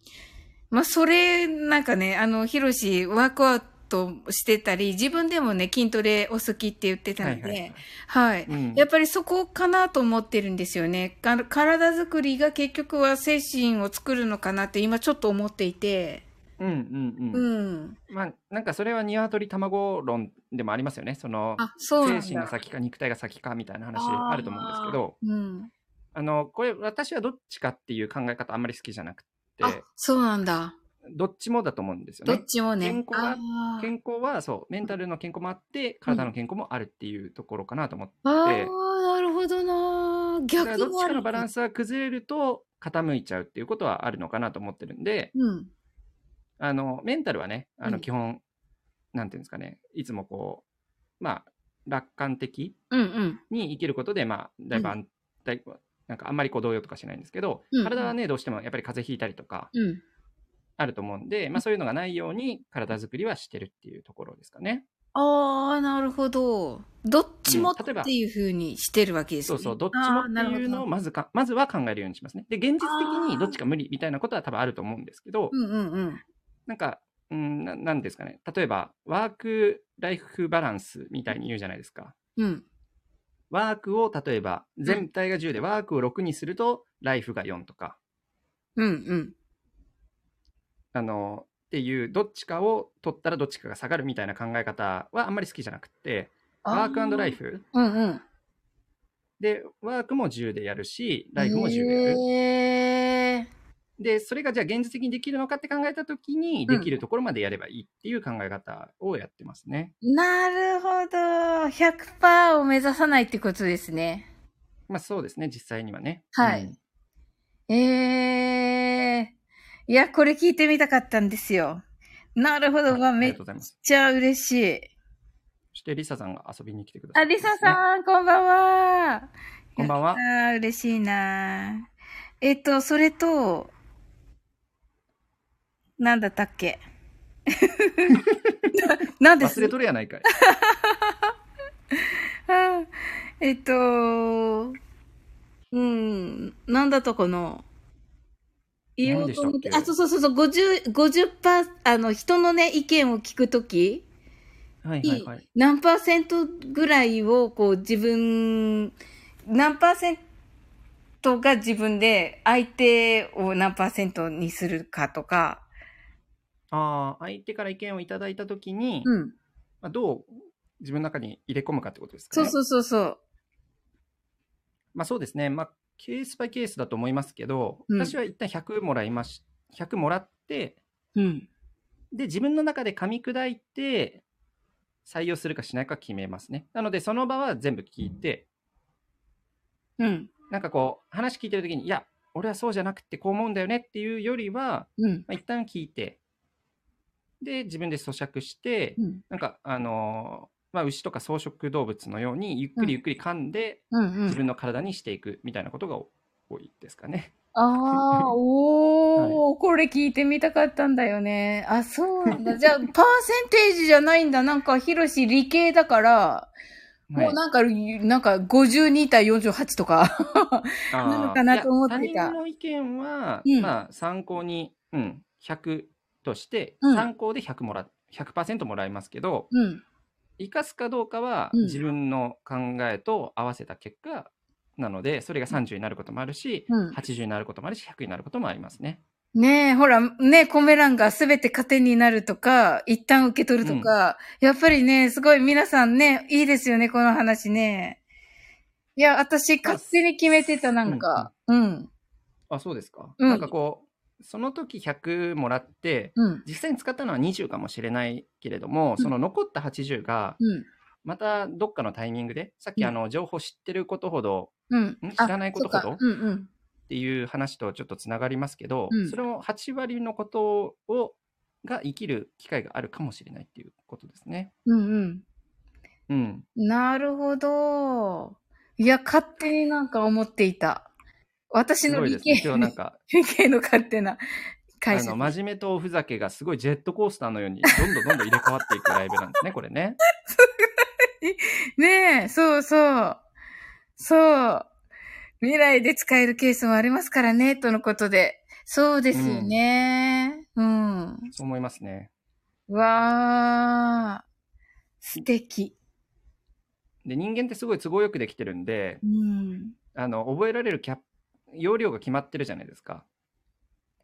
[SPEAKER 1] まあ、それ、なんかね、あの、ヒロシ、ワークアウトしてたり、自分でもね、筋トレお好きって言ってた
[SPEAKER 2] は
[SPEAKER 1] の
[SPEAKER 2] い
[SPEAKER 1] で、
[SPEAKER 2] は
[SPEAKER 1] はいい
[SPEAKER 2] はいうん
[SPEAKER 1] やっぱりそこかなと思ってるんですよね。か体づくりが結局は精神を作るのかなって今ちょっと思っていて。
[SPEAKER 2] うんうん
[SPEAKER 1] う
[SPEAKER 2] うん。
[SPEAKER 1] ん。
[SPEAKER 2] まあなんかそれは鶏卵論でもありますよね。その
[SPEAKER 1] あ、そうなん
[SPEAKER 2] 精
[SPEAKER 1] だ。
[SPEAKER 2] 神が先か肉体が先かみたいな話あると思うんですけど、
[SPEAKER 1] うん。
[SPEAKER 2] あのこれ私はどっちかっていう考え方あんまり好きじゃなく
[SPEAKER 1] あ
[SPEAKER 2] て、、
[SPEAKER 1] そうなんだ。
[SPEAKER 2] どっちもだと思うんですよ
[SPEAKER 1] ど
[SPEAKER 2] ね
[SPEAKER 1] っ。ちもね。
[SPEAKER 2] 健康は
[SPEAKER 1] あー
[SPEAKER 2] 健康はそうメンタルの健康もあって体の健康もあるっていうところかなと思って
[SPEAKER 1] あー、なるほどなー。
[SPEAKER 2] だから
[SPEAKER 1] 逆
[SPEAKER 2] どっ
[SPEAKER 1] もあ
[SPEAKER 2] ちか
[SPEAKER 1] る
[SPEAKER 2] のバランスが崩れると傾いちゃうっていうことはあるのかなと思ってるんで、
[SPEAKER 1] うん。
[SPEAKER 2] あのメンタルはね、あ
[SPEAKER 1] う
[SPEAKER 2] の
[SPEAKER 1] ん
[SPEAKER 2] 基本、なんていうんですかね、いつもこう、まあ、楽観的
[SPEAKER 1] うんうん。
[SPEAKER 2] に生きることで、まあ、だいぶ安定、なんかあんまりこう動揺とかしないんですけど、
[SPEAKER 1] うん
[SPEAKER 2] 体はね、どうしてもやっぱり風邪ひいたりとか
[SPEAKER 1] うん。
[SPEAKER 2] あると思うんで、まあ、そういうのがないように体作りはしてるっていうところですかね。
[SPEAKER 1] ああ、なるほど。どっちもっ
[SPEAKER 2] うん例えば
[SPEAKER 1] ていうふうにしてるわけです
[SPEAKER 2] そ
[SPEAKER 1] ね。
[SPEAKER 2] うそう、どっちも
[SPEAKER 1] あーな
[SPEAKER 2] ってい
[SPEAKER 1] る
[SPEAKER 2] う
[SPEAKER 1] ほ
[SPEAKER 2] のを
[SPEAKER 1] ど
[SPEAKER 2] まずか、まずは考えるようにしますね。で、現実的
[SPEAKER 1] あ
[SPEAKER 2] に
[SPEAKER 1] ー
[SPEAKER 2] どっちか無理みたいなことは多分あると思うんですけど、
[SPEAKER 1] うんうんうん。
[SPEAKER 2] なんか、うん、ななんですかね。例えば、ワーク・ライフ・バランスみたいに言うじゃないですか。
[SPEAKER 1] うん。
[SPEAKER 2] ワークを、例えば、全体が10で、ワークを6にすると、ライフが4とか、
[SPEAKER 1] うんうん。
[SPEAKER 2] あの、っていう、どっちかを取ったらどっちかが下がるみたいな考え方はあんまり好きじゃなくて、ワークライ
[SPEAKER 1] フ。う
[SPEAKER 2] フ
[SPEAKER 1] んうん。
[SPEAKER 2] で、ワークも10でやるし、ライフも10でやる。
[SPEAKER 1] へえ。
[SPEAKER 2] で、それがじゃあ現実的にできるのかって考えたときに、
[SPEAKER 1] うん
[SPEAKER 2] できるところまでやればいいっていう考え方をやってますね。
[SPEAKER 1] なるほど。100%を目指さないってことですね。
[SPEAKER 2] まあそうですね、実際にはね。
[SPEAKER 1] はい
[SPEAKER 2] うん
[SPEAKER 1] ええいや、これ聞いてみたかったんですよ。なるほど。わ
[SPEAKER 2] はいあり
[SPEAKER 1] め
[SPEAKER 2] が
[SPEAKER 1] っ
[SPEAKER 2] とうございます。
[SPEAKER 1] ちゃ嬉しい。
[SPEAKER 2] そして、リサさんが遊びに来てくださ
[SPEAKER 1] あ、
[SPEAKER 2] い
[SPEAKER 1] リサさん、こんばんは。
[SPEAKER 2] こんばんは
[SPEAKER 1] やったー嬉しいなーえっと、それと、なんだったっけ ななんです
[SPEAKER 2] 忘れとるやないかい。
[SPEAKER 1] あー えっと、うん、なんだったかな言おうと思って。
[SPEAKER 2] 何
[SPEAKER 1] あ、
[SPEAKER 2] でした
[SPEAKER 1] そ
[SPEAKER 2] っ
[SPEAKER 1] うそうそうそう、50、50パー、あの、人のね、意見を聞くとき、
[SPEAKER 2] はい
[SPEAKER 1] い
[SPEAKER 2] はいいはい。
[SPEAKER 1] 何パーセントぐらいを、こう、自分、何パーセントが自分で、相手を何パーセントにするかとか、
[SPEAKER 2] ああ、相手から意見をいただいたときに、
[SPEAKER 1] うん。
[SPEAKER 2] まあ、どう自分の中に入れ込むかってことですか
[SPEAKER 1] そう
[SPEAKER 2] ね。
[SPEAKER 1] そううそうそう。
[SPEAKER 2] まあそうですね。まあ、ケースバイケースだと思いますけど、
[SPEAKER 1] うん
[SPEAKER 2] 私は一旦100もらいまし、100もらって、
[SPEAKER 1] うん。
[SPEAKER 2] で、自分の中で噛み砕いて、採用するかしないか決めますね。なので、その場は全部聞いて、
[SPEAKER 1] うん。
[SPEAKER 2] なんかこう、話聞いてるときに、いや、俺はそうじゃなくてこう思うんだよねっていうよりは、
[SPEAKER 1] うん。
[SPEAKER 2] まあ、一旦聞いて、で、自分で咀嚼して、
[SPEAKER 1] うん。
[SPEAKER 2] なんか、あのーまあ、牛とか草食動物のように、ゆっくりゆっくり噛んで、
[SPEAKER 1] うん。う
[SPEAKER 2] 自
[SPEAKER 1] ん。
[SPEAKER 2] 分の体にしていくみたいなことが多いですかね。
[SPEAKER 1] ああ、おー、これ聞いてみたかったんだよね。あ、そうなんだ。じゃあ、パーセンテージじゃないんだ。なんか、ヒロシ理系だから、もうなんか、なんか52対48とか。
[SPEAKER 2] あー
[SPEAKER 1] なのかなと思ってた
[SPEAKER 2] いや他人の意見は、
[SPEAKER 1] うん
[SPEAKER 2] まあ、参考に、うん、100として、
[SPEAKER 1] うん
[SPEAKER 2] 参考で100もら、100%もらえますけど、
[SPEAKER 1] うん。
[SPEAKER 2] 生かすかどうかは、
[SPEAKER 1] うん
[SPEAKER 2] 自分の考えと合わせた結果なので、それが30になることもあるし、
[SPEAKER 1] うん
[SPEAKER 2] 80になることもあるし、100になることもありますね。
[SPEAKER 1] ねえ、ほら、ねコメ欄がすべて糧になるとか、一旦受け取るとか、やっぱりね、すごい皆さんね、いいですよね、この話ね。いや、私、勝手に決めてた、なんか。うん。
[SPEAKER 2] あ、そうですか。
[SPEAKER 1] うん
[SPEAKER 2] なんかこう、その時100もらって、
[SPEAKER 1] うん。
[SPEAKER 2] 実際に使ったのは20かもしれないけれども、その残った80が、
[SPEAKER 1] うん。
[SPEAKER 2] またどっかのタイミングで、さっきあの、情報知ってることほど
[SPEAKER 1] うん。
[SPEAKER 2] ん知らないことほど
[SPEAKER 1] あそうかうんうん。
[SPEAKER 2] っていう話とちょっとつながりますけど、
[SPEAKER 1] うん
[SPEAKER 2] それも8割のことをが生きる機会があるかもしれないっていうことですね。
[SPEAKER 1] うんうん。
[SPEAKER 2] うん、
[SPEAKER 1] なるほど。いや、勝手になんか思っていた。私
[SPEAKER 2] す
[SPEAKER 1] の
[SPEAKER 2] ごい
[SPEAKER 1] 理
[SPEAKER 2] ですね。
[SPEAKER 1] 系
[SPEAKER 2] 今日な んか
[SPEAKER 1] 理系の勝手な
[SPEAKER 2] あ
[SPEAKER 1] 会社
[SPEAKER 2] の。真面目とおふざけがすごいジェットコースターのようにどんどんどんどん入れ替わっていくライブなんですね、これね。
[SPEAKER 1] ねえ、そうそう。そう。未来で使えるケースもありますからね、とのことで。そうですよね。うん。
[SPEAKER 2] そう思いますね。
[SPEAKER 1] わー。素敵。
[SPEAKER 2] で人間ってすごい都合よくできてるんで
[SPEAKER 1] うん。
[SPEAKER 2] あの覚えられるキャップ容量が決まってるじゃないですか。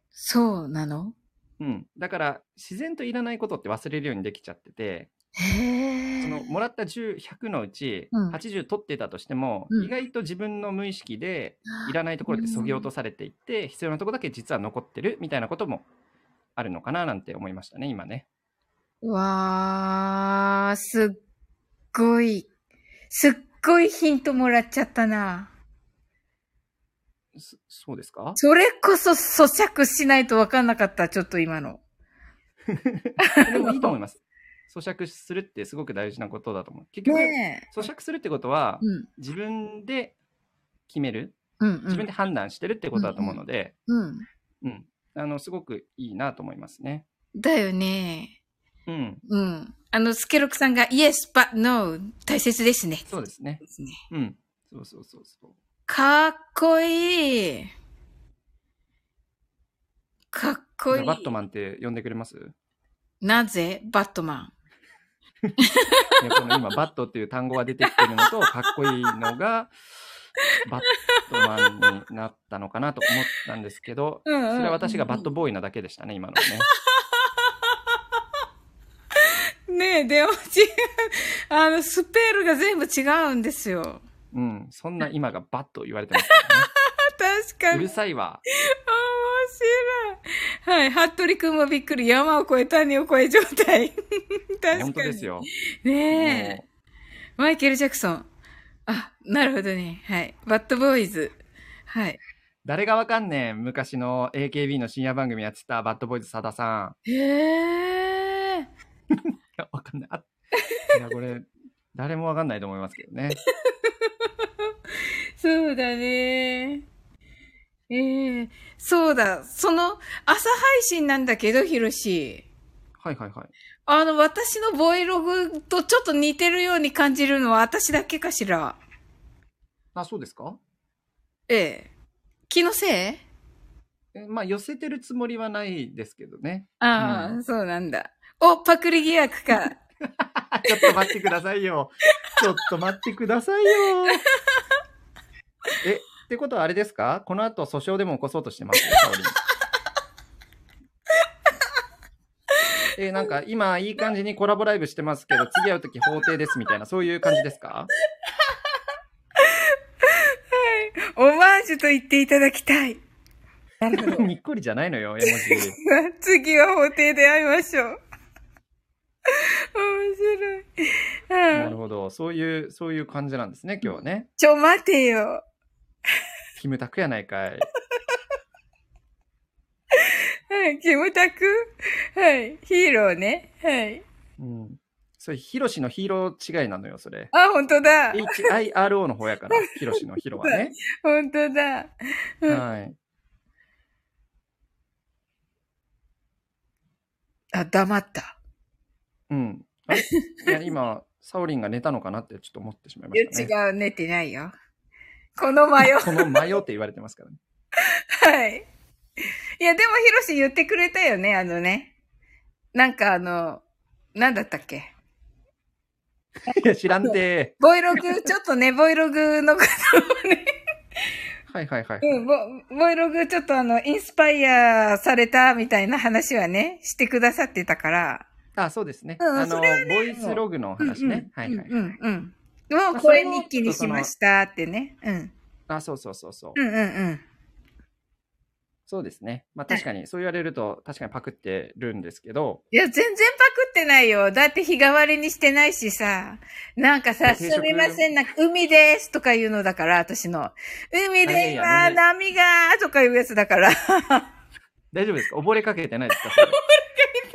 [SPEAKER 1] そうなの
[SPEAKER 2] うん、だから自然といらないことって忘れるようにできちゃってて
[SPEAKER 1] へえ。
[SPEAKER 2] そのもらった10 100のうち
[SPEAKER 1] うん
[SPEAKER 2] 80取ってたとしても、
[SPEAKER 1] うん
[SPEAKER 2] 意外と自分の無意識でいらないところってそぎ落とされていって、必要なところだけ実は残ってるみたいなこともあるのかななんて思いましたね今ね。
[SPEAKER 1] わー、すっごい、すっごいヒントもらっちゃったな。
[SPEAKER 2] そそうですか
[SPEAKER 1] それこそ咀嚼しないとわかんなかった、ちょっと今の。
[SPEAKER 2] でもいいと思います。咀嚼するってすごく大事なことだと思う。結局、
[SPEAKER 1] ね
[SPEAKER 2] 咀嚼するってことは
[SPEAKER 1] え。うん。
[SPEAKER 2] 自分で決める
[SPEAKER 1] うん、うん。
[SPEAKER 2] 自分で判断してるってことだと思うので、
[SPEAKER 1] うん。
[SPEAKER 2] うん、あのすごくいいなと思いますね。
[SPEAKER 1] だよね。
[SPEAKER 2] うん、
[SPEAKER 1] うん。あの、スケロクさんが、yes, but no, 大切ですね。
[SPEAKER 2] そうですね。
[SPEAKER 1] ですね。
[SPEAKER 2] うん、そうそうそうそう。
[SPEAKER 1] かっこいい。かっこいい。
[SPEAKER 2] バットマンって呼んでくれますい
[SPEAKER 1] なぜバットマン。
[SPEAKER 2] やこの今、 バットっていう単語が出てきてるのと、かっこいいのが、バットマンになったのかなと思ったんですけど、
[SPEAKER 1] うんうんうん
[SPEAKER 2] それは私がバットボーイなだけでしたね、今のはね。
[SPEAKER 1] ねえ、でも違う。 あの、スペルが全部違うんですよ。
[SPEAKER 2] うん、そんな今がバッと言われてますからね。
[SPEAKER 1] 確か
[SPEAKER 2] う
[SPEAKER 1] に。
[SPEAKER 2] る
[SPEAKER 1] 面
[SPEAKER 2] さいわ。
[SPEAKER 1] 白い。はい。服部くんもびっくり。山を越え、谷を越え状態。 確かに。
[SPEAKER 2] 本当です。よ。
[SPEAKER 1] ねえ
[SPEAKER 2] も。
[SPEAKER 1] マイケル・ジャクソン。あ、なるほどね。はい。バッドボーイズ。はい。
[SPEAKER 2] う誰がわかんねん、昔の AKB の深夜番組やってたバッドボーイズさださん。
[SPEAKER 1] へえ。
[SPEAKER 2] いや、わかんない。あいや、これ、誰もわかんないと思いますけどね。
[SPEAKER 1] そうだね。ええそうだ。その、朝配信なんだけど、ヒロシ。
[SPEAKER 2] はいはいはい。
[SPEAKER 1] あの、私のボイログとちょっと似てるように感じるのは私だけかしら。
[SPEAKER 2] あ、そうですか
[SPEAKER 1] ええ気のせい
[SPEAKER 2] えまあ、寄せてるつもりはないですけどね。
[SPEAKER 1] ああ、
[SPEAKER 2] う
[SPEAKER 1] そうなんだ。お、パクリ疑惑 か。
[SPEAKER 2] ちょっと待ってくださいよ。ちょっと待ってくださいよ。え、ってことはあれですかこの後訴訟でも起こそうとしてます、ね、香織え、なんか今いい感じにコラボライブしてますけど、次会うとき法廷ですみたいな、そういう感じですか
[SPEAKER 1] オマージュと言っていただきたい。なるほど。
[SPEAKER 2] にっこりじゃないのよ、絵文字。
[SPEAKER 1] 次は法廷で会いましょう。 面白い。
[SPEAKER 2] な
[SPEAKER 1] う
[SPEAKER 2] る
[SPEAKER 1] ん。
[SPEAKER 2] ほど。そういう、そういう感じなんですね、今日はね。
[SPEAKER 1] ちょ、待てよ。
[SPEAKER 2] キムタクやないかい。
[SPEAKER 1] はい、キムタクはい、ヒーローね。はい。
[SPEAKER 2] うん。それ、ヒロシのヒーロー違いなのよ、それ。
[SPEAKER 1] あ、本当だ。
[SPEAKER 2] HIRO の方やから、ヒロシのヒロはね。
[SPEAKER 1] 本当だ。うん
[SPEAKER 2] はい。
[SPEAKER 1] あ、黙った。
[SPEAKER 2] うん。あれ いや、今、サオリンが寝たのかなってちょっと思ってしまいま
[SPEAKER 1] いや、
[SPEAKER 2] した
[SPEAKER 1] 違
[SPEAKER 2] ね。
[SPEAKER 1] う、寝てないよ。この迷い。
[SPEAKER 2] この迷って言われてますからね。
[SPEAKER 1] はい。いや、でも、ヒロシ言ってくれたよね、あのね。なんか、あの、なんだったっけ。
[SPEAKER 2] いや、知らんて
[SPEAKER 1] ボイ ログ、ちょっとね、ボイログのことをね、
[SPEAKER 2] ー。はいはいはい。
[SPEAKER 1] うん、ボボイログ、ちょっとあの、インスパイアされたみたいな話はね、してくださってたから。
[SPEAKER 2] あ、そうですね。
[SPEAKER 1] うん
[SPEAKER 2] あの、
[SPEAKER 1] そ
[SPEAKER 2] ボイスログの話ね。
[SPEAKER 1] うん
[SPEAKER 2] は
[SPEAKER 1] う
[SPEAKER 2] い
[SPEAKER 1] ん
[SPEAKER 2] は
[SPEAKER 1] う
[SPEAKER 2] い。
[SPEAKER 1] んうんうん。もうこれ日記にしましたってね。うん。
[SPEAKER 2] あ、そうそうそうそう。
[SPEAKER 1] うんうんうん。
[SPEAKER 2] そうですね。まあ確かに、そう言われると、確かにパクってるんですけど、
[SPEAKER 1] いや、全然パクってないよ。だって日替わりにしてないしさ。なんか
[SPEAKER 2] い
[SPEAKER 1] さ、
[SPEAKER 2] や
[SPEAKER 1] す
[SPEAKER 2] 定食
[SPEAKER 1] みません、なんか海ですとか言うのだから、私の。海
[SPEAKER 2] いや
[SPEAKER 1] で
[SPEAKER 2] いや
[SPEAKER 1] 今、
[SPEAKER 2] ね
[SPEAKER 1] 波がとかいうやつだから。
[SPEAKER 2] 大丈夫ですか溺れかけてないですかそれ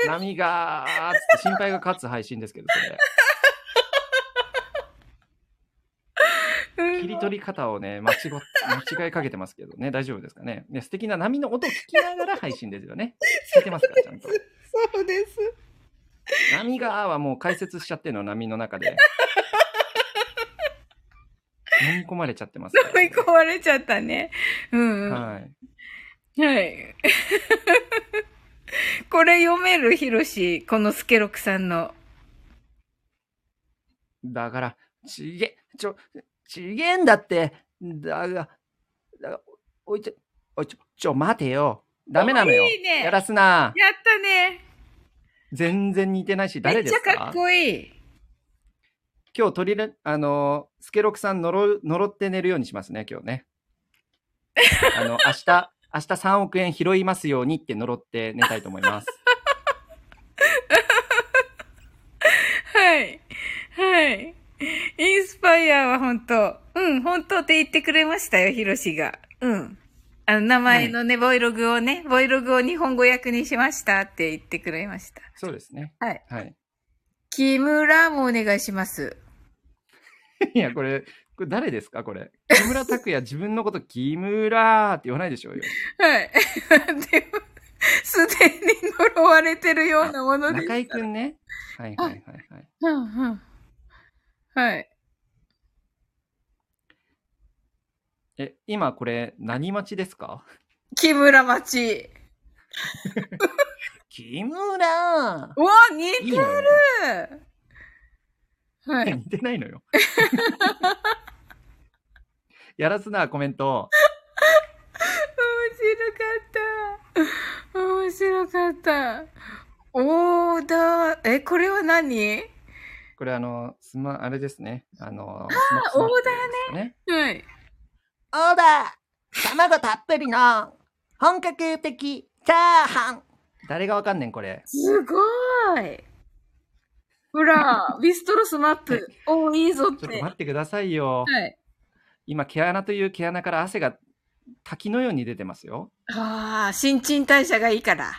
[SPEAKER 2] 波がーっつって心配が勝つ配信ですけど、それ。切り取り方 をね、間違っ、間違いかけてますけどね、大丈夫ですかね。ね素敵な波の音を聞きながら配信です よね。聞いてますから、ちゃんと。
[SPEAKER 1] そうです。
[SPEAKER 2] 波がーはもう解説しちゃってんの、波の 中で。飲み込まれちゃってますから、
[SPEAKER 1] 飲み込まれちゃったね。うんうん。は
[SPEAKER 2] はい。
[SPEAKER 1] い。 これ読めるヒロシ、このスケロクさんの。
[SPEAKER 2] だから、ちげ、ちょ、ちげえんだって。だが、だが、おいちょ、おいちょ、ちょ、待てよ。ダメなのよ。
[SPEAKER 1] いいね
[SPEAKER 2] やらすな。
[SPEAKER 1] やったね。
[SPEAKER 2] 全然似てないし、誰ですか
[SPEAKER 1] めっちゃかっこいい。
[SPEAKER 2] 今日取りれ、あのー、スケロクさん呪う、呪って寝るようにしますね、今 日ね。あの、明日、明日3億円拾いますようにって呪って寝たいと思います。
[SPEAKER 1] はい。はい。インスパイアは本当。うん、本当って言ってくれましたよ、ヒロシが。うん。あの、名前のね、ボイログをね、ボイログを日本語訳にしましたって言ってくれました。
[SPEAKER 2] そうですね。
[SPEAKER 1] はい。
[SPEAKER 2] はい。
[SPEAKER 1] 木村もお願いします。
[SPEAKER 2] いや、これ、これ誰ですかこれ。木村拓哉、自分のこと木村ーって言わないでしょうよ。
[SPEAKER 1] はい。 でも、すでに呪われてるようなものです
[SPEAKER 2] 中居くんね。はいはいはいはい。
[SPEAKER 1] うんうん。はい。
[SPEAKER 2] え、今これ、何待ちですか
[SPEAKER 1] 木村町。
[SPEAKER 2] 木村
[SPEAKER 1] うわ、似
[SPEAKER 2] ーい
[SPEAKER 1] て
[SPEAKER 2] い
[SPEAKER 1] る
[SPEAKER 2] のよ
[SPEAKER 1] はい
[SPEAKER 2] や。似てないのよ。 やらすな、コメント。
[SPEAKER 1] 面白かった。面白かった。オーダー、え、これは何
[SPEAKER 2] これあの、スマ、あれですね。あの、
[SPEAKER 1] あオー
[SPEAKER 2] ダーね。
[SPEAKER 1] はい。
[SPEAKER 2] オーダー卵たっぷりの本格的チャーハン誰がわかんねん、これ。
[SPEAKER 1] すごい。ほら、ビストロスマップ。おー、いいぞっ。
[SPEAKER 2] ちょってと
[SPEAKER 1] は
[SPEAKER 2] 待ってくださいよ。
[SPEAKER 1] い。
[SPEAKER 2] 今、毛穴という毛穴から汗が滝のように出てますよ。
[SPEAKER 1] ああ、新陳代謝がいいから。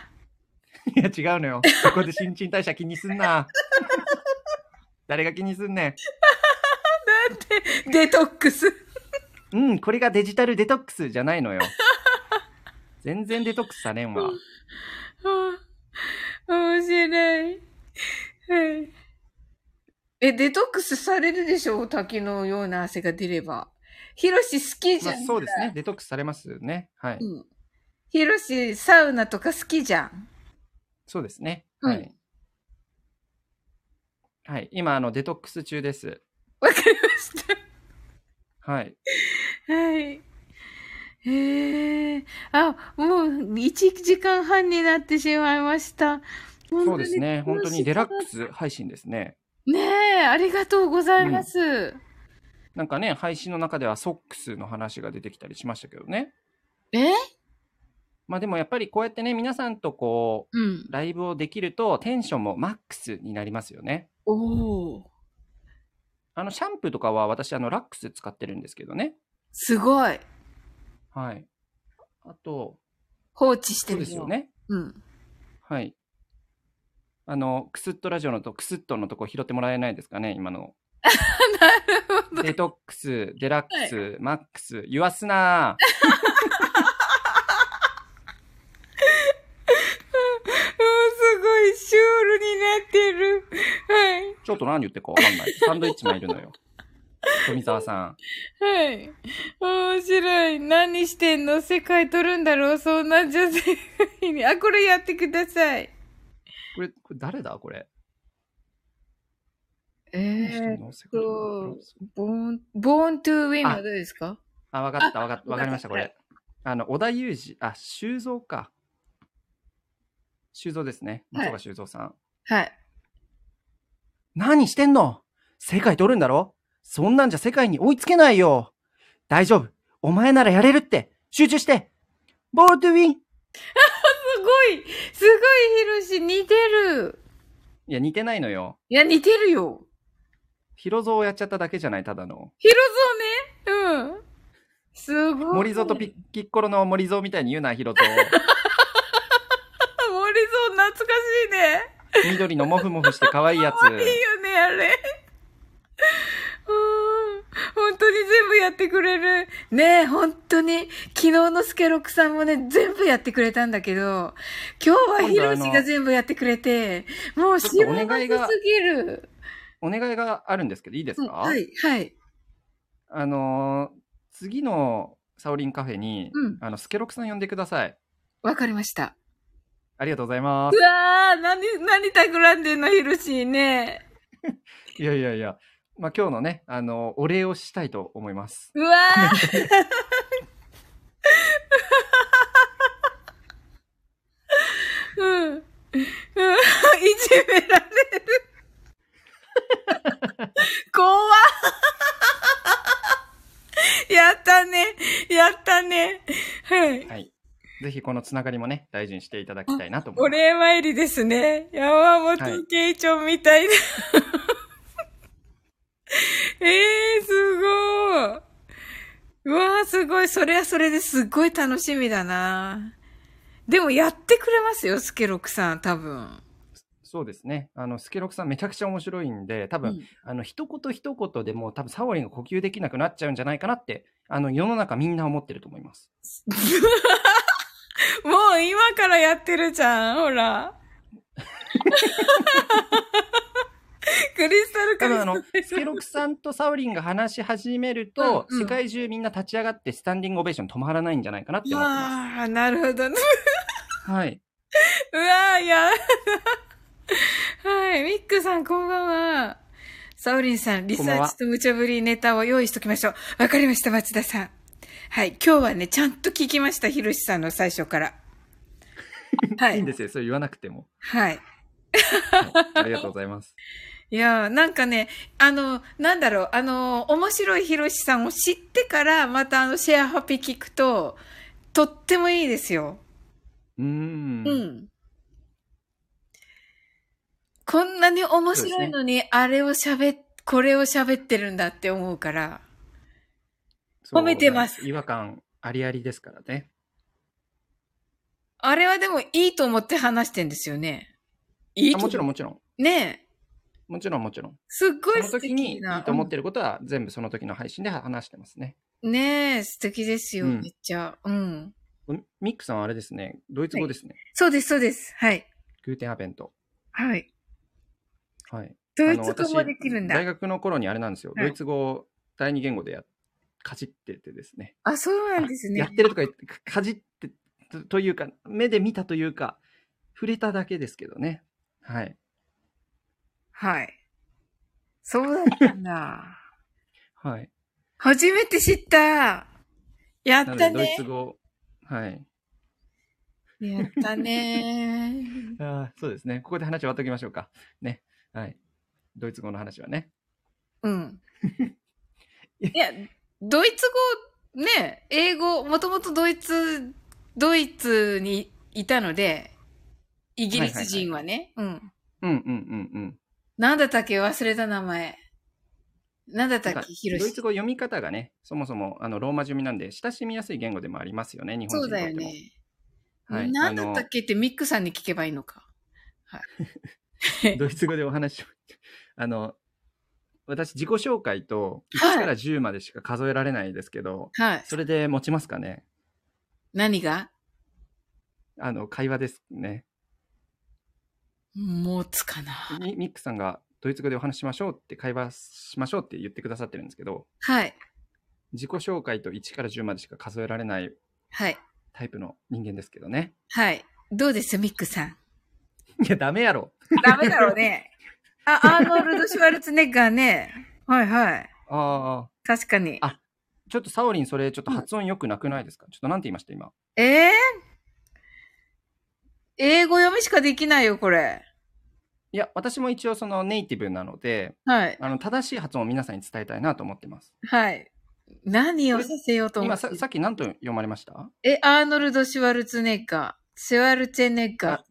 [SPEAKER 2] いや、違うのよ。 ここで新陳代謝気にすんな。 誰が気にすんね
[SPEAKER 1] デトックス。
[SPEAKER 2] ん。うん、これがデジタルデトックスじゃ ないのよ。全然デトックスされんわ。
[SPEAKER 1] ああ、面白い。はい。え、デトックスされるでしょ滝のような汗が出れば。ヒロシ好きじ
[SPEAKER 2] ま
[SPEAKER 1] ゃ
[SPEAKER 2] あ
[SPEAKER 1] ん。
[SPEAKER 2] そうですね。デトックスされますね。はい。
[SPEAKER 1] うん。ヒロシ、サウナとか好きじゃん。
[SPEAKER 2] そうですね。
[SPEAKER 1] は
[SPEAKER 2] はいい。はい。今、あの、デトックス中です。
[SPEAKER 1] わかりました。
[SPEAKER 2] はい。
[SPEAKER 1] はい。へえ。あ、もう1時間半になってしまいました。本
[SPEAKER 2] そ
[SPEAKER 1] 当
[SPEAKER 2] う
[SPEAKER 1] に
[SPEAKER 2] ですね。本当にデラックス配信ですね。
[SPEAKER 1] ねえ、ありがとうございます。
[SPEAKER 2] なんかね、配信の中ではソックスの話が出てきたりしましたけどね。
[SPEAKER 1] え
[SPEAKER 2] まあでもやっぱりこうやってね、皆さんとこ
[SPEAKER 1] うん
[SPEAKER 2] う、。ライブをできるとテンションもマックスになりますよね。
[SPEAKER 1] おお。
[SPEAKER 2] あの、シャンプーとかは私、あの、ラックス使ってるんですけどね。
[SPEAKER 1] すごい。
[SPEAKER 2] はい。あと、
[SPEAKER 1] 放置して
[SPEAKER 2] そう
[SPEAKER 1] る
[SPEAKER 2] ですよ。ね。
[SPEAKER 1] うん。
[SPEAKER 2] はい。あの、クスッとラジオのと、クスッとのとこ拾ってもらえないですかね、今 の。
[SPEAKER 1] なるほど。
[SPEAKER 2] デトックス、デラックス、マックス、言わすな ー
[SPEAKER 1] すごいシュールになってる。はい。
[SPEAKER 2] ちょっと何言ってるかわかんない。サンドイッチマンいるの よ。富澤さん。
[SPEAKER 1] はい。面白い。何してんの世界取るんだろうそんな女性に。あ、これやってください。
[SPEAKER 2] これ、これ誰だこれ。
[SPEAKER 1] え
[SPEAKER 2] 人
[SPEAKER 1] ー、
[SPEAKER 2] の世界の
[SPEAKER 1] ボーン、ボーントゥーウィンは
[SPEAKER 2] あ
[SPEAKER 1] どうですか
[SPEAKER 2] あ、わかった、わかった、わかりました、こ
[SPEAKER 1] は
[SPEAKER 2] れ
[SPEAKER 1] い。
[SPEAKER 2] あの、織田裕二、あ、修造か。修造ですね。
[SPEAKER 1] はい
[SPEAKER 2] 松岡修造さん。
[SPEAKER 1] はい。
[SPEAKER 2] 何してんの世界取るんだろそんなんじゃ世界に追いつけないよ。大丈夫。お前ならやれるって。集中して。ボールトゥウィン。い
[SPEAKER 1] すごいすごいヒロシ似てる
[SPEAKER 2] や、似てないのよ。
[SPEAKER 1] いや、似てるよ
[SPEAKER 2] ヒロゾをやっちゃっただけじゃない、ただの。
[SPEAKER 1] ヒロゾねうん。すごい。
[SPEAKER 2] 森ゾとピッキッコロの森ゾみたいに言うな、ヒロゾ。
[SPEAKER 1] あ森ゾ懐かしいね。
[SPEAKER 2] 緑のモフモフして可愛いや
[SPEAKER 1] いい
[SPEAKER 2] つ。
[SPEAKER 1] よね、あれ。うん本当に全部やってくれる。ねえ、本当に。昨日のスケロクさんもね、全部やってくれたんだけど、今日はヒロシが全部やってくれて、もう幸
[SPEAKER 2] ちょっとお願
[SPEAKER 1] せ
[SPEAKER 2] いが
[SPEAKER 1] すぎる。
[SPEAKER 2] お願いがあるんですけど、いいです
[SPEAKER 1] うん
[SPEAKER 2] か、
[SPEAKER 1] はい、はい。
[SPEAKER 2] あのー次のサオリンカフェに、
[SPEAKER 1] うん
[SPEAKER 2] あの、スケロクさん呼んでください。
[SPEAKER 1] わかりました。
[SPEAKER 2] ありがとうございま
[SPEAKER 1] う
[SPEAKER 2] す。
[SPEAKER 1] わー、何、何企んでんの、ヒロシね。
[SPEAKER 2] いやいやいや。まあ、今日のね、あのお礼をしたいと思います。
[SPEAKER 1] うわーうん。うん。いじめられる。怖っやったね。やったね。はい。
[SPEAKER 2] はい。ぜひこのつながりもね、大事にしていただきたいなと思
[SPEAKER 1] お
[SPEAKER 2] います。
[SPEAKER 1] 礼参りですね。山本慶長みたいな。 えー、すごい。うわー、すごい。それはそれですっごい楽しみだな。でもやってくれますよ、スケロクさん、多分。
[SPEAKER 2] そうですね。あの、スケロクさんめちゃくちゃ面白いんで、多
[SPEAKER 1] う
[SPEAKER 2] 分、
[SPEAKER 1] ん、
[SPEAKER 2] あの、一言一言でもう多分サオリンが呼吸できなくなっちゃうんじゃないかなって、あの、世の中みんな思ってると思います。
[SPEAKER 1] もう今からやってるじゃん、ほ ら。クリスタル
[SPEAKER 2] 多
[SPEAKER 1] カ
[SPEAKER 2] 分
[SPEAKER 1] ル
[SPEAKER 2] あの、スケロクさんとサオリンが話し始めると、
[SPEAKER 1] うんうん
[SPEAKER 2] 世界中みんな立ち上がってスタンディングオベーション止まらないんじゃないかなって
[SPEAKER 1] う
[SPEAKER 2] 思ってま
[SPEAKER 1] わー、なるほどね。
[SPEAKER 2] す。はい。
[SPEAKER 1] うわー、やだ。はい、ミックさんこんばんは。サオリンさん、リサ
[SPEAKER 2] こんばん
[SPEAKER 1] ー
[SPEAKER 2] は
[SPEAKER 1] チと無茶ぶりネタを用意しときましょう。わかりました、松田さん。はい、今日はね、ちゃんと聞きました、ヒロシさんの最初
[SPEAKER 2] 、
[SPEAKER 1] から。はい
[SPEAKER 2] い
[SPEAKER 1] い
[SPEAKER 2] んで。すよ。それ言わなくて も。
[SPEAKER 1] はい。
[SPEAKER 2] ありがとうございます。
[SPEAKER 1] いやー、なんかね、あの、なんだろう、あの、面白いヒロシさんを知ってから、またあの、シェアハピ聞くと、とってもいいですよ。
[SPEAKER 2] うーん。
[SPEAKER 1] うん。こんなに面白いのに、あれを喋っ、これを喋ってるんだって思うから。
[SPEAKER 2] そう
[SPEAKER 1] 褒めてます。
[SPEAKER 2] 違和感ありありですからね。
[SPEAKER 1] あれはでもいいと思って話してんですよね。いい
[SPEAKER 2] あ
[SPEAKER 1] と
[SPEAKER 2] もちろんもちろん。
[SPEAKER 1] ねえ。
[SPEAKER 2] もちろんもちろん。
[SPEAKER 1] すっご
[SPEAKER 2] そ
[SPEAKER 1] い
[SPEAKER 2] の
[SPEAKER 1] 素
[SPEAKER 2] 時にい
[SPEAKER 1] 敵
[SPEAKER 2] い
[SPEAKER 1] な。
[SPEAKER 2] と思ってることは全部その時の配信で話してますね。
[SPEAKER 1] うんねえ、素敵ですよ、
[SPEAKER 2] うん
[SPEAKER 1] めっちゃ。うん。
[SPEAKER 2] ミックさんはあれですね、ドイツ語ですね。
[SPEAKER 1] そうです、そうです。はい。
[SPEAKER 2] グーテンアベント。
[SPEAKER 1] はい。
[SPEAKER 2] はい。
[SPEAKER 1] ドイ
[SPEAKER 2] あの
[SPEAKER 1] ツ語
[SPEAKER 2] 私
[SPEAKER 1] もできるんだ
[SPEAKER 2] 大。学の頃にあれなんですよ。
[SPEAKER 1] うん
[SPEAKER 2] ドイツ語を第二言語でやかじっててですね。
[SPEAKER 1] あ、そうなんですね。
[SPEAKER 2] やってるとか言ってかかじってとというか、目で見たというか、触れただけですけどね。はい。
[SPEAKER 1] はい。そうだったんだ。
[SPEAKER 2] はい。
[SPEAKER 1] 初めて知ったやっ
[SPEAKER 2] なの
[SPEAKER 1] た
[SPEAKER 2] で、ドイ
[SPEAKER 1] ね
[SPEAKER 2] ツ語、はい。
[SPEAKER 1] やったね
[SPEAKER 2] あーそうですね。ここで話終わっておきましょうか。ね。はい。ドイツ語の話はね。
[SPEAKER 1] うん。いや、ドイツ語、ね、英語、もともとドイツ、ドイツにいたので、イギリス人はね。うん。
[SPEAKER 2] うんうんうんうん。
[SPEAKER 1] なんだったっけ忘れた名前。なんだったっ
[SPEAKER 2] なんか
[SPEAKER 1] けヒロ
[SPEAKER 2] ドイ
[SPEAKER 1] シ
[SPEAKER 2] ツ。語読み方がね、そもそもあのローマ字読みなんで、親しみやすい言語でもありますよね、日本
[SPEAKER 1] そ
[SPEAKER 2] 人
[SPEAKER 1] うだ
[SPEAKER 2] にとっても。
[SPEAKER 1] よね。
[SPEAKER 2] はい
[SPEAKER 1] なんだったっけってミックさんに聞けばいいのか。
[SPEAKER 2] ドイツ語でお話を。あの、私、自己紹介と1から10までしか数えられないですけど、
[SPEAKER 1] はい。
[SPEAKER 2] それで持ちますかね。
[SPEAKER 1] 何が
[SPEAKER 2] あの、会話ですね。
[SPEAKER 1] 持つかな。
[SPEAKER 2] みミックさんがドイツ語でお話ししましょうって、会話しましょうって言ってくださってるんですけど、
[SPEAKER 1] はい。
[SPEAKER 2] 自己紹介と1から10までしか数えられない
[SPEAKER 1] はい。
[SPEAKER 2] タイプの人間ですけどね。
[SPEAKER 1] はい。どうですミックさん。
[SPEAKER 2] いや、ダメやろ。
[SPEAKER 1] ダメだろうね。あ、アーノルド・シュワルツェネッガーね。はいはい。
[SPEAKER 2] ああ。
[SPEAKER 1] 確かに
[SPEAKER 2] あ。ちょっとサオリン、それちょっと発音良くなくないですか、ちょっとなんて言いました、今。
[SPEAKER 1] えー、英語読みしかできないよ、これ。
[SPEAKER 2] いや、私も一応そのネイティブなので、
[SPEAKER 1] はい。
[SPEAKER 2] あの正しい発音を皆さんに伝えたいなと思ってます。
[SPEAKER 1] はい。何をさせようと思
[SPEAKER 2] 今
[SPEAKER 1] っ
[SPEAKER 2] さ、
[SPEAKER 1] て。
[SPEAKER 2] さっき何と読まれました
[SPEAKER 1] え、アーノルド・シュワルツェネッガー。シュワルツェネッガ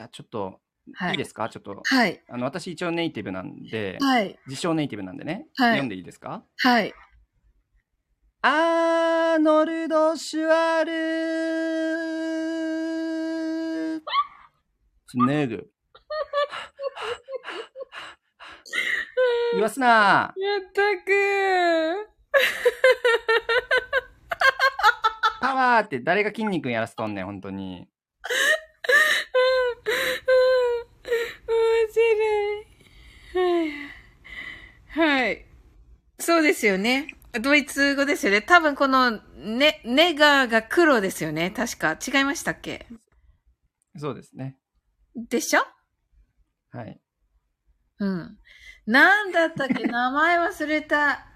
[SPEAKER 2] あちょっと、
[SPEAKER 1] ー。はい
[SPEAKER 2] い
[SPEAKER 1] い
[SPEAKER 2] で。すかちょっと。
[SPEAKER 1] はい。
[SPEAKER 2] あの私一応ネイティブなんで、
[SPEAKER 1] はい。
[SPEAKER 2] 自称ネイティブなんでね、
[SPEAKER 1] はい
[SPEAKER 2] 読んでいいですか
[SPEAKER 1] はい。
[SPEAKER 2] アーノルド・シュワル
[SPEAKER 3] スネーグ。
[SPEAKER 2] 言わすな
[SPEAKER 1] やったくー。
[SPEAKER 2] パワーって誰が筋肉やらせとんねん、本当に。
[SPEAKER 1] うんうん面白い。はい。はい。そうですよね。ドイツ語ですよね。多分この、ね、ネガーが黒ですよね。確か。違いましたっけ
[SPEAKER 2] そうですね。
[SPEAKER 1] でしょ
[SPEAKER 2] はい。
[SPEAKER 1] うん。なんだったっけ名前忘れた。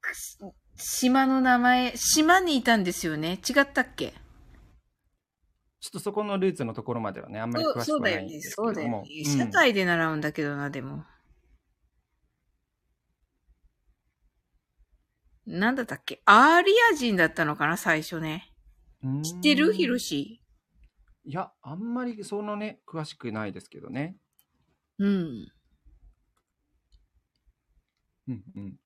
[SPEAKER 1] くし島の名前、島にいたんですよね。違ったっけ
[SPEAKER 2] ちょっとそこのルーツのところまではね、あんまり
[SPEAKER 1] そ
[SPEAKER 2] 詳
[SPEAKER 1] う
[SPEAKER 2] し
[SPEAKER 1] そう
[SPEAKER 2] くは
[SPEAKER 1] だ
[SPEAKER 2] な
[SPEAKER 1] よ
[SPEAKER 2] いんで
[SPEAKER 1] ね。
[SPEAKER 2] す
[SPEAKER 1] そ
[SPEAKER 2] け
[SPEAKER 1] うだ
[SPEAKER 2] ど
[SPEAKER 1] よ
[SPEAKER 2] も
[SPEAKER 1] ね。。社会で習うんだけどな、でも。なんだったっけアーリア人だったのかな、最初ね。
[SPEAKER 2] うん
[SPEAKER 1] 知って
[SPEAKER 2] う
[SPEAKER 1] る
[SPEAKER 2] ん
[SPEAKER 1] ヒロシ。
[SPEAKER 2] いや、あんまりそのね、詳しくないですけどね。
[SPEAKER 1] うん。
[SPEAKER 2] うんうん。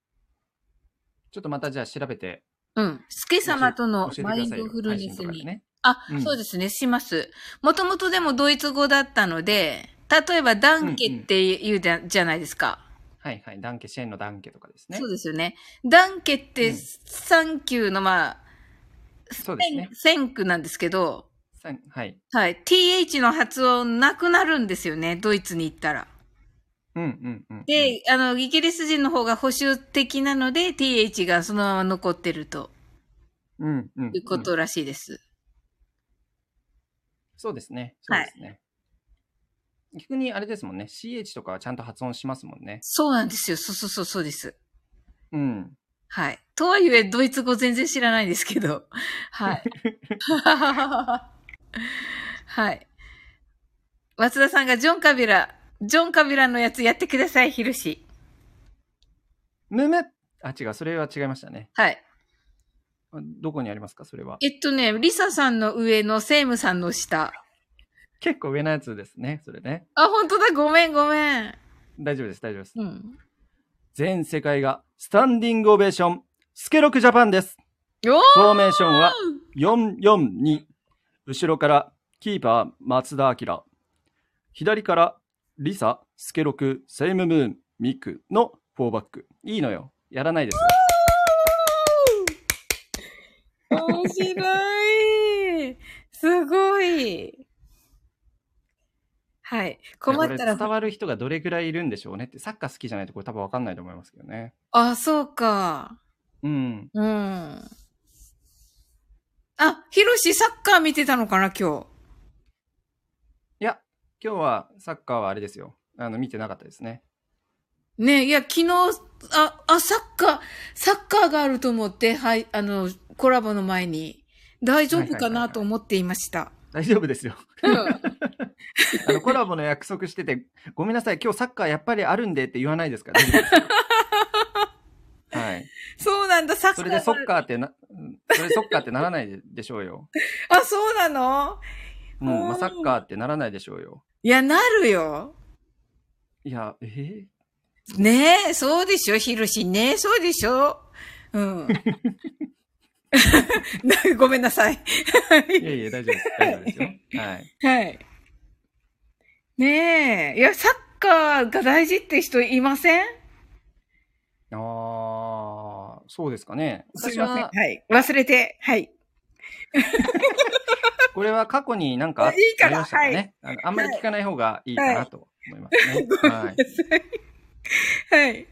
[SPEAKER 2] ちょっとまたじゃあ調べて。
[SPEAKER 1] うん。スケ様との
[SPEAKER 2] 教えてくだ
[SPEAKER 1] マ
[SPEAKER 2] さい
[SPEAKER 1] イン
[SPEAKER 2] よ
[SPEAKER 1] ドフルネス
[SPEAKER 2] 配信とかで
[SPEAKER 1] に。
[SPEAKER 2] ね。
[SPEAKER 1] あ、
[SPEAKER 2] うん
[SPEAKER 1] そうですね、します。もともとでもドイツ語だったので、例えば、ダンケって言うじゃじゃないですか。
[SPEAKER 2] はいはい。ダンケ、シェンのダンケとかですね。
[SPEAKER 1] そうですよね。ダンケっ
[SPEAKER 2] う
[SPEAKER 1] て、
[SPEAKER 2] ん
[SPEAKER 1] サンキューの、まあ、
[SPEAKER 2] そうですね。
[SPEAKER 1] センクなんですけど、
[SPEAKER 2] さんはい。
[SPEAKER 1] はい。th の発音なくなるんですよね、ドイツに行ったら。
[SPEAKER 2] うんうんうん。
[SPEAKER 1] で、あの、イギリス人の方が保守的なので、th がそのまま残ってると
[SPEAKER 2] うんうん、うん。
[SPEAKER 1] いうことらしいです。
[SPEAKER 2] そうですね。そうですね。逆にあれですもんね。CH とかはちゃんと発音しますもんね。
[SPEAKER 1] そうなんですよ。そうそうそう、そうです。
[SPEAKER 2] うん。
[SPEAKER 1] はい。とはいえ、ドイツ語全然知らないんですけ ど。はい。はい。松田さんがジョン・カビラ、ジョン・カビラのやつやってください、ヒルシ。
[SPEAKER 2] むむあ、違う。それは違いましたね。
[SPEAKER 1] はい。
[SPEAKER 2] あどこにありますかそれは。
[SPEAKER 1] えっとね、リサさんの上のセイムさんの下。
[SPEAKER 2] 結構上のやつですね。それね。
[SPEAKER 1] あ、本当だ、ごめん、ごめん。
[SPEAKER 2] 大丈夫です。大丈夫です。
[SPEAKER 1] うん。
[SPEAKER 3] 全世界がスタンディングオベーション。スケロクジャパンです。
[SPEAKER 1] よ
[SPEAKER 3] フォーメーションは442。後ろからキーパー松田明。左からリサ、スケロク、セイムムーン、ミクの4バック。いいのよ。やらないですよ。
[SPEAKER 1] ー面白い。すごい。はい。困った
[SPEAKER 2] これ伝
[SPEAKER 1] ら、
[SPEAKER 2] わる人がどれくらいいるんでしょうねって、サッカー好きじゃないとこれ多分わかんないと思いますけどね。
[SPEAKER 1] あ、そうか。
[SPEAKER 2] うん。
[SPEAKER 1] うん。あ、ヒロシサッカー見てたのかな、今日。
[SPEAKER 2] いや、今日はサッカーはあれですよ。あの、見てなかったですね。
[SPEAKER 1] ねいや、昨日、あ、あ、サッカー、サッカーがあると思って、はい、あの、コラボの前に、大丈夫かなと思っていました。
[SPEAKER 2] 大丈夫ですよ。
[SPEAKER 1] うん。
[SPEAKER 2] あの、コラボの約束してて、ごめんなさい、今日サッカーやっぱりあるんでって言わないで すから、大丈夫ですよはい。
[SPEAKER 1] そうなんだ、サッカ
[SPEAKER 2] そ
[SPEAKER 1] ー
[SPEAKER 2] れ
[SPEAKER 1] があ
[SPEAKER 2] で
[SPEAKER 1] る
[SPEAKER 2] ソッカーってな、それでソッカーってならないでしょうよ。
[SPEAKER 1] あ、そうなの
[SPEAKER 2] もう、まあ、
[SPEAKER 1] うん
[SPEAKER 2] サッカーってならないでしょうよ。
[SPEAKER 1] いや、なるよ。
[SPEAKER 2] いや、え
[SPEAKER 1] ねえ、そうでしょ、ヒロシ。ねえ、そうでしょ。うん。 なごめんなさい。
[SPEAKER 2] ー、いやいや、大丈夫です。大丈夫ですよ。はい。
[SPEAKER 1] はい。ねえ、いや、サッカーが大事って人いません
[SPEAKER 2] ああ、そうですかね。私
[SPEAKER 1] すいま
[SPEAKER 2] は
[SPEAKER 1] せ、んはい。忘れて、はい。
[SPEAKER 2] これは過去になんかあ
[SPEAKER 1] いいから
[SPEAKER 2] ありましたかね。あのあんまり聞かない方がいいかなと思いますね。
[SPEAKER 1] は
[SPEAKER 2] はい。
[SPEAKER 1] い。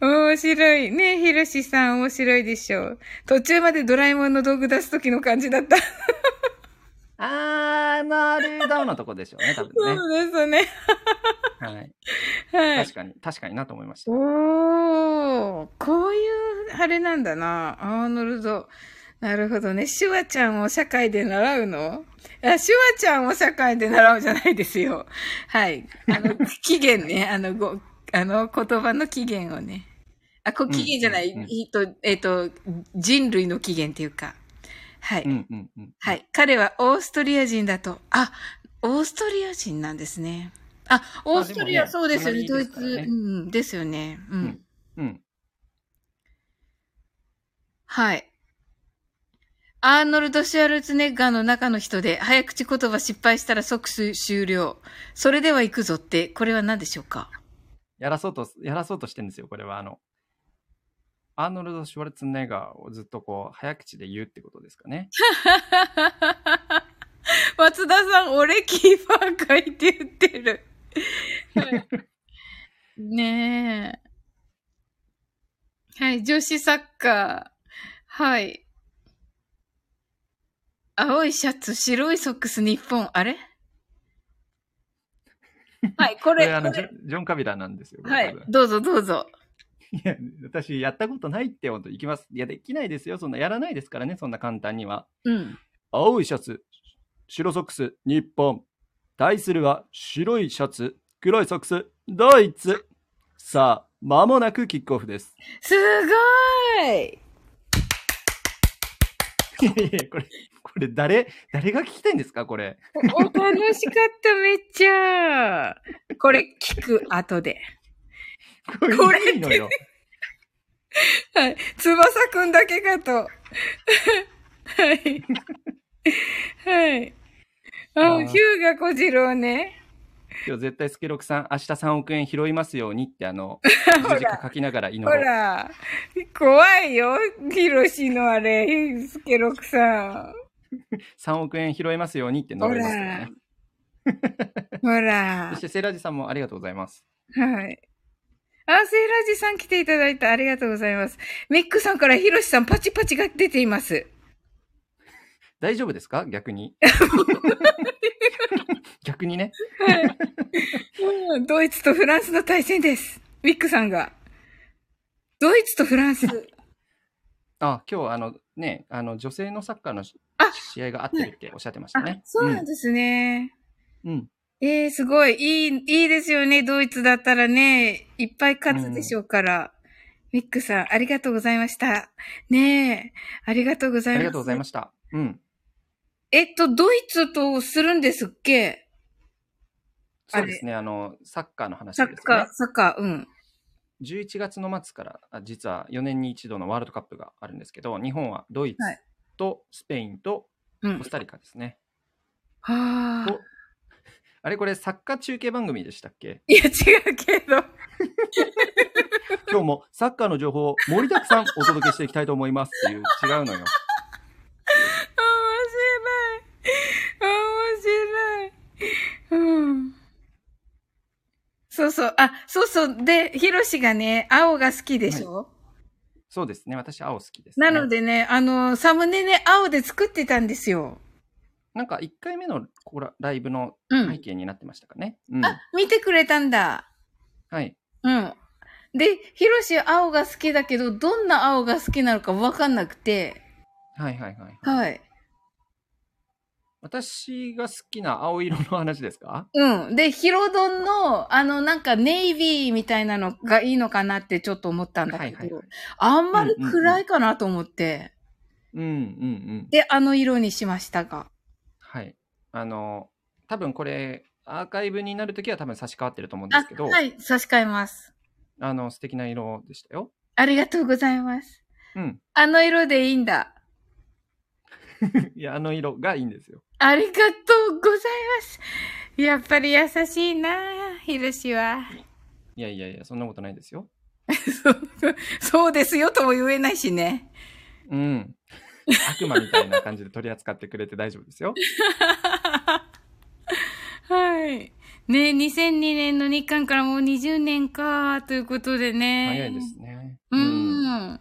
[SPEAKER 1] 面白い。ねえ、ヒロシさん面白いでしょう。途中までドラえもんの道具出す時の感じだった。
[SPEAKER 2] あー、なるだのとこでしょうね、多分ね。
[SPEAKER 1] そうですね。
[SPEAKER 2] はい。
[SPEAKER 1] はい。
[SPEAKER 2] 確かに、確かになと思いました。
[SPEAKER 1] おー、こういう、あれなんだな。アーノルド。なるほどね。シュワちゃんを社会で習うのあシュワちゃんを社会で習うじゃないですよ。はい。あ の、期限ね。あの、ご、あの、言葉の期限をね。あ、こ、期限じゃない。
[SPEAKER 2] うんうんうん
[SPEAKER 1] えっと、えっと、人類の起源っていうか。はい。
[SPEAKER 2] うんうんうん。
[SPEAKER 1] はい。彼はオーストリア人だと。あ、オーストリア人なんですね。あ、オーストリア、
[SPEAKER 2] でもね
[SPEAKER 1] そうですよね。ドイ
[SPEAKER 2] 隣です
[SPEAKER 1] ツ、
[SPEAKER 2] からね
[SPEAKER 1] うん、ですよね。うん。
[SPEAKER 2] うんうん。
[SPEAKER 1] はい。アーノルド・シュワルツェネッガーの中の人で、早口言葉失敗したら即終了。それでは行くぞって、これは何でしょうか
[SPEAKER 2] やらそうと、やらそうとしてるんですよ、これは。あの、アーノルド・シュワルツェネッガーをずっとこう、早口で言うってことですかね。
[SPEAKER 1] 松田さん、俺キーパーかいって言ってる。 ねえ。はい、女子サッカー。はい。青いシャツ、白いソックス、日本。 あれはい、こ
[SPEAKER 2] これ、
[SPEAKER 1] れ。
[SPEAKER 2] あの、
[SPEAKER 1] こ
[SPEAKER 2] ジ
[SPEAKER 1] れ
[SPEAKER 2] ョンジョン・カビラなんですよ。これ
[SPEAKER 1] はい
[SPEAKER 2] 多分、
[SPEAKER 1] どうぞどうぞ。
[SPEAKER 2] いや、私、やったことないって、本当行きます。いや、できないですよ。そんな、やらないですからね、そんな簡単には。
[SPEAKER 1] うん。
[SPEAKER 3] 青いシャツ、白ソックス、日本。対するは白いシャツ、黒いソックス、ドイツ。さあ、間もなくキックオフ です。
[SPEAKER 1] すごい
[SPEAKER 2] いやいや、これ、これ、誰、誰が聞きたいんですか、これ。
[SPEAKER 1] お楽しかった、めっちゃ。これ、聞く後で。
[SPEAKER 2] こ
[SPEAKER 1] これ
[SPEAKER 2] いいのよ。
[SPEAKER 1] はい。翼くんだけかと。はい。はい。
[SPEAKER 2] ま
[SPEAKER 1] あ、
[SPEAKER 2] あ
[SPEAKER 1] ヒューガ小次郎ね。
[SPEAKER 2] 今日絶対スケロクさん、明日3億円拾いますようにって、あの、十字架書きながら祈
[SPEAKER 1] ほ
[SPEAKER 2] ろう。
[SPEAKER 1] ら、怖いよ。ヒロシのあれ、スケロクさん。
[SPEAKER 2] 3億円拾いますようにって述べますよね。
[SPEAKER 1] ほ
[SPEAKER 2] そ
[SPEAKER 1] ら
[SPEAKER 2] し。て、セイラジさんもありがとうございます。
[SPEAKER 1] はい。あ、セイラジさん来ていただいてありがとうございます。ミックさんからヒロシさんパチパチが出ています。
[SPEAKER 2] 大丈夫ですか 逆に。逆にね。
[SPEAKER 1] うんドイツとフランスの対戦です。ミックさんが。ドイツとフランス。
[SPEAKER 2] あ、今日、あの、ね、あの、女性のサッカーのし
[SPEAKER 1] あ
[SPEAKER 2] 試合があってるっておっしゃってました
[SPEAKER 1] あ
[SPEAKER 2] ね。
[SPEAKER 1] そうなんですね。
[SPEAKER 2] うんうん。
[SPEAKER 1] えー、すごい。いい、いいですよね。ドイツだったらね、いっぱい勝つでしょうから。ミックさん、ありがとうございました。ねえ、ありがとうござい
[SPEAKER 2] あ
[SPEAKER 1] ます。
[SPEAKER 2] りがとうございました。うん。
[SPEAKER 1] えっと、ドイツとするんですっけあ
[SPEAKER 2] そ
[SPEAKER 1] れ
[SPEAKER 2] うですね。あの、サッカーの話
[SPEAKER 1] サ
[SPEAKER 2] で
[SPEAKER 1] ッ
[SPEAKER 2] す
[SPEAKER 1] カー、
[SPEAKER 2] ね。
[SPEAKER 1] サッカー、うん。
[SPEAKER 2] 11月の末から、あ実は4年に一度のワールドカップがあるんですけど、日本はドイツ
[SPEAKER 1] はい
[SPEAKER 2] とスペインと
[SPEAKER 1] うん
[SPEAKER 2] コス。タリカですね。
[SPEAKER 1] はあ
[SPEAKER 2] と。あれこれサッカー中継番組でしたっけ
[SPEAKER 1] いや、違うけど。
[SPEAKER 3] 今日もサッカーの情報を盛りだく さんお届けしていきたいと思いますっていう、違うのよ。
[SPEAKER 1] 面白い。面白い。うん。そうそう。あ、そうそう。で、ヒロシがね、青が好きでしょ、
[SPEAKER 2] そうですね。私、青好きです、
[SPEAKER 1] なの。でね、あの、サムネね、青で作ってたんですよ。
[SPEAKER 2] なんか、1回目のこらライブの
[SPEAKER 1] う
[SPEAKER 2] 背
[SPEAKER 1] ん。
[SPEAKER 2] 景になってましたかね。うん。
[SPEAKER 1] あ、見てくれたんだ。
[SPEAKER 2] はい。
[SPEAKER 1] うん。で、ヒロシ青が好きだけど、どんな青が好きなのかわかんなくて。
[SPEAKER 2] はいはいはい。
[SPEAKER 1] はい。
[SPEAKER 2] 私が好きな青色の話ですか
[SPEAKER 1] うん。で、ヒロドンの、あの、なんか、ネイビーみたいなのがいいのかなってちょっと思ったんだ
[SPEAKER 2] は
[SPEAKER 1] け
[SPEAKER 2] い
[SPEAKER 1] ど、
[SPEAKER 2] はいはい。
[SPEAKER 1] あんまり暗いかなと思って、
[SPEAKER 2] うんうんうん。
[SPEAKER 1] で、あの色にしましたが。
[SPEAKER 2] はい。あの、多分これ、アーカイブになるときは多分差し替わってると思うんで
[SPEAKER 1] あ
[SPEAKER 2] すけ、ど、
[SPEAKER 1] はい、差し替えます。
[SPEAKER 2] あの、素敵な色でしたよ。
[SPEAKER 1] ありがとうございます。
[SPEAKER 2] うん。
[SPEAKER 1] あの色でいいんだ。
[SPEAKER 2] いや、あの色がいいんですよ。
[SPEAKER 1] ありがとうございます。やっぱり優しいなあひろし は。
[SPEAKER 2] いやいやいや、そんなことないですよ。
[SPEAKER 1] そうそうですよとも言えないしね。
[SPEAKER 2] うん。悪魔みたいな感じで取り扱ってくれて大丈夫で すよ。
[SPEAKER 1] はい。ね2002年の日韓からもう20年か、ということでね。
[SPEAKER 2] 早いですね。
[SPEAKER 1] う。ん。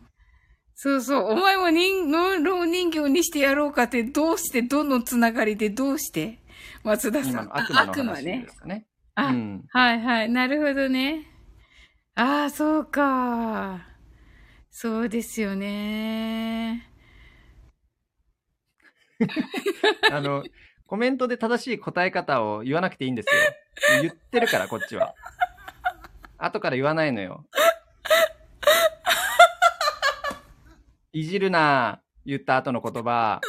[SPEAKER 1] そうそう。お前も人、のろう人形にしてやろうかって、どうして、どのつながりで、どうして、松田さ
[SPEAKER 2] 今
[SPEAKER 1] ん。
[SPEAKER 2] の悪魔の
[SPEAKER 1] あ
[SPEAKER 2] 話ですかね。う
[SPEAKER 1] あ、
[SPEAKER 2] ん。
[SPEAKER 1] はいはい。なるほどね。ああ、そうか。そうですよね。
[SPEAKER 2] あの、コメントで正しい答え方を言わなくていいんですよ。言ってるから、こっちは。後から言わないのよ。いじるな言った後の言葉。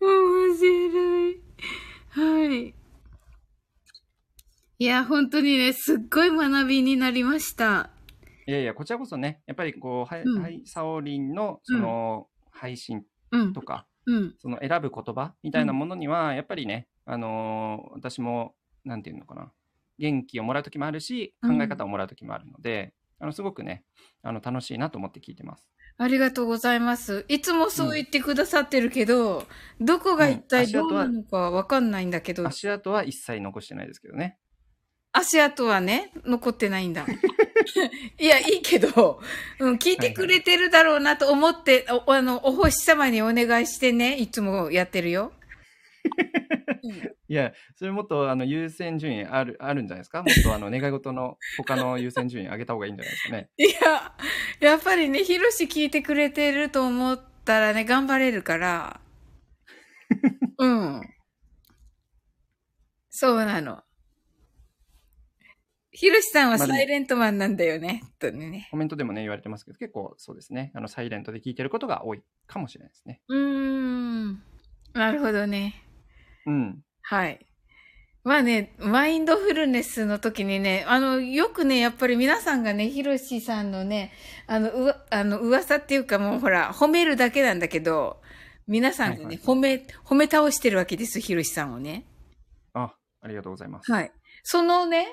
[SPEAKER 1] 面白い。はい。いや、本当にね、すっごい学びになりました。
[SPEAKER 2] いやいや、こちらこそね、やっぱりこう、はい、
[SPEAKER 1] うん
[SPEAKER 2] はい、サオリンの、その、配信
[SPEAKER 1] うん
[SPEAKER 2] と。か、
[SPEAKER 1] うん。
[SPEAKER 2] その選ぶ言葉みたいなものには、やっぱりね、あのー私も、なんていうのかな、元気をもらうときもあるし、考え方をもらうときもあるので、あの、すごくね、あの、楽しいなと思って聞いてます。
[SPEAKER 1] ありがとうございます。いつもそう言ってくださってるけど、どこが一体
[SPEAKER 2] うん足跡
[SPEAKER 1] ど
[SPEAKER 2] は
[SPEAKER 1] うなのかわかんないんだけど、
[SPEAKER 2] 足跡は一切残してないですけどね。
[SPEAKER 1] 足跡はね、残ってないん だ。いや、いいけど、うん、聞いてくれてるだろうなと思って、おあの、お星様にお願いしてね、いつもやってる よ。
[SPEAKER 2] いや、それもっとあの優先順位あるあるんじゃないですかもっとあの願い事の他の優先順位上げた方がいいんじゃないですかね。
[SPEAKER 1] いや、やっぱりね、ヒロシ聞いてくれてると思ったらね、頑張れる から。うん。そうなの。ヒロシさんは
[SPEAKER 2] まあでも
[SPEAKER 1] サイレントマンなんだよね、とね。
[SPEAKER 2] コメントでもね、言われてますけど、結構そうですね。あの、サイレントで聞いてることが多いかもしれないですね。
[SPEAKER 1] うーん。なるほどね。
[SPEAKER 2] うん。
[SPEAKER 1] はい。まあね、マインドフルネスの時にね、あの、よくね、やっぱり皆さんがね、ヒロシさんのね、あの、うわ、あの、噂っていうかもうほら、褒めるだけなんだけど、皆さんがね、
[SPEAKER 2] はいはい
[SPEAKER 1] 褒め、褒め倒してるわけです、ヒロシさんをね。
[SPEAKER 2] あ、ありがとうございます。
[SPEAKER 1] はい。そのね、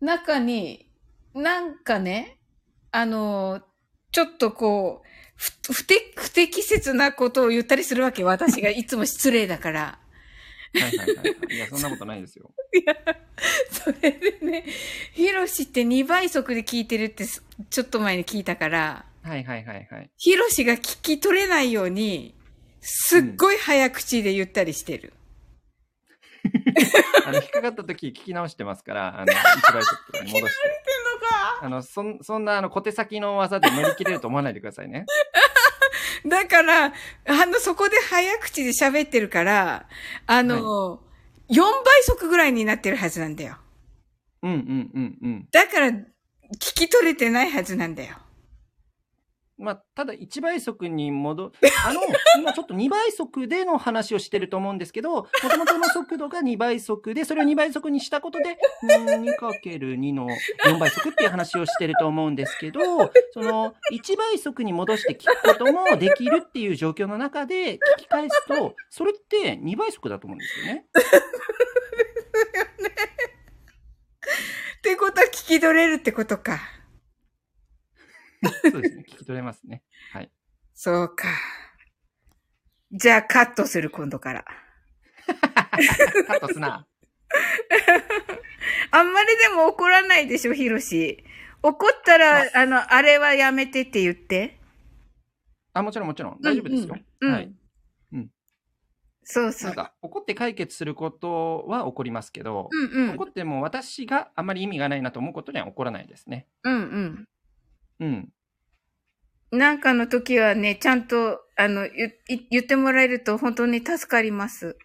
[SPEAKER 1] 中に、なんかね、あの、ちょっとこう、ふ、不適、不適切なことを言ったりするわけ、私がいつも失礼だから。
[SPEAKER 2] はいはいはいはい。いや、そんなことないですよ。
[SPEAKER 1] いや、 それでね、ヒロシって2倍速で聞いてるってすちょっと前に聞いたから、
[SPEAKER 2] はいはいはいはい。
[SPEAKER 1] ヒロシが聞き取れないように、すっごい早口で言ったりしてる。
[SPEAKER 2] あの、引っかかった時聞き直してますから、あの、一倍速とかに戻して。あの、そんそんなあの小手先の技で乗り切れると思わないでくださいね。
[SPEAKER 1] だから、あの、そこで早口で喋ってるから、あの、4倍速ぐらいになってるはずなんだよ。
[SPEAKER 2] うんうんうんうん。
[SPEAKER 1] だから、聞き取れてないはずなんだよ。
[SPEAKER 2] まあ、ただ1倍速 に戻、あの、今ちょっと2倍速での話をしてると思うんですけど、もともとの速度が2倍速で、それを2倍速にしたことで、2×2 の4倍速っていう話をしてると思うんですけど、その、1倍速に戻して聞くこともできるっていう状況の中で聞き返すと、それって2倍速だと思うんですよね。
[SPEAKER 1] ってことは聞き取れるってことか。
[SPEAKER 2] そうですね。聞き取れますね。はい。
[SPEAKER 1] そうか。じゃあ、カットする、今度から。
[SPEAKER 2] カットすな。
[SPEAKER 1] あんまりでも怒らないでしょ、ヒロシ。怒ったら、あの、あれはやめてって言って。
[SPEAKER 2] あ、もちろんもちろん。大丈夫ですよ。
[SPEAKER 1] うんうん
[SPEAKER 2] はい。
[SPEAKER 1] そうそ
[SPEAKER 2] なん
[SPEAKER 1] う。
[SPEAKER 2] か、怒って解決することは起こりますけど、
[SPEAKER 1] うんうん。
[SPEAKER 2] 怒っても私があまり意味がないなと思うことには起こらないですね。
[SPEAKER 1] うん
[SPEAKER 2] うん。
[SPEAKER 1] うん。なんかの時はね、ちゃんと、あの、言い言ってもらえると本当に助かります。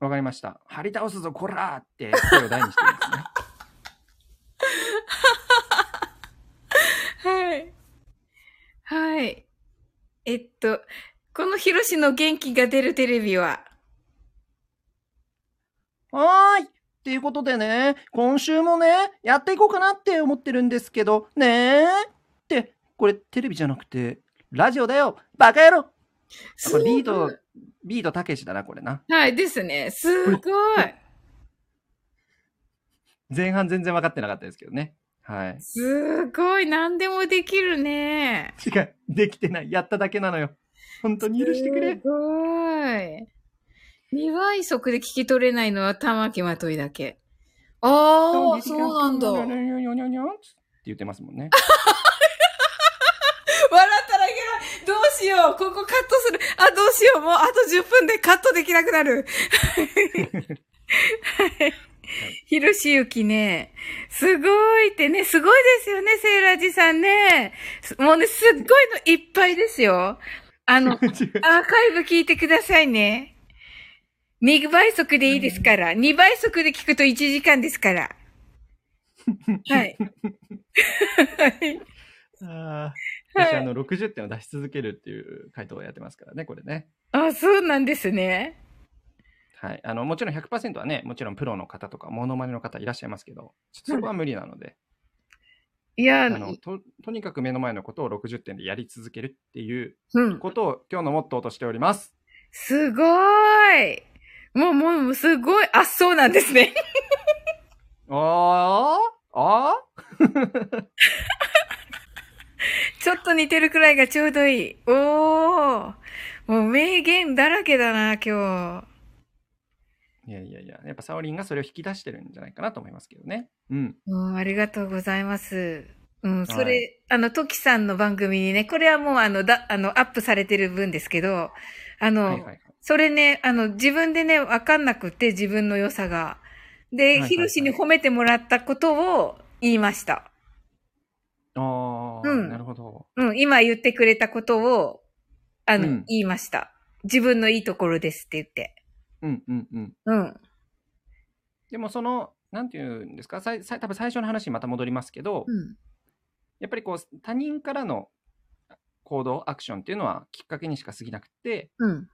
[SPEAKER 2] わかりました。張り倒すぞ、こらーって声を大にしてですね。
[SPEAKER 1] はい。はい。えっと、このヒロシの元気が出るテレビは、
[SPEAKER 2] はーい。っていうことでね、今週もね、やっていこうかなって思ってるんですけど、ねーって、これテレビじゃなくて、ラジオだよバカ野郎あこれビート、ビートたけしだな、これな。
[SPEAKER 1] はい、ですね。すごい。
[SPEAKER 2] 前半全然分かってなかったですけどね。はい。
[SPEAKER 1] すごい。何でもできるね。
[SPEAKER 2] 違う、できてない。やっただけなのよ。本当に許してく
[SPEAKER 1] す
[SPEAKER 2] れ。
[SPEAKER 1] ごい。二倍速で聞き取れないのは玉木まといだけ。ああ、そうなんだ。
[SPEAKER 2] ニョ
[SPEAKER 1] 笑
[SPEAKER 2] ニョニョニョニョンって言ってますもんね。
[SPEAKER 1] ったらいけない。どうしよう。ここカットする。あ、どうしよう。もうあと10分でカットできなくなる。はい。ひろしゆきね。すごいってね、すごいですよね、セーラージさんね。すもうね、すっごいのいっぱいですよ。あ の、
[SPEAKER 2] 違う
[SPEAKER 1] アーカイブ聞いてくださいね。2倍速でいいですから。2倍速で聞くと1時間ですから。はい。はい。
[SPEAKER 2] あー
[SPEAKER 1] はい
[SPEAKER 2] 私、あの、60点を出し続けるっていう回答をやってますからね、これね。
[SPEAKER 1] あ、そうなんですね。
[SPEAKER 2] はい。あの、もちろん100%はね、もちろんプロの方とか、モノマネの方いらっしゃいますけど、ちょっとそこは無理なので、
[SPEAKER 1] いや、
[SPEAKER 2] あのと、とにかく目の前のことを60点でやり続けるっていう
[SPEAKER 1] うん。
[SPEAKER 2] ことを、今日のモットーとしております。
[SPEAKER 1] すごーい。もう、もうもう、すごい。あ、そうなんですね。
[SPEAKER 2] あーあ
[SPEAKER 1] ちょっと似てるくらいがちょうどいい。おー。もう名言だらけだな、今日。
[SPEAKER 2] ーいやいやいや、やっぱサオリンがそれを引き出してるんじゃないかなと思いますけどね。うん。
[SPEAKER 1] うん、ありがとうございます。うん、それ、
[SPEAKER 2] はい
[SPEAKER 1] あの、トキさんの番組にね、これはもうあの、だ、あの、アップされてる分ですけど、あの、
[SPEAKER 2] はいはいはい。
[SPEAKER 1] それね、あの、自分でね、わかんなくて、自分の良さが。
[SPEAKER 2] いはい
[SPEAKER 1] で、
[SPEAKER 2] はい
[SPEAKER 1] ヒロシに褒めてもらったことを言いました。
[SPEAKER 2] ああ、
[SPEAKER 1] うん
[SPEAKER 2] なるほど。
[SPEAKER 1] うん、今言ってくれたことを、あの、
[SPEAKER 2] うん
[SPEAKER 1] 言いました。自分のいいところですって言って。
[SPEAKER 2] うんうんうん。
[SPEAKER 1] うん。
[SPEAKER 2] でもその、なんていうんですか、さいさい多分最初の話にまた戻りますけど、
[SPEAKER 1] うん。
[SPEAKER 2] やっぱりこう、他人からの行動、アクションっていうのはきっかけにしか過ぎなくて、やっ
[SPEAKER 1] うん。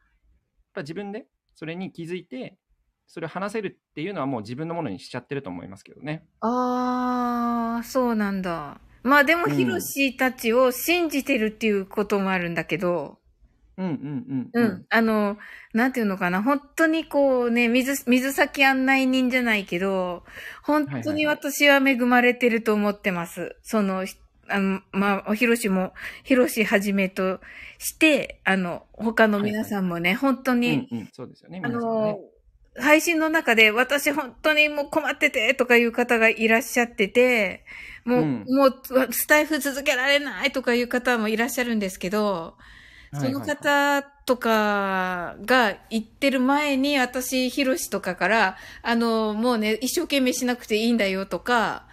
[SPEAKER 2] ぱ自分でそれに気づいて、それを話せるっていうのはもう自分のものにしちゃってると思いますけどね。
[SPEAKER 1] あー、そうなんだ。まあでも、
[SPEAKER 2] うん
[SPEAKER 1] ヒロシたちを信じてるっていうこともあるんだけど、
[SPEAKER 2] うんうんう。
[SPEAKER 1] うんん。あの、なんていうのかな、本当にこうね、水、水先案内人じゃないけど、本
[SPEAKER 2] はい
[SPEAKER 1] 当
[SPEAKER 2] はい
[SPEAKER 1] に
[SPEAKER 2] はい
[SPEAKER 1] 私は恵まれてると思ってます。その、ひあの、まあ、ヒロシも、ヒロシはじめとして、あの、他の皆さんもね、本当
[SPEAKER 2] う
[SPEAKER 1] に、
[SPEAKER 2] んうん、そうですよね。皆さん
[SPEAKER 1] あの
[SPEAKER 2] ね。
[SPEAKER 1] ー、配信の中で私本当にもう困っててとかいう方がいらっしゃってて、もう、
[SPEAKER 2] うん
[SPEAKER 1] もうスタイフ続けられないとかいう方もいらっしゃるんですけど、その
[SPEAKER 2] はいはいはい
[SPEAKER 1] 方とかが言ってる前に私、ヒロシとかから、あの、もうね、一生懸命しなくていいんだよとか、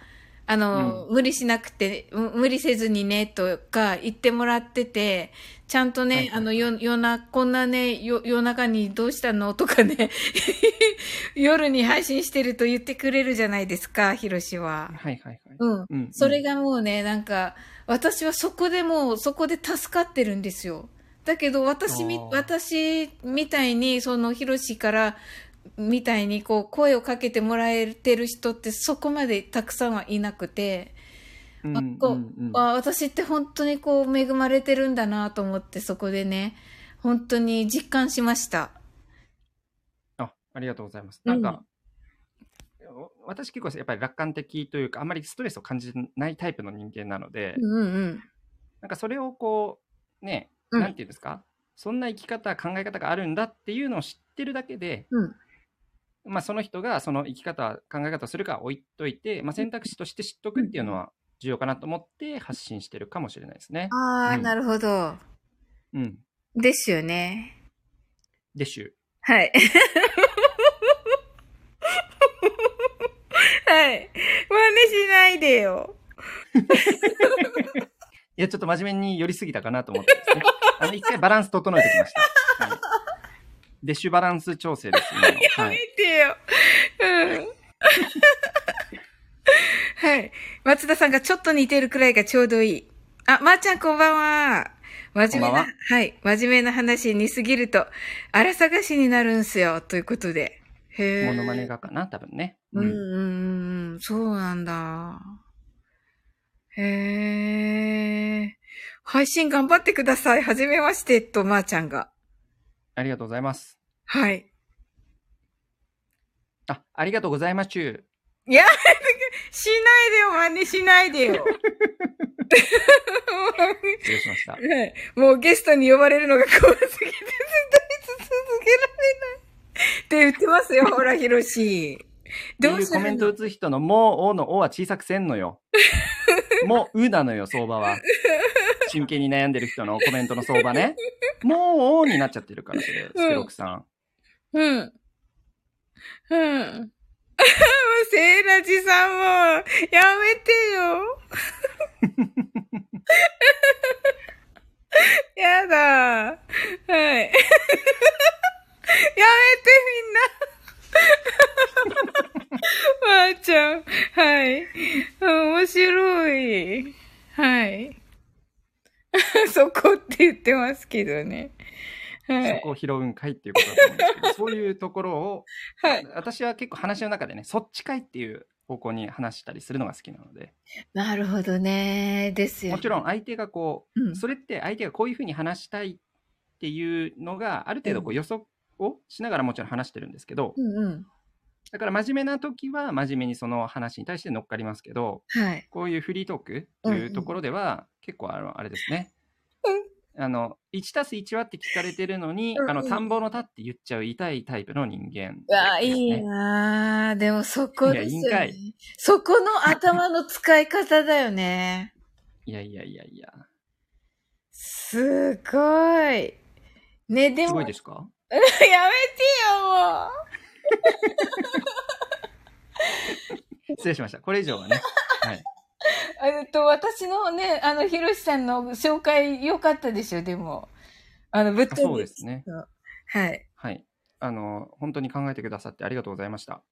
[SPEAKER 1] あの、無理しなくて、む無理せずにね、とか言ってもらってて、ちゃんとね、
[SPEAKER 2] はいはい
[SPEAKER 1] あの、よ、夜な、こんなね、よ、夜中にどうしたのとかね、 夜に配信してると言ってくれるじゃないですか、ヒロシは。
[SPEAKER 2] はいはいはい。
[SPEAKER 1] うん。
[SPEAKER 2] うんうん
[SPEAKER 1] それがもうね、なんか、私はそこでもう、そこで助かってるんですよ。だけど、私み
[SPEAKER 2] あー、
[SPEAKER 1] 私みたいに、その、ヒロシから、みたいに、こう、声をかけてもらえてる人って、そこまでたくさんはいなくて、
[SPEAKER 2] うんうん
[SPEAKER 1] こう
[SPEAKER 2] うん
[SPEAKER 1] あ私って本当にこう、恵まれてるんだなと思って、そこでね、本当に実感しました。
[SPEAKER 2] あありがとうございます。
[SPEAKER 1] う
[SPEAKER 2] なんんか、お私結構やっぱり楽観的というか、あんまりストレスを感じないタイプの人間なので、
[SPEAKER 1] うんうん
[SPEAKER 2] なんかそれをこう、ね、
[SPEAKER 1] うん
[SPEAKER 2] なんていうんですか、そんな生き方、考え方があるんだっていうのを知ってるだけで、
[SPEAKER 1] うん。
[SPEAKER 2] まあ、その人がその生き方、考え方をするかは置いといて、まあ、選択肢として知っとくっていうのは、重要かなと思って発信してるかもしれないですね。
[SPEAKER 1] ああ、
[SPEAKER 2] うん
[SPEAKER 1] なるほど。
[SPEAKER 2] うん。
[SPEAKER 1] ですよね。
[SPEAKER 2] でしゅ。
[SPEAKER 1] はい。 はい。真似しないでよ。
[SPEAKER 2] いや、ちょっと真面目に寄りすぎたかなと思っ てですね。あの、一回バランス整えてきました。はい、デッシュバランス調整です、今のは
[SPEAKER 1] 見
[SPEAKER 2] い。
[SPEAKER 1] てよ。うん。はい。松田さんがちょっと似てるくらいがちょうどいい。あ、まー、ちゃんこんばんは。真面目
[SPEAKER 2] こんば
[SPEAKER 1] な、
[SPEAKER 2] んは
[SPEAKER 1] はい。真面目な話にすぎると、荒探しになるんすよ。ということで。へえ。
[SPEAKER 2] モノマネ。がかな、多分ね。
[SPEAKER 1] う
[SPEAKER 2] うんん。
[SPEAKER 1] うんうん。そうなんだ。へえ。配信頑張ってください。はじめまして、と、まー、ちゃんが。
[SPEAKER 2] ありがとうございます。
[SPEAKER 1] はい。
[SPEAKER 2] あ、ありがとうございますちゅ
[SPEAKER 1] いや、しないでよ、真似しないでよ。
[SPEAKER 2] う。失礼しまし た。
[SPEAKER 1] はいもうゲストに呼ばれるのが怖すぎて、ずっと続けられない。って言ってますよ、ほら、ひろし。ど
[SPEAKER 2] ど
[SPEAKER 1] う
[SPEAKER 2] う
[SPEAKER 1] し
[SPEAKER 2] コ
[SPEAKER 1] よ
[SPEAKER 2] メン
[SPEAKER 1] う
[SPEAKER 2] ト打つ人のもう、おのおは小さくせんの よ。もう、うなのよ、相場は。真剣に悩んでる人のコメントの相場ね。もう、おになっちゃってるから、それ、スケロクさん。
[SPEAKER 1] うん。うん。 もう、せいらじさんも、やめてよ。 やだ。はい。 やめて、みん な。まーちゃん。はい。面白い。はい。 そこって言ってますけどね。は
[SPEAKER 2] そ
[SPEAKER 1] い。
[SPEAKER 2] こを拾うんかいっていうことだと思うんで すけど、そういうところを、
[SPEAKER 1] はい。
[SPEAKER 2] 私は結構話の中でね、そっちかいっていう方向に話したりするのが好きなので、
[SPEAKER 1] なるほどね。ですよ、ね。
[SPEAKER 2] もちろん相手がこ
[SPEAKER 1] うん
[SPEAKER 2] う、それって相手がこういうふうに話したいっていうのが、ある程度こ
[SPEAKER 1] う
[SPEAKER 2] う予測をしながらもちろん話してるんですけど、
[SPEAKER 1] うんうん。
[SPEAKER 2] だから真面目な時は真面目にその話に対して乗っかりますけど、
[SPEAKER 1] はい。
[SPEAKER 2] こういうフリートークというところでは、結構あの、あれですね
[SPEAKER 1] うん。
[SPEAKER 2] あの、1たす1はって聞かれてるのに
[SPEAKER 1] うんう、ん
[SPEAKER 2] あの、田んぼの田って言っちゃう痛いタイプの人間
[SPEAKER 1] うわ、い
[SPEAKER 2] ですね、
[SPEAKER 1] いなあでもそこですよ、ね。
[SPEAKER 2] いやいいん
[SPEAKER 1] そこの頭の使い方だよね。
[SPEAKER 2] いやいやいやいや。
[SPEAKER 1] すごい。ね、ですも、
[SPEAKER 2] ごい
[SPEAKER 1] やめ
[SPEAKER 2] で
[SPEAKER 1] て
[SPEAKER 2] すか
[SPEAKER 1] よ、も
[SPEAKER 2] 失礼しました。これ以上 はね。はい。
[SPEAKER 1] う。えっと、私のね、あの、ひろしさんの紹介良かったでしょ、でも。あの、ぶっ
[SPEAKER 2] あ
[SPEAKER 1] 飛ん
[SPEAKER 2] そうですね。
[SPEAKER 1] はい。
[SPEAKER 2] はい。あの、本当に考えてくださってありがとうございました。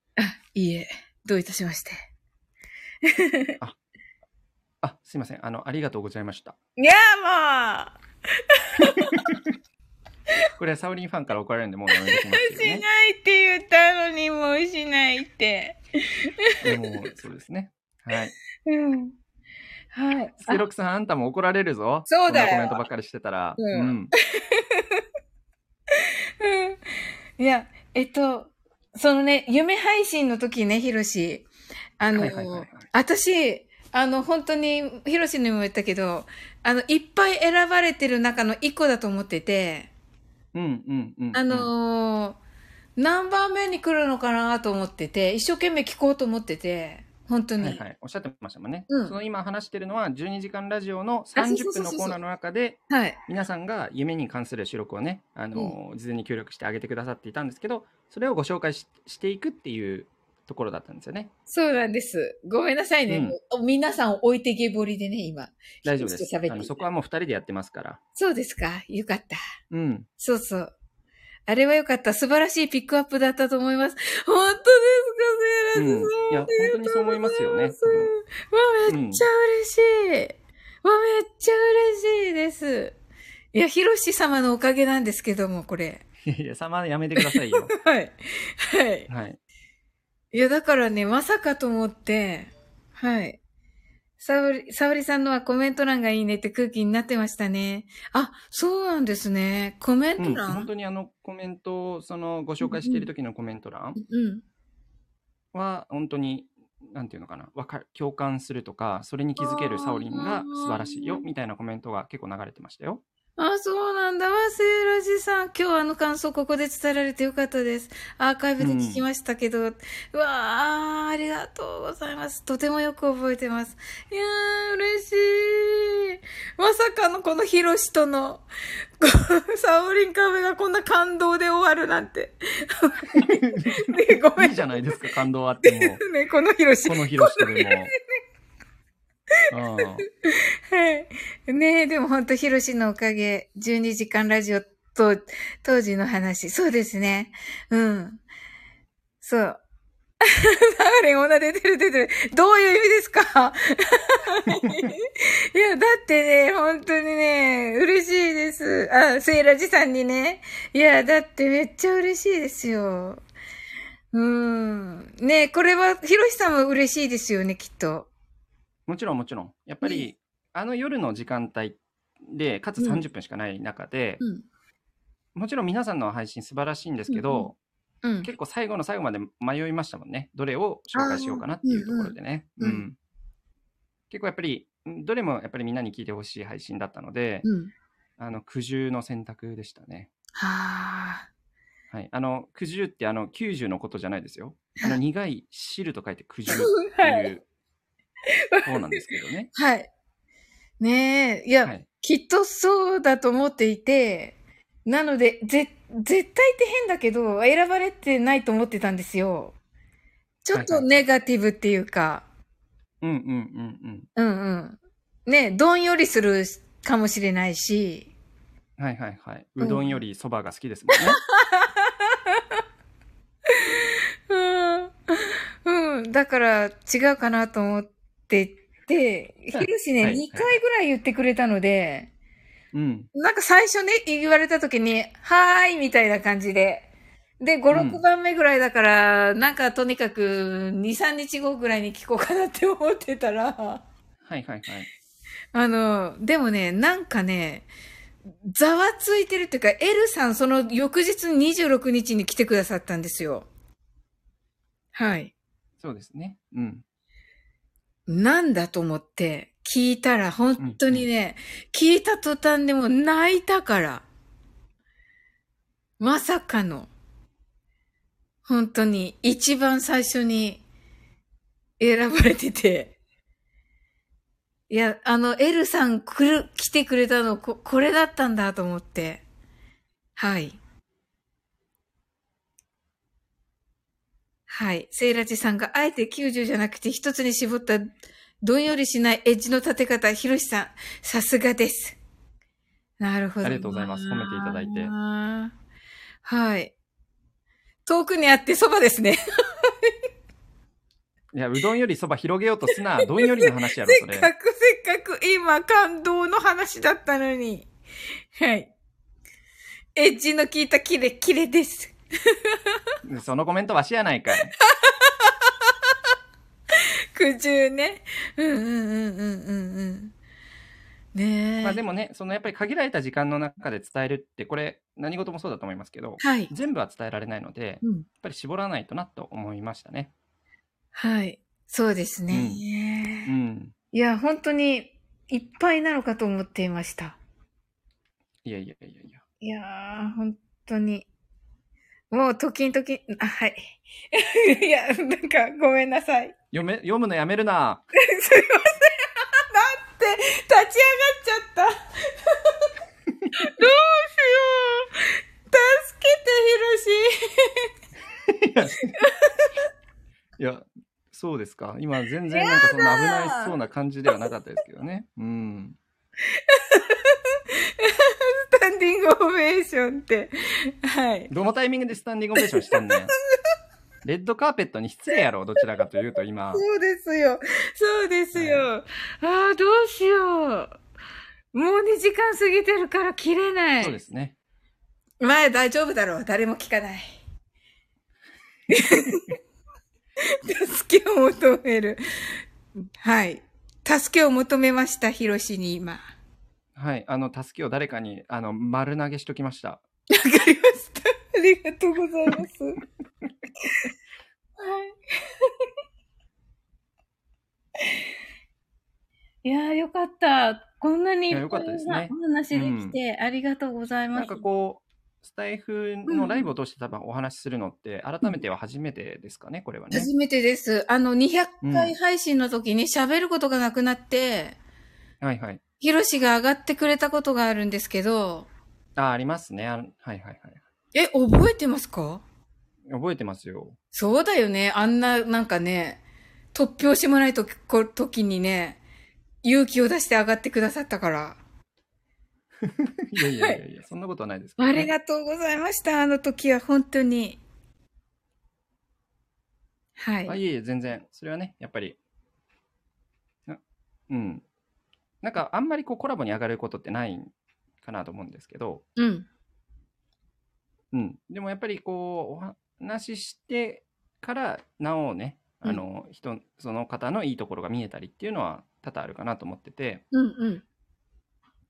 [SPEAKER 1] いいえ、どういたしまして。
[SPEAKER 2] あ、すいません。あの、ありがとうございました。
[SPEAKER 1] いや、もう
[SPEAKER 2] これはサオリンファンから怒られるんで、もうやめてきますけど
[SPEAKER 1] し ない
[SPEAKER 2] ね。
[SPEAKER 1] って言ったのに、もうしないって。
[SPEAKER 2] でも、そうですね。はい。
[SPEAKER 1] うん。はい。
[SPEAKER 2] スケロクさん、あんたも怒られるぞ。
[SPEAKER 1] そうだよ
[SPEAKER 2] こんなコメントばっかりしてたら。
[SPEAKER 1] うん
[SPEAKER 2] うん。
[SPEAKER 1] うんいや、えっと、そのね、夢配信の時ね、ひろし。あの、
[SPEAKER 2] はいはいはいはい
[SPEAKER 1] 私、あの、本当に、ひろしにも言ったけど、あの、いっぱい選ばれてる中の一個だと思ってて、
[SPEAKER 2] うんうんうん。
[SPEAKER 1] あのー何番目に来るのかなと思ってて、一生懸命聞こうと思ってて、本当
[SPEAKER 2] うん、
[SPEAKER 1] に。
[SPEAKER 2] はいはい。おっしゃってましたもんね。
[SPEAKER 1] うん
[SPEAKER 2] その今話してるのは、12時間ラジオの
[SPEAKER 1] あそうそう
[SPEAKER 2] 30
[SPEAKER 1] そうそ
[SPEAKER 2] 分の
[SPEAKER 1] う
[SPEAKER 2] コーナーの中で、
[SPEAKER 1] はい
[SPEAKER 2] 皆さんが夢に関する収録をね、あの事前に協力してあげてくださっていたんですけどそれをご紹介ししていくっていうところだったんですよね
[SPEAKER 1] そうなんです。ごめんなさいね。皆さんを置いてけぼりでね、今。
[SPEAKER 2] 大丈夫です
[SPEAKER 1] ちょっと喋って
[SPEAKER 2] あのそこはもう2人でやってますから
[SPEAKER 1] そうですかよかった。
[SPEAKER 2] うん
[SPEAKER 1] そうそう。あれは良かった。素晴らしいピックアップだったと思います。本当ですか、セ
[SPEAKER 2] うん
[SPEAKER 1] イラス
[SPEAKER 2] いや本当にそう思いますよね
[SPEAKER 1] そうわ、めっちゃ嬉しい。わ、めっちゃ嬉しいです。いや、ヒロシ様のおかげなんですけども、これ。
[SPEAKER 2] いやいやさまやめてくださいよ
[SPEAKER 1] はい。はい。
[SPEAKER 2] はい
[SPEAKER 1] いや、だからね、まさかと思って、はい。沙織、沙織さんのはコメント欄がいいねって空気になってましたね。あ、そうなんですね。コメン
[SPEAKER 2] う
[SPEAKER 1] ト
[SPEAKER 2] ん
[SPEAKER 1] 欄、
[SPEAKER 2] 本当にあのコメントをそのご紹介している時のコメント欄
[SPEAKER 1] うん。
[SPEAKER 2] は本当になんていうのかなわかる共感するとかそれに気づけるサオリンが素晴らしいよみたいなコメントが結構流れてましたよ
[SPEAKER 1] あ、そうなんだ。わ、セーラジさん。今日あの感想ここで伝えられてよかったです。アーカイブで聞きましたけど、うわあ、ありがとうございます。とてもよく覚えてます。いやー、嬉しい。まさかのこのヒロシとの、 こうサオリンカフェがこんな感動で終わるなんて。 ね、ごめ
[SPEAKER 3] い
[SPEAKER 1] ん
[SPEAKER 3] いじゃないですか、感動あっても。
[SPEAKER 1] ね、このヒロシ。
[SPEAKER 3] この広しとで も。うん
[SPEAKER 1] はい。ねえ、でも本当ヒロシのおかげ、12時間ラジオと、当時の話。そうですね。うん。そう。サウレン、女出てる出てる。どういう意味ですかいや、だってね、本当にね、嬉しいです。あ、セイラジさんにね。いや、だってめっちゃ嬉しいですよ。うん。ねえこれは、ヒロシさんも嬉しいですよね、きっと。
[SPEAKER 2] もちろんもちろん。やっぱり、あの夜の時間帯で、かつ
[SPEAKER 1] うん
[SPEAKER 2] 30分しかない中で、
[SPEAKER 1] うん。
[SPEAKER 2] もちろん皆さんの配信素晴らしいんですけ
[SPEAKER 1] うん
[SPEAKER 2] ど、
[SPEAKER 1] うん。
[SPEAKER 2] 結構最後の最後まで迷いましたもんね。どれを紹介しようかなっていうところでね。
[SPEAKER 1] あー
[SPEAKER 2] う
[SPEAKER 1] うん
[SPEAKER 2] ん
[SPEAKER 1] うん
[SPEAKER 2] 結構やっぱり、うんどれもやっぱりみんなに聞いてほしい配信だったので、
[SPEAKER 1] うん。
[SPEAKER 2] あの苦渋の選択でしたね。
[SPEAKER 1] はあ。
[SPEAKER 2] はい、あの苦渋ってあの90のことじゃないですよ。あの苦い汁と書いて苦渋って
[SPEAKER 1] はい。
[SPEAKER 2] いう方なんですけどね
[SPEAKER 1] はい。ねえ、いや、
[SPEAKER 2] はい、
[SPEAKER 1] きっとそうだと思っていて、なので、ぜ、絶対って変だけど、選ばれてないと思ってたんですよ。ちょっと
[SPEAKER 2] はいはい
[SPEAKER 1] ネガティブっていうか、
[SPEAKER 2] うんうんうん
[SPEAKER 1] うんうん。ねえ、どんよりするかもしれないし、
[SPEAKER 2] うん。はいはいはい。
[SPEAKER 1] うん
[SPEAKER 2] うどんよりそばが好きです もんね。
[SPEAKER 1] うん、うん、だから違うかなと思ってて、ひろしね、
[SPEAKER 2] はい
[SPEAKER 1] 2回ぐらい言ってくれたので、
[SPEAKER 2] うん。
[SPEAKER 1] なんか最初ね、言われた時に、はーい、みたいな感じで。で、5、
[SPEAKER 2] うん
[SPEAKER 1] 6番目ぐらいだから、なんかとにかく、2、3日後ぐらいに聞こうかなって思ってたら、
[SPEAKER 2] はいはいはい。
[SPEAKER 1] あの、でもね、なんかね、ざわついてるっていうか、L さんその翌日26日に来てくださったんですよ。はい。
[SPEAKER 2] そうですね。うん。
[SPEAKER 1] なんだと思って、聞いたら、本当にね、聞いた途端でもう泣いたから。まさかの。本当に、一番最初に選ばれてて。いや、あの、L さん来る、来てくれたの、こ、これだったんだと思って。はい。はい。セイラジさんが、あえて90じゃなくて一つに絞った、どんよりしないエッジの立て方、ヒロシさん、さすがです。なるほど。
[SPEAKER 2] ありがとうございます褒めていただいて
[SPEAKER 1] はい。遠くにあってそば ですね。
[SPEAKER 2] いや、うどんよりそば広げようとすな。どんよりの話やろ、
[SPEAKER 1] せ
[SPEAKER 2] そ
[SPEAKER 1] っ
[SPEAKER 2] れ。
[SPEAKER 1] かくせっかく今感動の話だったのに。はい。エッジの効いたキレキレです。
[SPEAKER 2] そのコメントわしやないかい。
[SPEAKER 1] 苦渋ね。うんうんうんうんうんうん。ねえ。
[SPEAKER 2] まあでもね、そのやっぱり限られた時間の中で伝えるって、これ何事もそうだと思いますけど、
[SPEAKER 1] はい。
[SPEAKER 2] 全部は伝えられないので、
[SPEAKER 1] う
[SPEAKER 2] やっ
[SPEAKER 1] ん。
[SPEAKER 2] ぱり絞らないとなと思いましたね。
[SPEAKER 1] はい。そうですね。
[SPEAKER 2] う
[SPEAKER 1] い
[SPEAKER 2] ん。
[SPEAKER 1] や、本当にいっぱいなのかと思っていました。
[SPEAKER 2] いやいやいやいや。
[SPEAKER 1] いやー、本当に。もう、時々、あ、はい。 いや、なんか、ごめんなさい。
[SPEAKER 2] 読め読むのやめるな。
[SPEAKER 1] すいません。だって、立ち上がっちゃった。どうしよう。助けて、ひろし。
[SPEAKER 2] いや、そうですか。今、全然なんかそんな危ないそうな感じではなかったですけどね。うん。
[SPEAKER 1] スタンディングオベーションって。はい。
[SPEAKER 2] どのタイミングでスタンディングオベーションしたん だよ。レッドカーペットに失礼やろ、どちらかというと今。
[SPEAKER 1] そうですよ。そうですよ。ああ、どうしよう。もう2時間過ぎてるから切れない。
[SPEAKER 2] そうですね。
[SPEAKER 1] 前大丈夫だろう。誰も聞かない。 助けを求める。はい。助けを求めました、ヒロシに今。わか
[SPEAKER 2] はい。あの、助けを誰かに、あの、丸投げしときました。
[SPEAKER 1] りました。ありがとうございます。はい。いやーよかった。こんなに
[SPEAKER 2] い
[SPEAKER 1] い
[SPEAKER 2] や
[SPEAKER 1] ろ
[SPEAKER 2] よ
[SPEAKER 1] ん
[SPEAKER 2] かったです
[SPEAKER 1] な
[SPEAKER 2] ね
[SPEAKER 1] お話できて、ありがとうございます。
[SPEAKER 2] なんかこう、スタイフのライブを通して多分お話しするのって、改めては初めてですかね、これはね。
[SPEAKER 1] 初めてです。あの、200
[SPEAKER 2] うん
[SPEAKER 1] 回配信の時に喋ることがなくなって、
[SPEAKER 2] はいはい。
[SPEAKER 1] ヒロシが上がってくれたことがあるんですけど、
[SPEAKER 2] あ、ありますね。あのはいはいはい。
[SPEAKER 1] え、覚えてますか
[SPEAKER 2] 覚えてます よ。
[SPEAKER 1] そうだよね。あんな、なんかね、突拍子もないとこ時にね、勇気を出して上がってくださったから。
[SPEAKER 2] いやいやいやいや、そんなことはないですけど
[SPEAKER 1] あ
[SPEAKER 2] ね
[SPEAKER 1] りがとうございました。あの時は本当に。はい。
[SPEAKER 2] あいえいえ、全然。それはね、やっぱり。なうん。なんか、あんまりこうコラボに上がることってないかなと思うんですけど、
[SPEAKER 1] うん。
[SPEAKER 2] うん。でもやっぱりこう、お話ししてから、なおね、あの、人、その方のいいところが見えたりっていうのは多々あるかなと思ってて、
[SPEAKER 1] うんうん。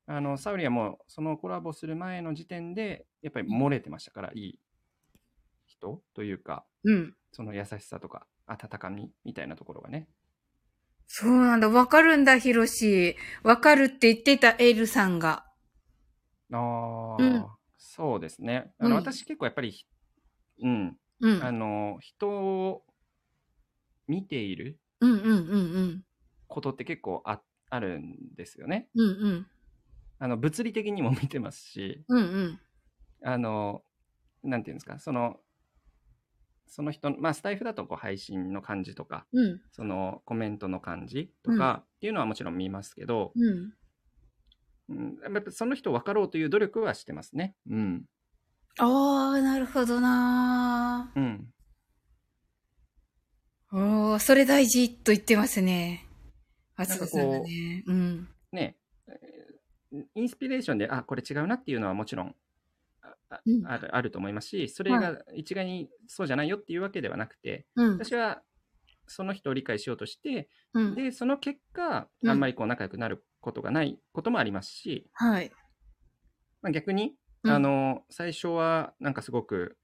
[SPEAKER 2] あの、サウリはもう、そのコラボする前の時点で、やっぱり漏れてましたから、いい人というか、
[SPEAKER 1] うん。
[SPEAKER 2] その優しさとか、温かみみたいなところがね。
[SPEAKER 1] そうなんだ。わかるんだ、ヒロシ。わかるって言ってた、エルさんが。
[SPEAKER 2] ああ、
[SPEAKER 1] うん
[SPEAKER 2] そうですね。あの、
[SPEAKER 1] うん
[SPEAKER 2] 私結構やっぱりひ、うん、
[SPEAKER 1] うん。
[SPEAKER 2] あの、人を見ている
[SPEAKER 1] うんうんうんうん。
[SPEAKER 2] ことって結構ああるんですよね。
[SPEAKER 1] うんうん。
[SPEAKER 2] あの、物理的にも見てますし、
[SPEAKER 1] うんうん。
[SPEAKER 2] あの、なんていうんですか、その、その人の、まあ、スタイフだとこう配信の感じとか、
[SPEAKER 1] うん
[SPEAKER 2] そのコメントの感じとかっていうのはもちろん見ますけど、
[SPEAKER 1] うん。
[SPEAKER 2] うん、やっぱその人を分かろうという努力はしてますね。うん。
[SPEAKER 1] ああ、なるほどな
[SPEAKER 2] うん。
[SPEAKER 1] ー。おー、それ大事と言ってますね。あつさんがね。うん。
[SPEAKER 2] ね、えーインスピレーションで、あ、これ違うなっていうのはもちろんああ
[SPEAKER 1] うん
[SPEAKER 2] あるあると思いますし、それが一概にそうじゃないよっていうわけではなくて、
[SPEAKER 1] うん。
[SPEAKER 2] 私はその人を理解しようとして、
[SPEAKER 1] うん。
[SPEAKER 2] で、その結果、
[SPEAKER 1] うん
[SPEAKER 2] あんまりこう仲良くなることがないこともありますし、
[SPEAKER 1] はい。
[SPEAKER 2] まあ、逆に、
[SPEAKER 1] うん
[SPEAKER 2] あの、最初はなんかすごく、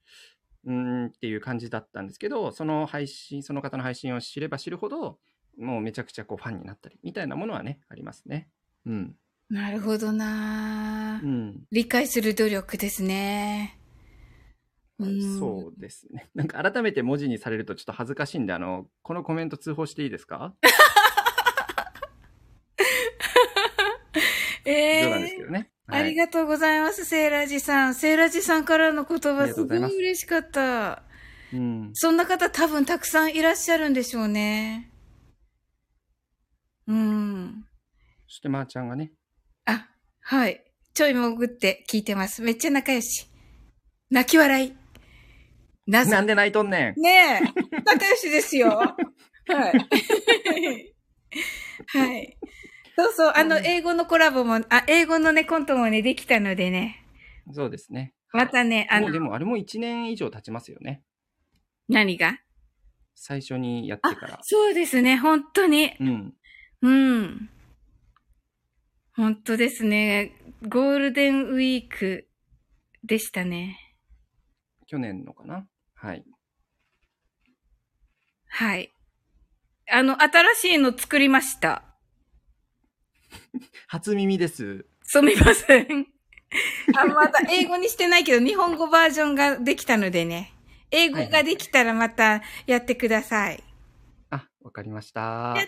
[SPEAKER 2] うーんっていう感じだったんですけど、その配信、その方の配信を知れば知るほど、もうめちゃくちゃこうファンになったり、みたいなものはね、ありますね。うん。
[SPEAKER 1] なるほどなー
[SPEAKER 2] う。ん。
[SPEAKER 1] 理解する努力ですね。うん
[SPEAKER 2] そうですね。 なんか改めて文字にされるとちょっと恥ずかしいんで、あの、このコメント通報していいですか
[SPEAKER 1] え
[SPEAKER 2] 冗
[SPEAKER 1] ー
[SPEAKER 2] 談ですけどね。
[SPEAKER 1] ありがとうございます、セーラージさん。セーラージさんからの言
[SPEAKER 2] あ
[SPEAKER 1] 葉、
[SPEAKER 2] りがと
[SPEAKER 1] す
[SPEAKER 2] う
[SPEAKER 1] ご
[SPEAKER 2] ございます
[SPEAKER 1] い嬉しかった。
[SPEAKER 2] とう。うん。
[SPEAKER 1] そんな方多分たくさんいらっしゃるんでしょうね。うん。
[SPEAKER 2] そして、まーちゃんがね。
[SPEAKER 1] あ、はい。ちょい潜って聞いてます。めっちゃ仲良し。泣き笑い。なぜ
[SPEAKER 2] なんで泣いとんねん
[SPEAKER 1] ねえ、仲良しですよ。はい。 はい。そうそう、あの、英語のコラボも、あ、英語のね、コントもね、できたのでね。
[SPEAKER 2] そうですね。
[SPEAKER 1] またね、あ
[SPEAKER 2] もうで
[SPEAKER 1] の、
[SPEAKER 2] も、あれも1年以上経ちますよね。
[SPEAKER 1] 何が
[SPEAKER 2] 最初にやってから。
[SPEAKER 1] そうですね、本当に。
[SPEAKER 2] うん。
[SPEAKER 1] うん。本当ですね。ゴールデンウィークでしたね。
[SPEAKER 2] 去年のかな。はい。
[SPEAKER 1] はい。あの、新しいの作りました。
[SPEAKER 2] 初耳です。
[SPEAKER 1] すみません。あ、まだ英語にしてないけど、日本語バージョンができたのでね。英語ができたらまたやってください。
[SPEAKER 2] あ、わかりました。
[SPEAKER 1] やっ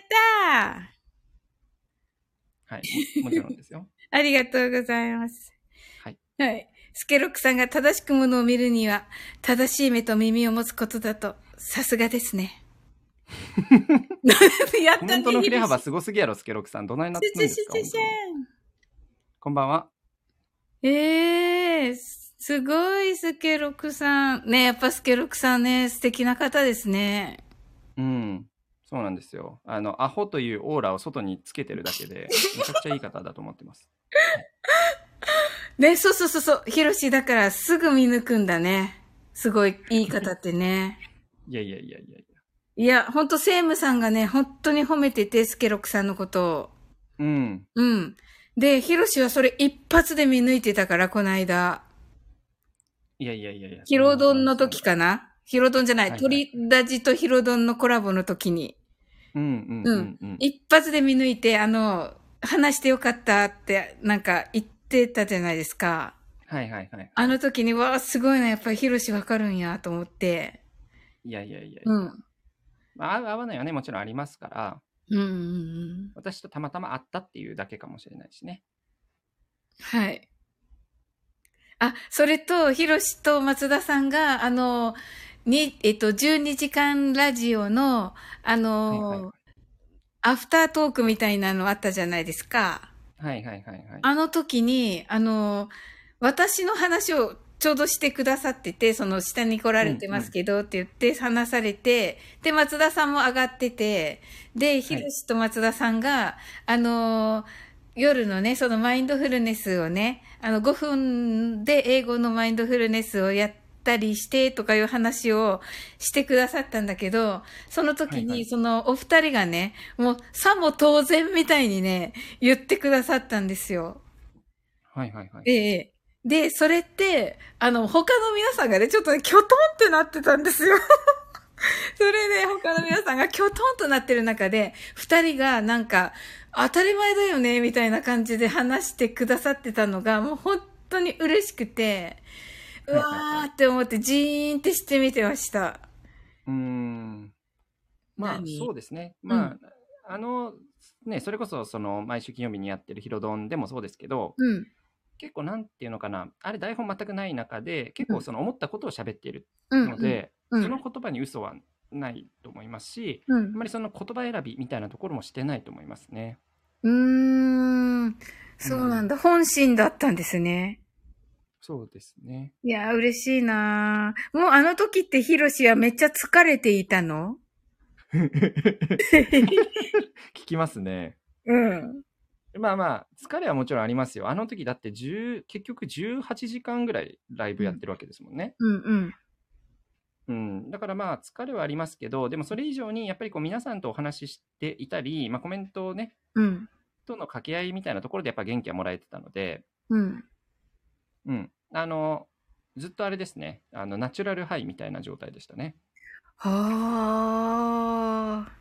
[SPEAKER 1] たー
[SPEAKER 2] はい。もちろ んですよ。
[SPEAKER 1] ありがとうございます。
[SPEAKER 2] はい。
[SPEAKER 1] はい。スケロックさんが正しくものを見るには、正しい目と耳を持つことだと、さすがです ね。 やったね
[SPEAKER 2] コメントの振れ幅すごすぎやろ、スケロクさん。どないなってん
[SPEAKER 1] シュ
[SPEAKER 2] で
[SPEAKER 1] シ
[SPEAKER 2] す
[SPEAKER 1] ュ
[SPEAKER 2] か
[SPEAKER 1] シュシュ
[SPEAKER 2] こんばんは。
[SPEAKER 1] ええすごい、スケロクさん。ね、やっぱスケロクさんね、素敵な方ですね。
[SPEAKER 2] うん、そうなんですよ。あの、アホというオーラを外につけてるだけで、めちゃくちゃいい方だと思ってます。
[SPEAKER 1] ね、そうそうそうそう、ヒロシだからすぐ見抜くんだね。すごいいい方ってね。
[SPEAKER 2] いやいやいやいやいや。
[SPEAKER 1] いや、ほんとセイムさんがね、本当に褒めてて、スケロクさんのことを。
[SPEAKER 2] うん。
[SPEAKER 1] うん。で、ヒロシはそれ一発で見抜いてたから、この間。
[SPEAKER 2] いやいやいやいや。
[SPEAKER 1] ヒロドンの時かなヒロドンじゃない、
[SPEAKER 2] はいはい
[SPEAKER 1] 鳥ラジとヒロドンのコラボの時に。
[SPEAKER 2] うんうんうんうん。
[SPEAKER 1] 一発で見抜いて、あの、話してよかったって、なんか言ってたじゃないですか。
[SPEAKER 2] はいはいはい。
[SPEAKER 1] あの時に、わあ、すごいな、やっぱりヒロシわかるんや、と思って。
[SPEAKER 2] いやいやいやいや、
[SPEAKER 1] うん。
[SPEAKER 2] まあ合う合わないはね、もちろんありますから、
[SPEAKER 1] うんうんうん。
[SPEAKER 2] 私とたまたま会ったっていうだけかもしれないしね。
[SPEAKER 1] はい。あ、それと、ヒロシと松田さんが、あの、に、えっと、12時間ラジオの、あの、
[SPEAKER 2] はいはいはい
[SPEAKER 1] アフタートークみたいなのあったじゃないですか。
[SPEAKER 2] はいはいはいはい。
[SPEAKER 1] あの時に、あの、私の話をちょうどしてくださってて、その下に来られてますけどって言って話されて、で、松田さんも上がってて、で、ひろしと松田さんが、あの、夜のね、そのマインドフルネスをね、あの、5分で英語のマインドフルネスをやったりしてとかいう話をしてくださったんだけど、その時
[SPEAKER 2] はいは
[SPEAKER 1] に
[SPEAKER 2] い
[SPEAKER 1] そのお二人がね、もうさも当然みたいにね、言ってくださったんですよ。
[SPEAKER 2] はいはいはい。
[SPEAKER 1] ええ。で、それって、あの、他の皆さんがね、ちょっとね、キョトンってなってたんですよ。 それで、他の皆さんがキョトンとなってる中で、二人がなんか、当たり前だよね、みたいな感じで話してくださってたのが、もう本当に嬉しくて、うわーって思って、ジーンってしてみてました。
[SPEAKER 2] うーん。まあ
[SPEAKER 1] 何
[SPEAKER 2] そうですね。まあ、あの、ね、それこそその毎週金曜日にやってるヒロドンでもそうですけど、
[SPEAKER 1] うん。
[SPEAKER 2] 結構なんていうのかな、あれ台本全くない中で、結構その思ったことを喋っている
[SPEAKER 1] うん。
[SPEAKER 2] ので、
[SPEAKER 1] うん、
[SPEAKER 2] その言葉に嘘はないと思いますし、
[SPEAKER 1] う
[SPEAKER 2] あ
[SPEAKER 1] ん。
[SPEAKER 2] んまりその言葉選びみたいなところもしてないと思いますね。
[SPEAKER 1] うーん。そうなんだ。本心だったんですね。
[SPEAKER 2] そうです ね。
[SPEAKER 1] いやー、嬉しいなーもうあの時ってヒロシはめっちゃ疲れていた の
[SPEAKER 2] 聞きますね。
[SPEAKER 1] うん。
[SPEAKER 2] まあまあ、疲れはもちろんありますよ。あの時だって10、結局18時間ぐらいライブやってるわけですもんね。
[SPEAKER 1] うんうん。
[SPEAKER 2] うん。だからまあ、疲れはありますけど、でもそれ以上に、やっぱりこう皆さんとお話ししていたり、まあコメントをね、
[SPEAKER 1] うん。
[SPEAKER 2] との掛け合いみたいなところでやっぱ元気はもらえてたので、
[SPEAKER 1] うん。
[SPEAKER 2] うん。あの、ずっとあれですね。あの、ナチュラルハイみたいな状態でしたね。
[SPEAKER 1] はあ。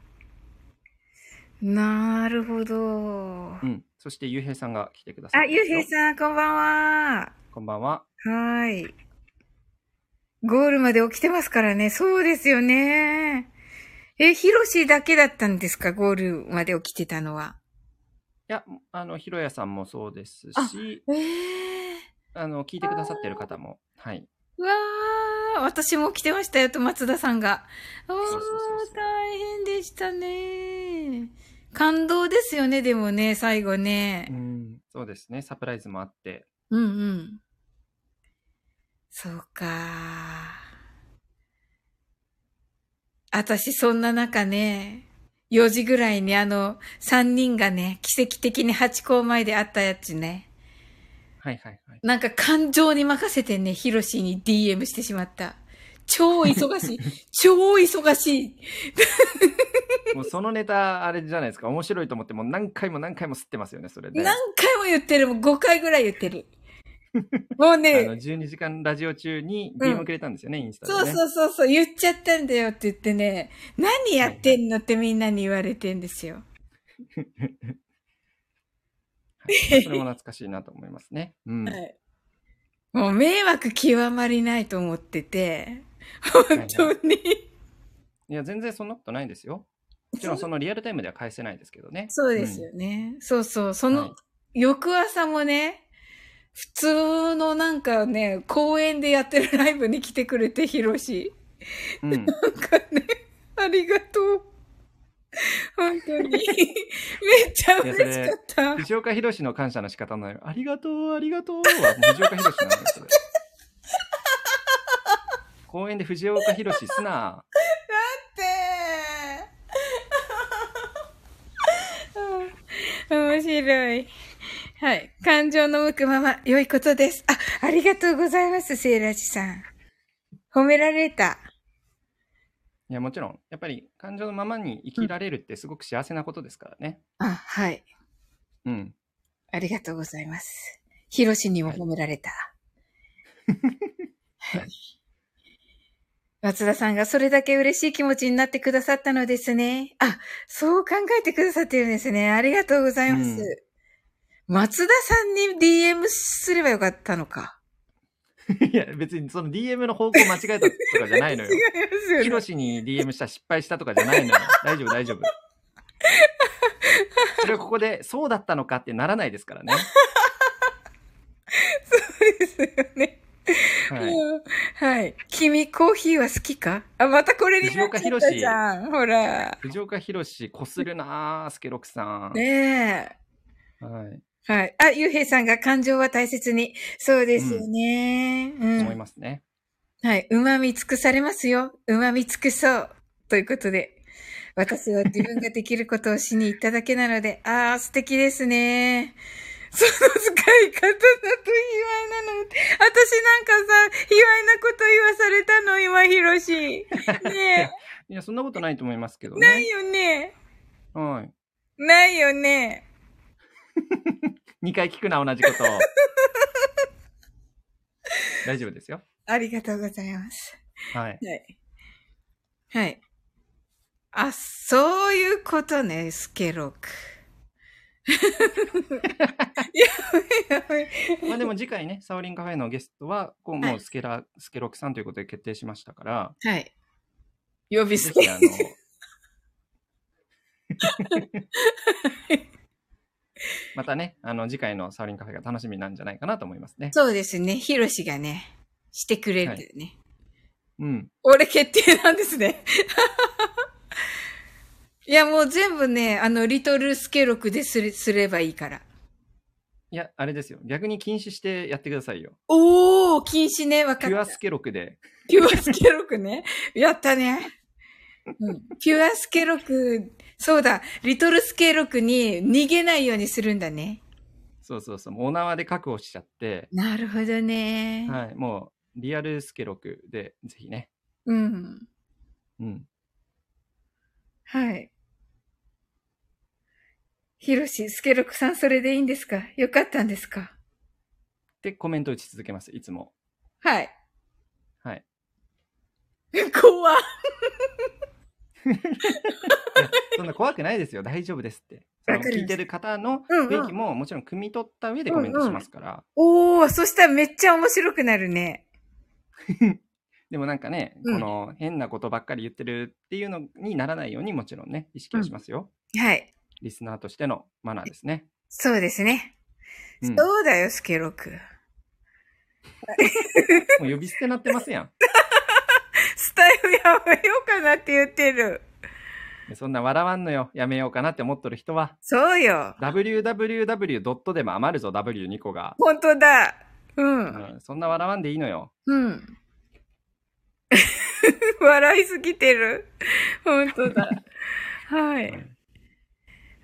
[SPEAKER 1] なるほど。
[SPEAKER 2] うん。そして、ゆうへいさんが来てくださ
[SPEAKER 1] あ、
[SPEAKER 2] い
[SPEAKER 1] ゆうへいさん、こんばんは。
[SPEAKER 2] ん。こんばんは。
[SPEAKER 1] はーい。ゴールまで起きてますからね。そうですよね。え、ヒロシだけだったんですかゴールまで起きてたのは。
[SPEAKER 2] いや、あの、ひろやさんもそうです
[SPEAKER 1] あ
[SPEAKER 2] し、
[SPEAKER 1] ええ
[SPEAKER 2] あの、聞いてくださってる方も、はい。
[SPEAKER 1] うわー、私も来てましたよと松田さんが。あー
[SPEAKER 2] そうそうそうそう
[SPEAKER 1] 大変でしたね。感動ですよね、でもね、最後
[SPEAKER 2] う
[SPEAKER 1] ね。
[SPEAKER 2] ん、そうですね。サプライズもあって。
[SPEAKER 1] うんうん。そうか私、そんな中ね、4時ぐらいにあの、3人がね、奇跡的に八校前で会ったやつね。
[SPEAKER 2] はいはいはい。
[SPEAKER 1] なんか感情に任せてね、ヒロシに DM してしまった。超忙 しい。超忙しい。
[SPEAKER 2] もうそのネタ、あれじゃないですか。面白いと思って、もう何回も何回も吸ってますよね、それで。
[SPEAKER 1] 何回も言ってる。もう5回ぐらい言ってる。もう
[SPEAKER 2] あの
[SPEAKER 1] ね、
[SPEAKER 2] 12時間ラジオ中に
[SPEAKER 1] うん
[SPEAKER 2] DM くれたんですよね、インスタで、ね。
[SPEAKER 1] そうそうそうそう、言っちゃったんだよって言ってね、何やってんのってみんなに言われてんですよ。
[SPEAKER 2] はいそれも懐かしいなと思いますね。うん。
[SPEAKER 1] はい。もう迷惑極まりないと思ってて、本当に。
[SPEAKER 2] いや、全然そんなことないですよ。もちろんそのリアルタイムでは返せないですけどね。
[SPEAKER 1] そうです
[SPEAKER 2] ん
[SPEAKER 1] よね。そうそう。その、
[SPEAKER 2] はい
[SPEAKER 1] 翌朝もね、普通のなんかね、公園でやってるライブに来てくれて、ヒロシ。
[SPEAKER 2] うん。
[SPEAKER 1] なんかね、ありがとう。本当に。めっちゃ嬉しかった。
[SPEAKER 2] 藤岡弘の感謝の仕方のよ。ありがとう、ありがとうは藤岡弘なんですよ。公園で藤岡弘すな。
[SPEAKER 1] うん面白い。はい。感情の向くまま、良いことです。あ、ありがとうございます、セイラジさん。褒められた。
[SPEAKER 2] いや、もちろん、やっぱり感情のままに生きられるってすごく幸せなことですからね。
[SPEAKER 1] あ、はい。
[SPEAKER 2] うん。
[SPEAKER 1] ありがとうございます。ヒロシにも褒められた。はい松田さんがそれだけ嬉しい気持ちになってくださったのですね。あ、そう考えてくださってるんですね。ありがとうございます。松田さんに DM すればよかったのか。
[SPEAKER 2] いや、別にその DM の方向間違えたとかじゃないの
[SPEAKER 1] 違い
[SPEAKER 2] よ。
[SPEAKER 1] ますよね
[SPEAKER 2] ヒ。ロシに DM した失敗したとかじゃないのよ。 大丈夫、大丈夫。それはここで、そうだったのかってならないですから ね。
[SPEAKER 1] そうですよね。
[SPEAKER 2] はい。
[SPEAKER 1] うんはい。君、コーヒーは好きかあ、またこれになっちゃったじゃん。ほら。
[SPEAKER 2] 藤岡弘、こするなぁ、スケロクさん。
[SPEAKER 1] ね
[SPEAKER 2] はい。
[SPEAKER 1] え。はい。あ、ゆうへいさんが感情は大切に。そうですよね。うん。
[SPEAKER 2] 思いますね。
[SPEAKER 1] はい。旨味尽くされますよ。旨味尽くそう。ということで。私は自分ができることをしに行っただけなので、 ああ、素敵ですね。その使い方だと卑猥なの。私なんかさ、卑猥なこと言わされたの、今、ひろし。ね
[SPEAKER 2] いや、そんなことないと思いますけど
[SPEAKER 1] え。ない
[SPEAKER 2] ね。
[SPEAKER 1] よね。
[SPEAKER 2] はい。
[SPEAKER 1] ないよね。
[SPEAKER 2] 2回聞くな、同じ ことを。大丈夫ですよ。
[SPEAKER 1] ありがとうございます。
[SPEAKER 2] はい。
[SPEAKER 1] はい。はい。あ、そういうことね、スケロク。やばいやばい。
[SPEAKER 2] まあでも次回ね、サオリンカフェのゲストは、こう
[SPEAKER 1] はい
[SPEAKER 2] もうスケラ、スケロクさんということで決定しましたから、
[SPEAKER 1] はい。呼び
[SPEAKER 2] ぜ
[SPEAKER 1] 捨
[SPEAKER 2] ひ
[SPEAKER 1] て。
[SPEAKER 2] あの、またね、あの次回のサオリンカフェが楽しみなんじゃないかなと思いますね。
[SPEAKER 1] そうですね、ヒロシがね、してくれるんだよね。
[SPEAKER 2] うん。
[SPEAKER 1] 俺決定なんですね。 いや、もう全部ね、あの、リトルスケロクですれすればいいから。
[SPEAKER 2] いや、あれですよ。逆に禁止してやってくださいよ。
[SPEAKER 1] おー、禁止ね、わ
[SPEAKER 2] キ
[SPEAKER 1] かっ
[SPEAKER 2] ュア
[SPEAKER 1] た。
[SPEAKER 2] スケロクで。
[SPEAKER 1] ピュアスケロクね。やったね。うん、ピュアスケロク、そうだ、リトルスケロクに逃げないようにするんだね。
[SPEAKER 2] そうそうそう。もうお縄で確保しちゃって、
[SPEAKER 1] なるほどね。
[SPEAKER 2] はい。もう、リアルスケロクで、ぜひね。
[SPEAKER 1] うん。
[SPEAKER 2] うん。
[SPEAKER 1] はい。ヒロシ、スケロクさん、それでいいんですかよかったんですか
[SPEAKER 2] で、コメント打ち続けます。いつも。
[SPEAKER 1] はい。
[SPEAKER 2] はい。
[SPEAKER 1] 怖っ
[SPEAKER 2] いやそんな怖くないですよ。大丈夫ですって。そ
[SPEAKER 1] わ
[SPEAKER 2] の
[SPEAKER 1] かりました
[SPEAKER 2] 聞いてる方の
[SPEAKER 1] うんうん
[SPEAKER 2] 雰囲気ももちろん汲み取った上でコメントしますから。
[SPEAKER 1] おー、そしたらめっちゃ面白くなるね。
[SPEAKER 2] でもなんかね、
[SPEAKER 1] うん
[SPEAKER 2] この変なことばっかり言ってるっていうのにならないようにもちろんね、意識はしますよ。
[SPEAKER 1] はい。
[SPEAKER 2] リスナーとしてのマナーですね。
[SPEAKER 1] そうですね。
[SPEAKER 2] うん、も
[SPEAKER 1] そうだよ、スケロク。
[SPEAKER 2] う呼び捨てなってますやん。
[SPEAKER 1] スタイルやめようかなって言ってる。
[SPEAKER 2] そんな笑わんのよ。やめようかなって思っとる 人は、
[SPEAKER 1] そうよ。
[SPEAKER 2] www. でも余るぞ、w2 個が。
[SPEAKER 1] 本当だ。う。
[SPEAKER 2] うんん、そんな笑わんでいいのよ。
[SPEAKER 1] うん。 笑いすぎてる。本当だ。はい。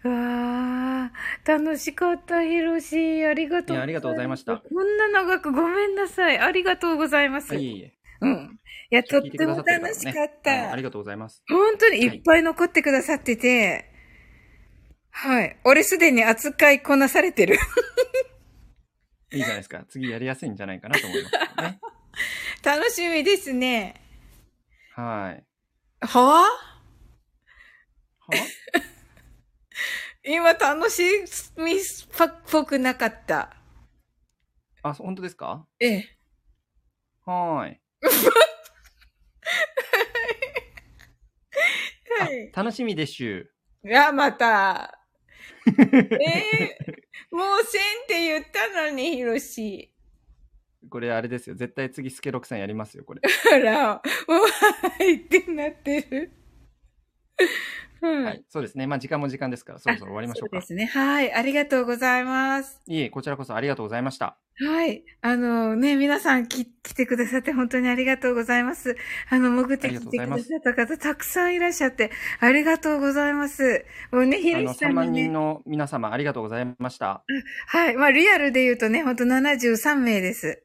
[SPEAKER 1] わあ、楽しかった、ひろし。ありがとう
[SPEAKER 2] いやありがとうございました
[SPEAKER 1] こんな長くごめんなさい。ありがとうございます。
[SPEAKER 2] はい、いえいえ。
[SPEAKER 1] うん。いや、とっ
[SPEAKER 2] 聞い
[SPEAKER 1] て
[SPEAKER 2] くだ
[SPEAKER 1] も
[SPEAKER 2] さる方
[SPEAKER 1] 楽
[SPEAKER 2] も
[SPEAKER 1] し
[SPEAKER 2] ね
[SPEAKER 1] かっ
[SPEAKER 2] うん
[SPEAKER 1] た。
[SPEAKER 2] ありがとうございます。
[SPEAKER 1] 本当にいっぱい残ってくださってて、はい。俺すでに扱いこなされてる。
[SPEAKER 2] いいじゃないですか。次やりやすいんじゃないかなと思いますけどね。
[SPEAKER 1] 楽しみですね。
[SPEAKER 2] はい。
[SPEAKER 1] はあ
[SPEAKER 2] は
[SPEAKER 1] 今楽しみっぽくなかった。
[SPEAKER 2] あ、そう本当ですか
[SPEAKER 1] ええ。
[SPEAKER 2] はーい。
[SPEAKER 1] はい。
[SPEAKER 2] 楽しみでしゅ。
[SPEAKER 1] いや、また。ええもうせんって言ったのに、ひろし。
[SPEAKER 2] これあれですよ。絶対次、スケロクさんやりますよ、これ。
[SPEAKER 1] あら、もう、はいってなってる。うん。
[SPEAKER 2] はい、そうですね。まあ、時間も時間ですから、そろそろ終わりましょうか。
[SPEAKER 1] そうですね。はい。ありがとうございます。
[SPEAKER 2] いえ、こちらこそありがとうございました。
[SPEAKER 1] はい。あのね、皆さんき来てくださって本当にありがとうございます。あの、潜って
[SPEAKER 2] あり
[SPEAKER 1] 来
[SPEAKER 2] がとう
[SPEAKER 1] てく
[SPEAKER 2] ござい
[SPEAKER 1] だ
[SPEAKER 2] ま
[SPEAKER 1] さ
[SPEAKER 2] す
[SPEAKER 1] った方たくさんいらっしゃって、ありがとうございます。もうね、ひ
[SPEAKER 2] あ
[SPEAKER 1] ろ
[SPEAKER 2] の、
[SPEAKER 1] しさ
[SPEAKER 2] 3
[SPEAKER 1] ん
[SPEAKER 2] 万
[SPEAKER 1] に
[SPEAKER 2] 人
[SPEAKER 1] ね、
[SPEAKER 2] の皆様ありがとうございました。
[SPEAKER 1] はい。まあ、リアルで言うとね、本当73名です。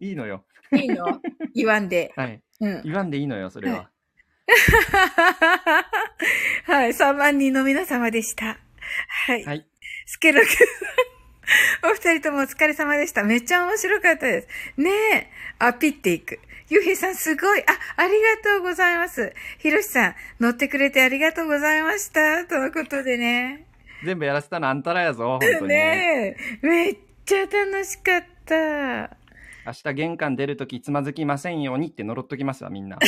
[SPEAKER 2] いいのよ。
[SPEAKER 1] いいの 言わんで。
[SPEAKER 2] はい。
[SPEAKER 1] うん。
[SPEAKER 2] 言わんでいいのよ、それは。
[SPEAKER 1] はい、3万人の皆様でした。はい。
[SPEAKER 2] はい
[SPEAKER 1] スケロク さん。お二人ともお疲れ様でした。めっちゃ面白かったです。ねえ。あ、ピっていく。ゆうへいさんすごい。あ、ありがとうございます。ひろしさん、乗ってくれてありがとうございました。とのことでね。
[SPEAKER 2] 全部やらせたのあんたらやぞ、本当に。
[SPEAKER 1] ねえ、めっちゃ楽しかった。
[SPEAKER 2] 明日玄関出るときつまずきませんようにって呪っときますわ、みんな。
[SPEAKER 1] あ、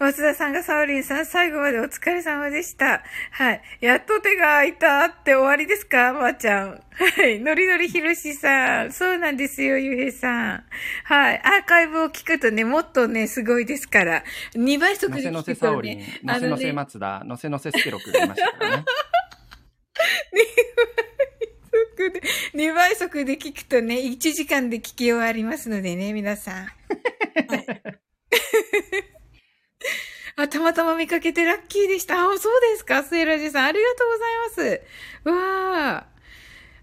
[SPEAKER 1] 松田さんがサオリンさん、最後までお疲れ様でした。はい。やっと手が空いたって終わりですかまー、ちゃん。はい。のりのりひろしさん。そうなんですよ、ゆうへいさん。はい。アーカイブを聞くとね、もっとね、すごいですから。2倍速
[SPEAKER 2] の
[SPEAKER 1] で
[SPEAKER 2] せの
[SPEAKER 1] 聞
[SPEAKER 2] せ
[SPEAKER 1] く
[SPEAKER 2] サ
[SPEAKER 1] と
[SPEAKER 2] オリン
[SPEAKER 1] ね、、
[SPEAKER 2] のせのせ
[SPEAKER 1] あのね
[SPEAKER 2] 松田、のせのせスケロクがいましたから ね。
[SPEAKER 1] 速で、2倍速で聞くとね、1時間で聞き終わりますのでね、皆さん。はい、あ、たまたま見かけてラッキーでした。あ、そうですか、スエラジさん。ありがとうございます。うわあ。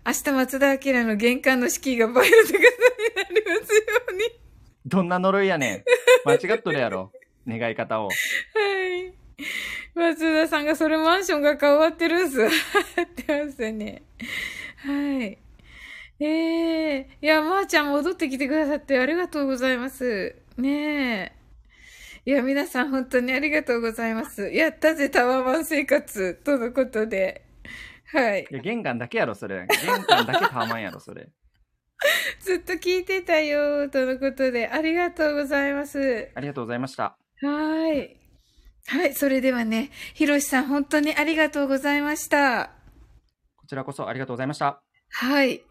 [SPEAKER 1] 明日松田明の玄関の敷居がバイオテカさんになりますように。
[SPEAKER 2] どんな呪いやねん。間違っとるやろ。願い方を。
[SPEAKER 1] はい。松田さんがそれマンションが変わってるんす。や ってますね。はい。ええいや、まー、ちゃん戻ってきてくださってありがとうございます。ねえ。いや、皆さん本当にありがとうございます。やったぜ、タワマン生活。とのことで。はい
[SPEAKER 2] い。や、玄関だけやろ、それ。玄関だけたまんやろ、それ。
[SPEAKER 1] ずっと聞いてたよ。とのことで。ありがとうございます。
[SPEAKER 2] ありがとうございました。
[SPEAKER 1] はい。はい、それではね、ひろしさん本当にありがとうございました。
[SPEAKER 2] こちらこそありがとうございました。
[SPEAKER 1] はい。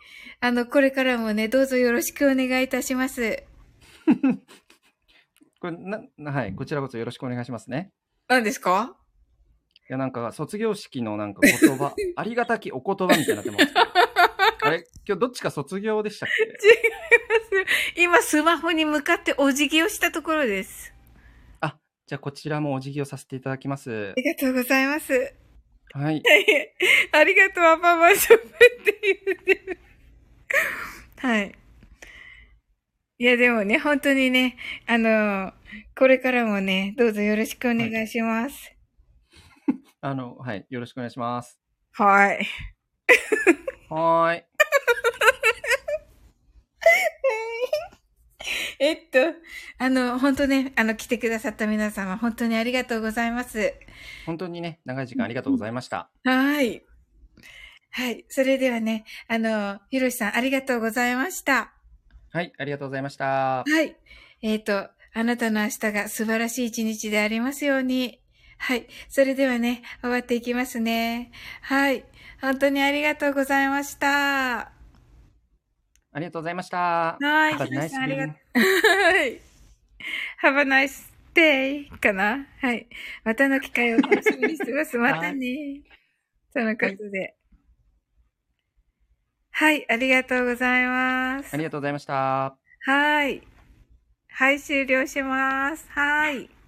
[SPEAKER 1] あの、これからもね、どうぞよろしくお願いいたします。
[SPEAKER 2] これな、なはい、こちらこそよろしくお願いしますね。
[SPEAKER 1] 何ですか
[SPEAKER 2] いや、なんか、卒業式のなんか言葉、ありがたきお言葉みたいになってますけど。あれ今日どっちか卒業でしたっけ
[SPEAKER 1] 今、スマホに向かってお辞儀をしたところです。
[SPEAKER 2] じゃあ、こちらもお辞儀をさせていただきま す
[SPEAKER 1] あ。りがとうございます。
[SPEAKER 2] はい。
[SPEAKER 1] ありがとう、アパマンションって言ってる。はい。いや、でもね、本当にね、あのこれからもね、どうぞよろしくお願いします。
[SPEAKER 2] あの、はい、よろしくお願いします。
[SPEAKER 1] はい。
[SPEAKER 2] はーい。
[SPEAKER 1] えっと、あの、本当ね、あの、来てくださった皆様、本当にありがとうございます。
[SPEAKER 2] 本当にね、長い時間ありがとうございました。
[SPEAKER 1] はい。はい。それではね、あの、ひろしさん、ありがとうございました。
[SPEAKER 2] はい、ありがとうございました。
[SPEAKER 1] はい。えっ、と、あなたの明日が素晴らしい一日でありますように。はい。それではね、終わっていきますね。はい。本当にありがとうございました。
[SPEAKER 2] ありがとうございました。
[SPEAKER 1] はい。
[SPEAKER 2] Have a
[SPEAKER 1] ひろしさん、あ
[SPEAKER 2] nice
[SPEAKER 1] りが
[SPEAKER 2] day
[SPEAKER 1] とう。はい。Have a nice day かなはい。またの機会を楽しみにしてます。またね。とのことで。はい、ありがとうございます
[SPEAKER 2] あ。りがとうございました。
[SPEAKER 1] はい。はい、終了します。はい。